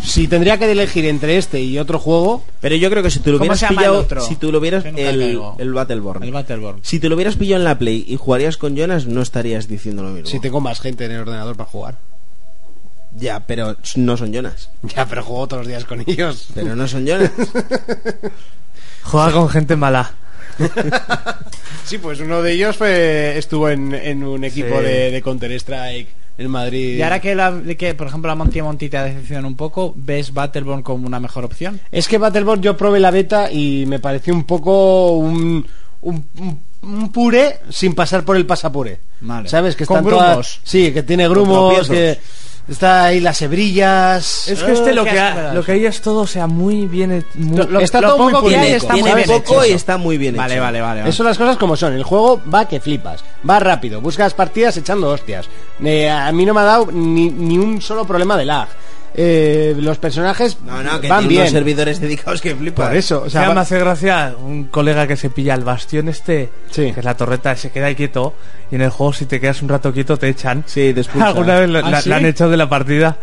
Speaker 2: si tendría que elegir entre este y otro juego,
Speaker 7: Pero yo creo que si tú lo
Speaker 4: ¿Cómo
Speaker 7: hubieras
Speaker 4: se llama el
Speaker 7: pillado,
Speaker 4: otro?
Speaker 7: si tú lo hubieras
Speaker 4: Que nunca
Speaker 7: el,
Speaker 4: caigo.
Speaker 7: el Battleborn,
Speaker 4: El Battleborn.
Speaker 7: si tú lo hubieras pillado en la Play y jugarías con Jonas, no estarías diciendo lo mismo.
Speaker 2: si tengo más gente en el ordenador para jugar. [LAUGHS]
Speaker 7: Ya, pero no son Jonas.
Speaker 2: Ya, pero juego todos los días con ellos.
Speaker 7: Pero no
Speaker 4: [LAUGHS]
Speaker 7: son Jonas.
Speaker 6: Juega con gente mala.
Speaker 2: Sí, pues uno de ellos fue- estuvo en, en un equipo
Speaker 6: Sí.
Speaker 2: de, de Counter-Strike en Madrid.
Speaker 4: Y ahora que, la- que, por ejemplo, la Monty Monty te ha decepcionado un poco, ¿ves Battleborn como una mejor opción?
Speaker 6: Eh,
Speaker 2: Es que Battleborn yo probé la beta y me pareció un poco un, un, un- un puré sin pasar por el pasapuré.
Speaker 4: Vale.
Speaker 2: ¿Sabes? Que
Speaker 4: Con
Speaker 2: están todas-
Speaker 4: grumos.
Speaker 2: Sí, que tiene grumos,
Speaker 7: tropiezos.
Speaker 2: que está ahí las hebrillas.
Speaker 6: Es que este lo que,
Speaker 4: asco me
Speaker 6: ha-
Speaker 4: das.
Speaker 6: lo que hay es todo, o sea, muy bien... muy-
Speaker 2: Eh, Lo- está
Speaker 4: lo
Speaker 2: todo muy
Speaker 4: poco que hay
Speaker 2: pulido.
Speaker 4: está
Speaker 7: Tiene
Speaker 4: muy bien
Speaker 7: poco
Speaker 4: hecho.
Speaker 7: y está muy bien
Speaker 4: Vale,
Speaker 7: hecho.
Speaker 4: vale, vale. vale.
Speaker 2: Eso son las cosas como son. El juego va que flipas. Va rápido. Buscas partidas echando hostias. Eh, a mí no me ha dado ni, ni un solo problema de lag. Eh, los personajes
Speaker 7: No, no, que
Speaker 2: van
Speaker 7: tiene
Speaker 2: bien.
Speaker 7: unos servidores dedicados que flipas.
Speaker 2: Por eso. O
Speaker 6: O sea,
Speaker 2: sea,
Speaker 6: me
Speaker 2: va-
Speaker 6: hace gracia un colega que se pilla el bastión este,
Speaker 2: Sí.
Speaker 6: que es la torreta, se queda ahí quieto y en el juego si te quedas un rato quieto te echan.
Speaker 7: Sí, te expulsan.
Speaker 6: Alguna vez lo-
Speaker 2: ¿Ah,
Speaker 6: la,
Speaker 2: sí?
Speaker 6: la han echado de la partida.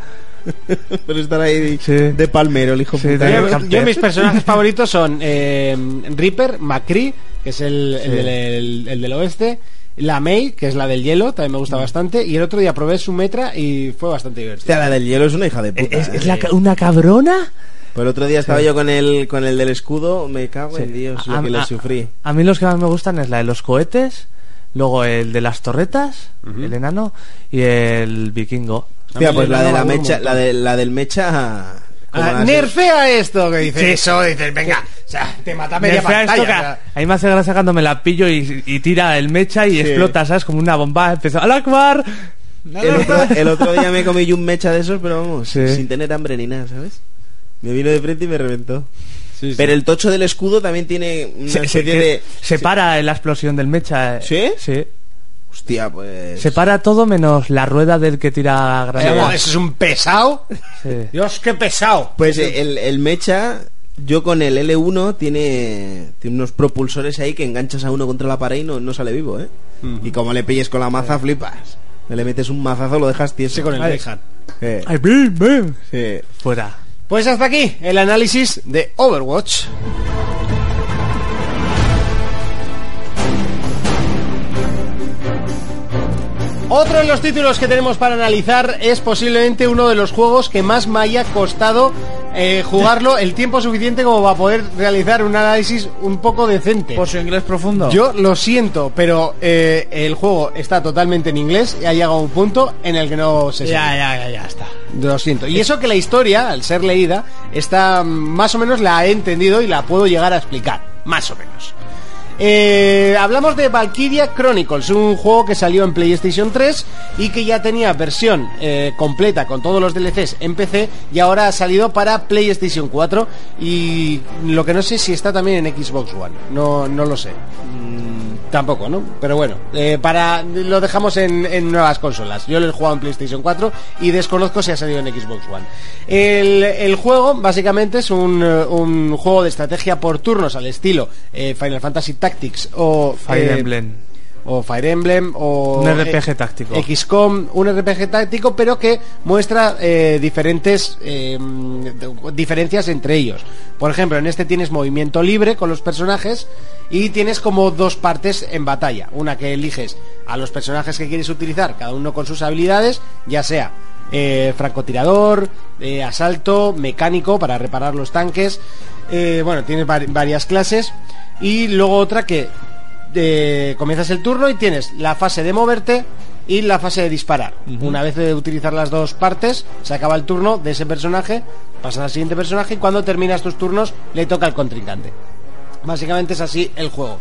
Speaker 7: [LAUGHS] Pero estar ahí
Speaker 6: Sí.
Speaker 7: de palmero, el hijo
Speaker 6: Sí,
Speaker 7: puta.
Speaker 6: de-
Speaker 2: Yo- yo,
Speaker 6: Hunter.
Speaker 2: mis [LAUGHS] personajes favoritos son eh, Reaper, McCree, que es el, el del, el- el del oeste, la May, que es la del hielo, también me gusta bastante, y el otro día probé su metra y fue bastante divertido.
Speaker 7: Hostia, la del hielo es una hija de puta.
Speaker 6: ¿Es,
Speaker 7: ¿eh?
Speaker 6: es la ca- una cabrona?
Speaker 7: Por el otro día estaba yo con el, con el del escudo, me cago en
Speaker 6: Sí. ah,
Speaker 7: Dios, lo que le sufrí.
Speaker 6: a mí los que más me gustan es la de los cohetes, luego el de las torretas, el enano, y el vikingo.
Speaker 7: Mira, pues la de la
Speaker 2: daba un
Speaker 7: mecha, la, de, la del mecha... como
Speaker 2: Ah,
Speaker 7: la-
Speaker 2: nerfea esto que dices eso, dices, venga, o sea, te mata media
Speaker 6: Nerfea esto
Speaker 2: pantalla.
Speaker 6: que
Speaker 2: o sea.
Speaker 6: a, a mí me hace gracia cuando me la pillo y, y tira el mecha y explota, ¿sabes? Como una bomba. Empezó ¡Al Akbar!
Speaker 7: El otro, el otro día me comí yo un mecha de esos, pero vamos,
Speaker 6: Sí.
Speaker 7: sin tener hambre ni nada, ¿sabes? Me vino de frente y me reventó. Pero el tocho del escudo también tiene una
Speaker 6: Se, se-
Speaker 7: especie
Speaker 6: que-
Speaker 4: Eh,
Speaker 7: de...
Speaker 6: se para la explosión del mecha. eh.
Speaker 7: ¿Sí?
Speaker 6: Sí.
Speaker 7: Hostia, pues...
Speaker 6: Se para todo menos la rueda del que tira
Speaker 2: Vamos,
Speaker 6: granadas.
Speaker 2: eso es un pesado.
Speaker 6: Sí.
Speaker 2: Dios, qué pesado.
Speaker 7: Pues eh, el, el mecha, yo con el L1 tiene, tiene unos propulsores ahí que enganchas a uno contra la pared y no, no sale vivo, ¿eh? Y como le pilles con la maza, flipas. Le metes un mazazo, lo dejas tieso.
Speaker 2: Sí, con el
Speaker 7: Vale.
Speaker 2: Greyhound.
Speaker 7: Eh,
Speaker 6: Ay, bim, bim.
Speaker 7: sí.
Speaker 6: Fuera.
Speaker 2: Pues hasta aquí el análisis de Overwatch. Otro de los títulos que tenemos para analizar es posiblemente uno de los juegos que más me haya costado eh, jugarlo el tiempo suficiente como para poder realizar un análisis un poco decente.
Speaker 4: Por su inglés profundo.
Speaker 2: Yo lo siento, pero eh, el juego está totalmente en inglés y ha llegado a un punto en el que no se sabe.
Speaker 4: Ya, ya, ya, ya está.
Speaker 2: Lo siento. Y eso que la historia, al ser leída, está mm, más o menos la he entendido y la puedo llegar a explicar. Más o menos. Eh, hablamos de Valkyria Chronicles, un juego que salió en PlayStation 3 y que ya tenía versión eh, completa con todos los DLCs en PC y ahora ha salido para PlayStation 4 y lo que no sé si está también en Xbox One, no, no lo sé. Mm, Tampoco, ¿no? Pero bueno, eh, para lo dejamos en, en nuevas consolas. Yo lo he jugado en PlayStation 4 y desconozco si ha salido en Xbox One. El, el juego básicamente es un, eh, un juego de estrategia por turnos al estilo eh, Final Fantasy Tactics o
Speaker 6: Fire
Speaker 2: eh,
Speaker 6: Emblem.
Speaker 2: o Fire Emblem o
Speaker 6: Un RPG táctico.
Speaker 2: XCOM, un RPG táctico, pero que muestra eh, diferentes eh, de- diferencias entre ellos. Por ejemplo, en este tienes movimiento libre con los personajes y tienes como dos partes en batalla, una que eliges a los personajes que quieres utilizar, cada uno con sus habilidades, ya sea eh, francotirador, eh, asalto, mecánico para reparar los tanques. eh, bueno, tienes vari- varias clases y luego otra que eh, comienzas el turno y tienes la fase de moverte y la fase de disparar. Una vez de utilizar las dos partes, se acaba el turno de ese personaje, pasas al siguiente personaje y cuando terminas tus turnos le toca al contrincante. Básicamente es así el juego.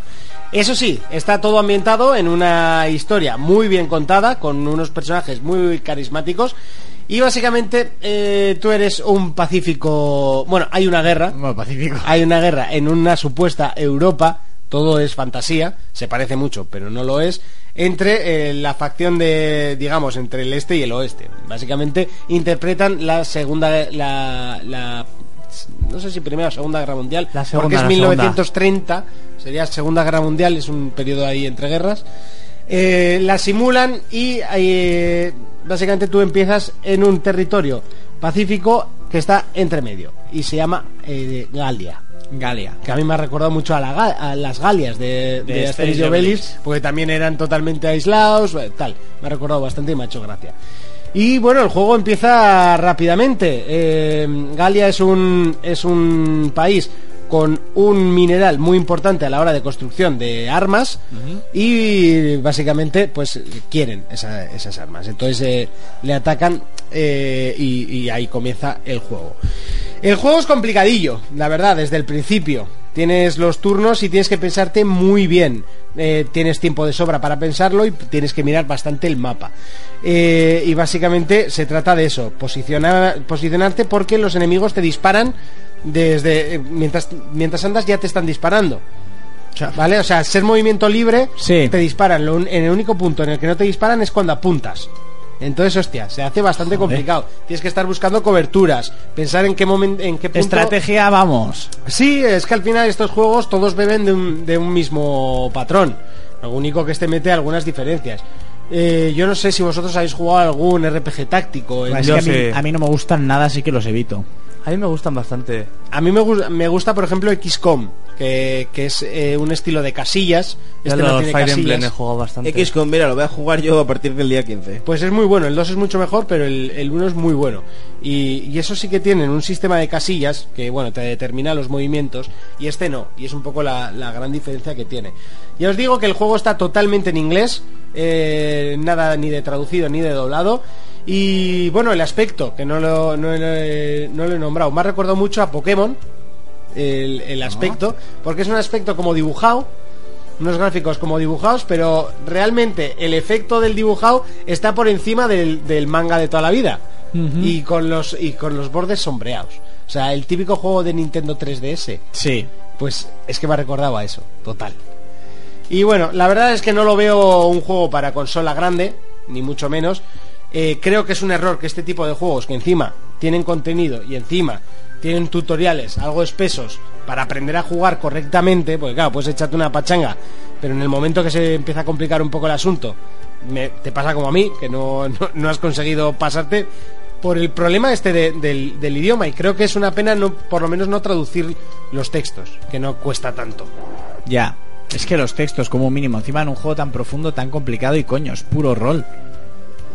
Speaker 2: Eso sí, está todo ambientado en una historia muy bien contada, con unos personajes muy carismáticos. Y básicamente eh, tú eres un pacífico... Bueno, hay una guerra.
Speaker 4: Bueno, Pacífico.
Speaker 2: [LAUGHS] Hay una guerra en una supuesta Europa, todo es fantasía, se parece mucho, pero no lo es, entre eh, la facción de, digamos, entre el este y el oeste. Básicamente interpretan la segunda, la, la no sé si primera o segunda guerra mundial,
Speaker 6: La segunda,
Speaker 2: porque es
Speaker 6: la
Speaker 2: 1930, sería segunda guerra mundial, es un periodo ahí entre guerras. Eh, la simulan y eh, básicamente tú empiezas en un territorio pacífico que está entre medio y se llama eh, Galia.
Speaker 4: Galia.
Speaker 2: Que a mí me ha recordado mucho a, la ga- a las Galias de, de,
Speaker 4: De Asterix
Speaker 2: Asterix y
Speaker 4: y Obelix.
Speaker 2: Obelix, porque también eran totalmente aislados, eh, tal. Me ha recordado bastante y me ha hecho gracia. Y bueno, el juego empieza rápidamente. Eh, Galia es un, es un país con un mineral muy importante a la hora de construcción de armas y básicamente pues quieren esa- esas armas. Entonces eh, le atacan eh, y, y ahí comienza el juego. El juego es complicadillo, la verdad, desde el principio. Tienes los turnos y tienes que pensarte muy bien. Eh, tienes tiempo de sobra para pensarlo y tienes que mirar bastante el mapa. Eh, y básicamente se trata de eso, posicionar, posicionarte porque los enemigos te disparan desde eh, mientras, mientras andas ya te están disparando. ¿Vale? O sea, ser movimiento libre,
Speaker 4: Sí.
Speaker 2: te disparan. Lo un- en el único punto en el que no te disparan es cuando apuntas. Entonces, hostia, se hace bastante complicado. Tienes que estar buscando coberturas, pensar en qué momento, en qué punto.
Speaker 4: Estrategia, vamos.
Speaker 2: Pues Sí, es que al final estos juegos todos beben de un, de un mismo patrón. Lo único que este mete algunas diferencias. Eh, yo no sé si vosotros habéis jugado a algún RPG táctico. en-
Speaker 4: Es
Speaker 6: Pues Yo
Speaker 4: que a, mí,
Speaker 6: sé.
Speaker 4: a mí no me gustan nada, así que los evito.
Speaker 6: A mí me gustan bastante.
Speaker 2: A mí me, gus- me gusta, por ejemplo, XCOM, que, que es eh, un estilo de casillas.
Speaker 6: Yo
Speaker 2: Este
Speaker 6: los
Speaker 2: no tiene
Speaker 6: Fire
Speaker 2: casillas.
Speaker 6: Emblem he jugado bastante.
Speaker 7: XCOM, mira, lo voy a jugar yo a partir del día 15.
Speaker 2: Pues es muy bueno, el 2 es mucho mejor, pero el, 1 es muy bueno. Y, y eso sí que tienen un sistema de casillas que, bueno, te determina los movimientos y este no. Y es un poco la, la gran diferencia que tiene. Ya os digo que el juego está totalmente en inglés, eh, nada ni de traducido ni de doblado. Y bueno, el aspecto, que no lo, no, he- no lo he nombrado, me ha recordado mucho a Pokémon, el, el aspecto, porque es un aspecto como dibujado, unos gráficos como dibujados, pero realmente el efecto del dibujado está por encima del, del manga de toda la vida y, con los, y con los bordes sombreados. O sea, el típico juego de Nintendo 3DS,
Speaker 4: Sí.
Speaker 2: pues es que me recordaba eso, total. Y bueno, la verdad es que no lo veo un juego para consola grande, ni mucho menos. Eh, creo que es un error que este tipo de juegos, que encima tienen contenido y encima tienen tutoriales algo espesos para aprender a jugar correctamente, porque claro, puedes echarte una pachanga, pero en el momento que se empieza a complicar un poco el asunto, me- te pasa como a mí, que no, [LAUGHS] no- no has conseguido pasarte por el problema este de- del, del idioma. Y creo que es una pena, no, por lo menos, no traducir los textos, que no cuesta tanto.
Speaker 4: Ya. Es que los textos, como mínimo, encima en un juego tan profundo, tan complicado y coño, es puro rol.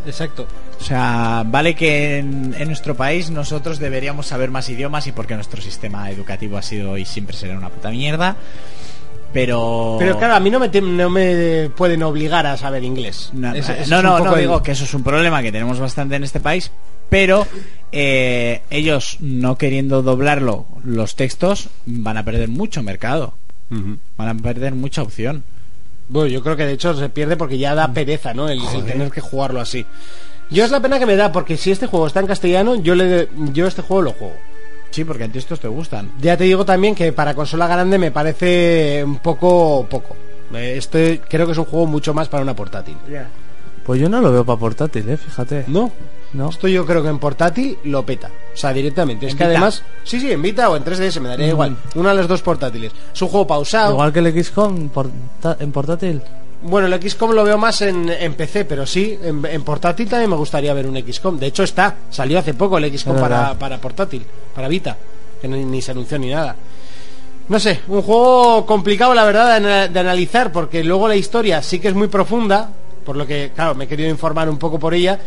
Speaker 2: Exacto.
Speaker 4: O sea, vale que en, en nuestro país nosotros deberíamos saber más idiomas y porque nuestro sistema educativo ha sido y siempre será una puta mierda. Pero.
Speaker 2: Pero claro, a mí no me, tem- no me pueden obligar a saber inglés.
Speaker 4: No,
Speaker 2: Ese- ese es
Speaker 4: Eh, no,
Speaker 2: un
Speaker 4: no,
Speaker 2: poco
Speaker 4: no
Speaker 2: el-
Speaker 4: digo que eso es un problema que tenemos bastante en este país, pero eh, ellos no queriendo doblarlo los textos van a perder mucho mercado, van a perder mucha opción.
Speaker 2: Bueno, yo creo que de hecho se pierde porque ya da pereza, ¿no? El, el tener que jugarlo así. Yo es la pena que me da, porque si este juego está en castellano, yo le yo este juego lo juego.
Speaker 4: Sí, porque en textos te gustan.
Speaker 2: Ya te digo también que para consola grande me parece un poco poco. Eh, Este creo que es un juego mucho más para una portátil.
Speaker 6: Pues yo no lo veo para portátil, eh, fíjate.
Speaker 2: No.
Speaker 6: No.
Speaker 2: Esto yo creo que en portátil lo peta. O sea, directamente. Es
Speaker 4: En
Speaker 2: que
Speaker 4: Vita.
Speaker 2: además. Sí, sí, en Vita o en 3DS me daría igual. Una de las dos portátiles. Es un juego pausado.
Speaker 6: Igual que el XCOM porta- en portátil.
Speaker 2: Bueno, el XCOM lo veo más en, en PC, pero sí, en, en portátil también me gustaría ver un XCOM. De hecho, está, salió hace poco el XCOM
Speaker 6: Es
Speaker 2: para,
Speaker 6: verdad.
Speaker 2: para portátil, para Vita, que ni, ni se anunció ni nada. No sé, un juego complicado, la verdad, de, ana- de analizar, porque luego la historia sí que es muy profunda, por lo que, claro, me he querido informar un poco por ella,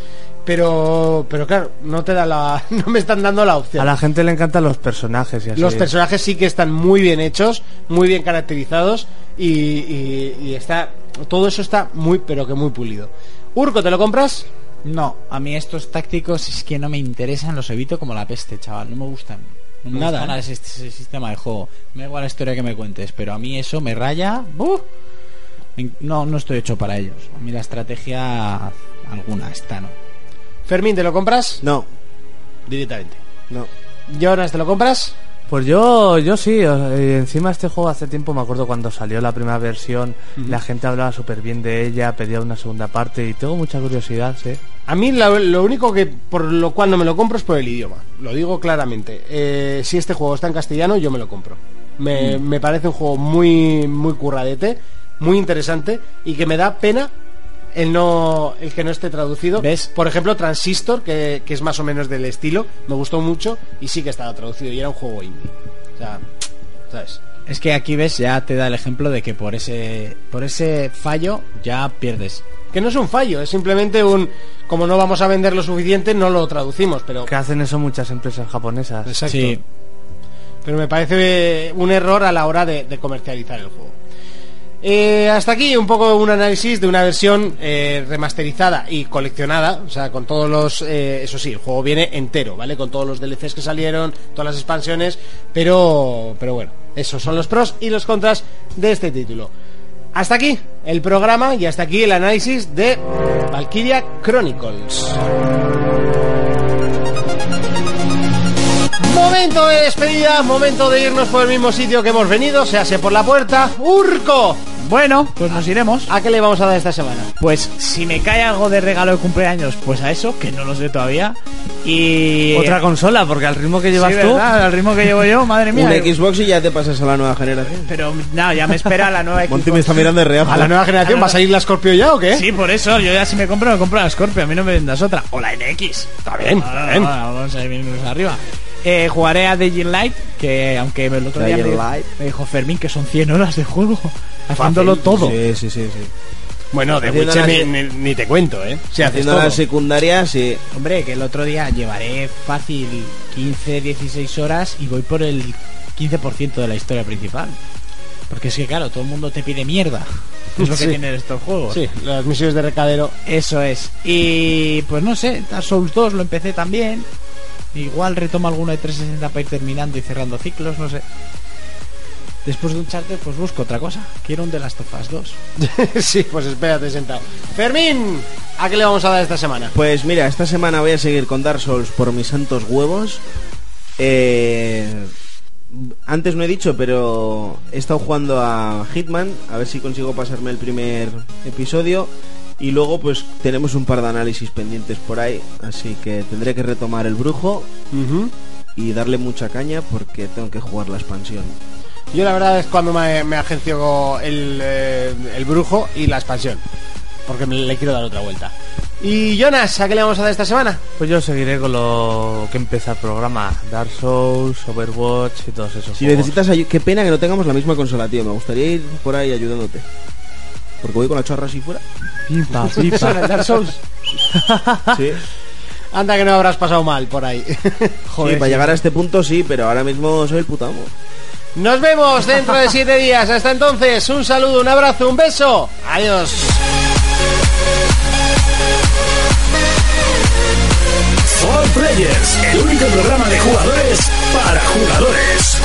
Speaker 2: pero, pero claro, no te da la, [LAUGHS] no me están dando la opción.
Speaker 6: A la gente le encantan los personajes y así.
Speaker 2: Los personajes sí que están muy bien hechos, muy bien caracterizados y, y- y está todo eso está muy pero que muy pulido. Urco, ¿te lo compras?
Speaker 4: No, a mí estos tácticos es que no me interesan, los evito como la peste, chaval, no me gustan. No me
Speaker 2: Nada,
Speaker 4: gusta
Speaker 2: ¿eh?
Speaker 4: nada ese, ese sistema de juego. Me da igual la historia que me cuentes, pero a mí eso me raya. ¡buh! Me en- No, no estoy hecho para ellos. A mí la estrategia alguna está, ¿no?
Speaker 2: Fermín, ¿te lo compras?
Speaker 7: No,
Speaker 2: Directamente.
Speaker 7: no.
Speaker 2: Jonas, ¿te lo compras?
Speaker 6: Pues yo, yo sí, eh, encima este juego hace tiempo me acuerdo cuando salió la primera versión,
Speaker 2: Ujú.
Speaker 6: la gente hablaba súper bien de ella, pedía una segunda parte y tengo mucha curiosidad, ¿eh? sí.
Speaker 2: A mí la- lo único que por lo cual no me lo compro es por el idioma. Lo digo claramente. Eh, si este juego está en castellano, yo me lo compro. Me, me parece un juego muy, muy curradete, muy interesante y que me da pena el no el que no esté traducido.
Speaker 4: ¿Ves?
Speaker 2: Por ejemplo, Transistor, que, que es más o menos del estilo, me gustó mucho y sí que estaba traducido y era un juego indie. O sea, ¿sabes?
Speaker 4: Es que aquí ves, ya te da el ejemplo de que por ese, por ese fallo ya pierdes.
Speaker 2: Que no es un fallo, es simplemente un... Como no vamos a vender lo suficiente, no lo traducimos, pero...
Speaker 6: Que hacen eso muchas empresas japonesas.
Speaker 2: Exacto.
Speaker 4: Sí,
Speaker 2: Pero me parece eh, un error a la hora de, de comercializar el juego. Eh, hasta aquí un poco un análisis de una versión eh, remasterizada y coleccionada, o sea, con todos los, eh, eso sí, el juego viene entero, ¿vale? Con todos los DLCs que salieron, todas las expansiones, pero, pero bueno, esos son los pros y los contras de este título. Hasta aquí el programa y hasta aquí el análisis de Valkyria Chronicles. Momento de despedida, momento de irnos por el mismo sitio que hemos venido, se hace por la puerta. ¡Urco!
Speaker 4: Bueno, pues nos iremos.
Speaker 2: ¿A qué le vamos a dar esta semana?
Speaker 4: Pues si me cae algo de regalo de cumpleaños, pues a eso, que no lo sé todavía. Y.
Speaker 6: Otra consola, porque al ritmo que
Speaker 4: Sí,
Speaker 6: llevas tú...
Speaker 4: ¿verdad? Al ritmo que llevo yo, madre mía.
Speaker 7: Un Xbox y ya te pasas a la nueva generación.
Speaker 4: Pero no, ya me espera la nueva
Speaker 7: [LAUGHS] Monty
Speaker 4: Xbox.
Speaker 7: me está mirando de reojo.
Speaker 2: ¿A la nueva generación va a salir la Scorpio ya o qué?
Speaker 4: Sí, por eso, yo ya si me compro, me compro la Scorpio, a mí no me vendas otra. O la NX.
Speaker 2: Está bien,
Speaker 4: Ahora,
Speaker 2: está bien.
Speaker 4: ahora, vamos a irnos arriba. Eh, jugaré a Dying Light, que aunque el otro día me,
Speaker 7: Dying Light.
Speaker 4: me dijo Fermín que son 100 horas de juego, haciéndolo todo.
Speaker 7: Sí, sí, sí. sí.
Speaker 2: Bueno, de
Speaker 7: Haciendo
Speaker 2: Witcher ni,
Speaker 7: las-
Speaker 2: ni- ni te cuento, ¿eh? Si haces
Speaker 7: Haciendo
Speaker 2: todo.
Speaker 7: la secundaria, sí.
Speaker 4: Hombre, que el otro día llevaré fácil 15, 16 horas y voy por el 15% de la historia principal. Porque es que, claro, todo el mundo te
Speaker 2: [LAUGHS]
Speaker 4: pide mierda. Es lo que
Speaker 2: Sí.
Speaker 4: tienen estos juegos.
Speaker 2: Sí, las misiones de recadero. [LAUGHS]
Speaker 4: Eso es. Y pues no sé, Dark Souls 2 lo empecé también. Igual retomo alguno de 360 para ir terminando y cerrando ciclos, no sé. Después de un charter, pues busco otra cosa. Quiero un de las Tofas 2.
Speaker 2: sí, pues espérate sentado. Fermín, ¿a qué le vamos a dar esta semana?
Speaker 7: Pues mira, esta semana voy a seguir con Dark Souls por mis santos huevos. Eh, antes no he dicho, pero he estado jugando a Hitman, a ver si consigo pasarme el primer episodio. Y luego pues tenemos un par de análisis pendientes por ahí, así que tendré que retomar el brujo y darle mucha caña porque tengo que jugar la expansión.
Speaker 2: Yo la verdad es cuando me, me agenció el, eh, el brujo y la expansión. Porque me- le quiero dar otra vuelta. Y Jonas, ¿a qué le vamos a dar esta semana?
Speaker 6: Pues yo seguiré con lo que empieza el programa, Dark Souls, Overwatch y todos esos
Speaker 7: Si
Speaker 6: juegos.
Speaker 7: necesitas ayuda, qué pena que no tengamos la misma consola, tío. Me gustaría ir por ahí ayudándote. Porque voy con la chorra así fuera.
Speaker 2: [LAUGHS]
Speaker 6: Pipa, pipa.
Speaker 7: Sí.
Speaker 2: Anda que no habrás pasado mal por ahí.
Speaker 7: sí, para llegar a este punto sí, pero ahora mismo soy el puto amo.
Speaker 2: Nos vemos dentro de siete días. Hasta entonces, un saludo, un abrazo, un beso. Adiós.
Speaker 1: Four Players, el único programa de jugadores para jugadores.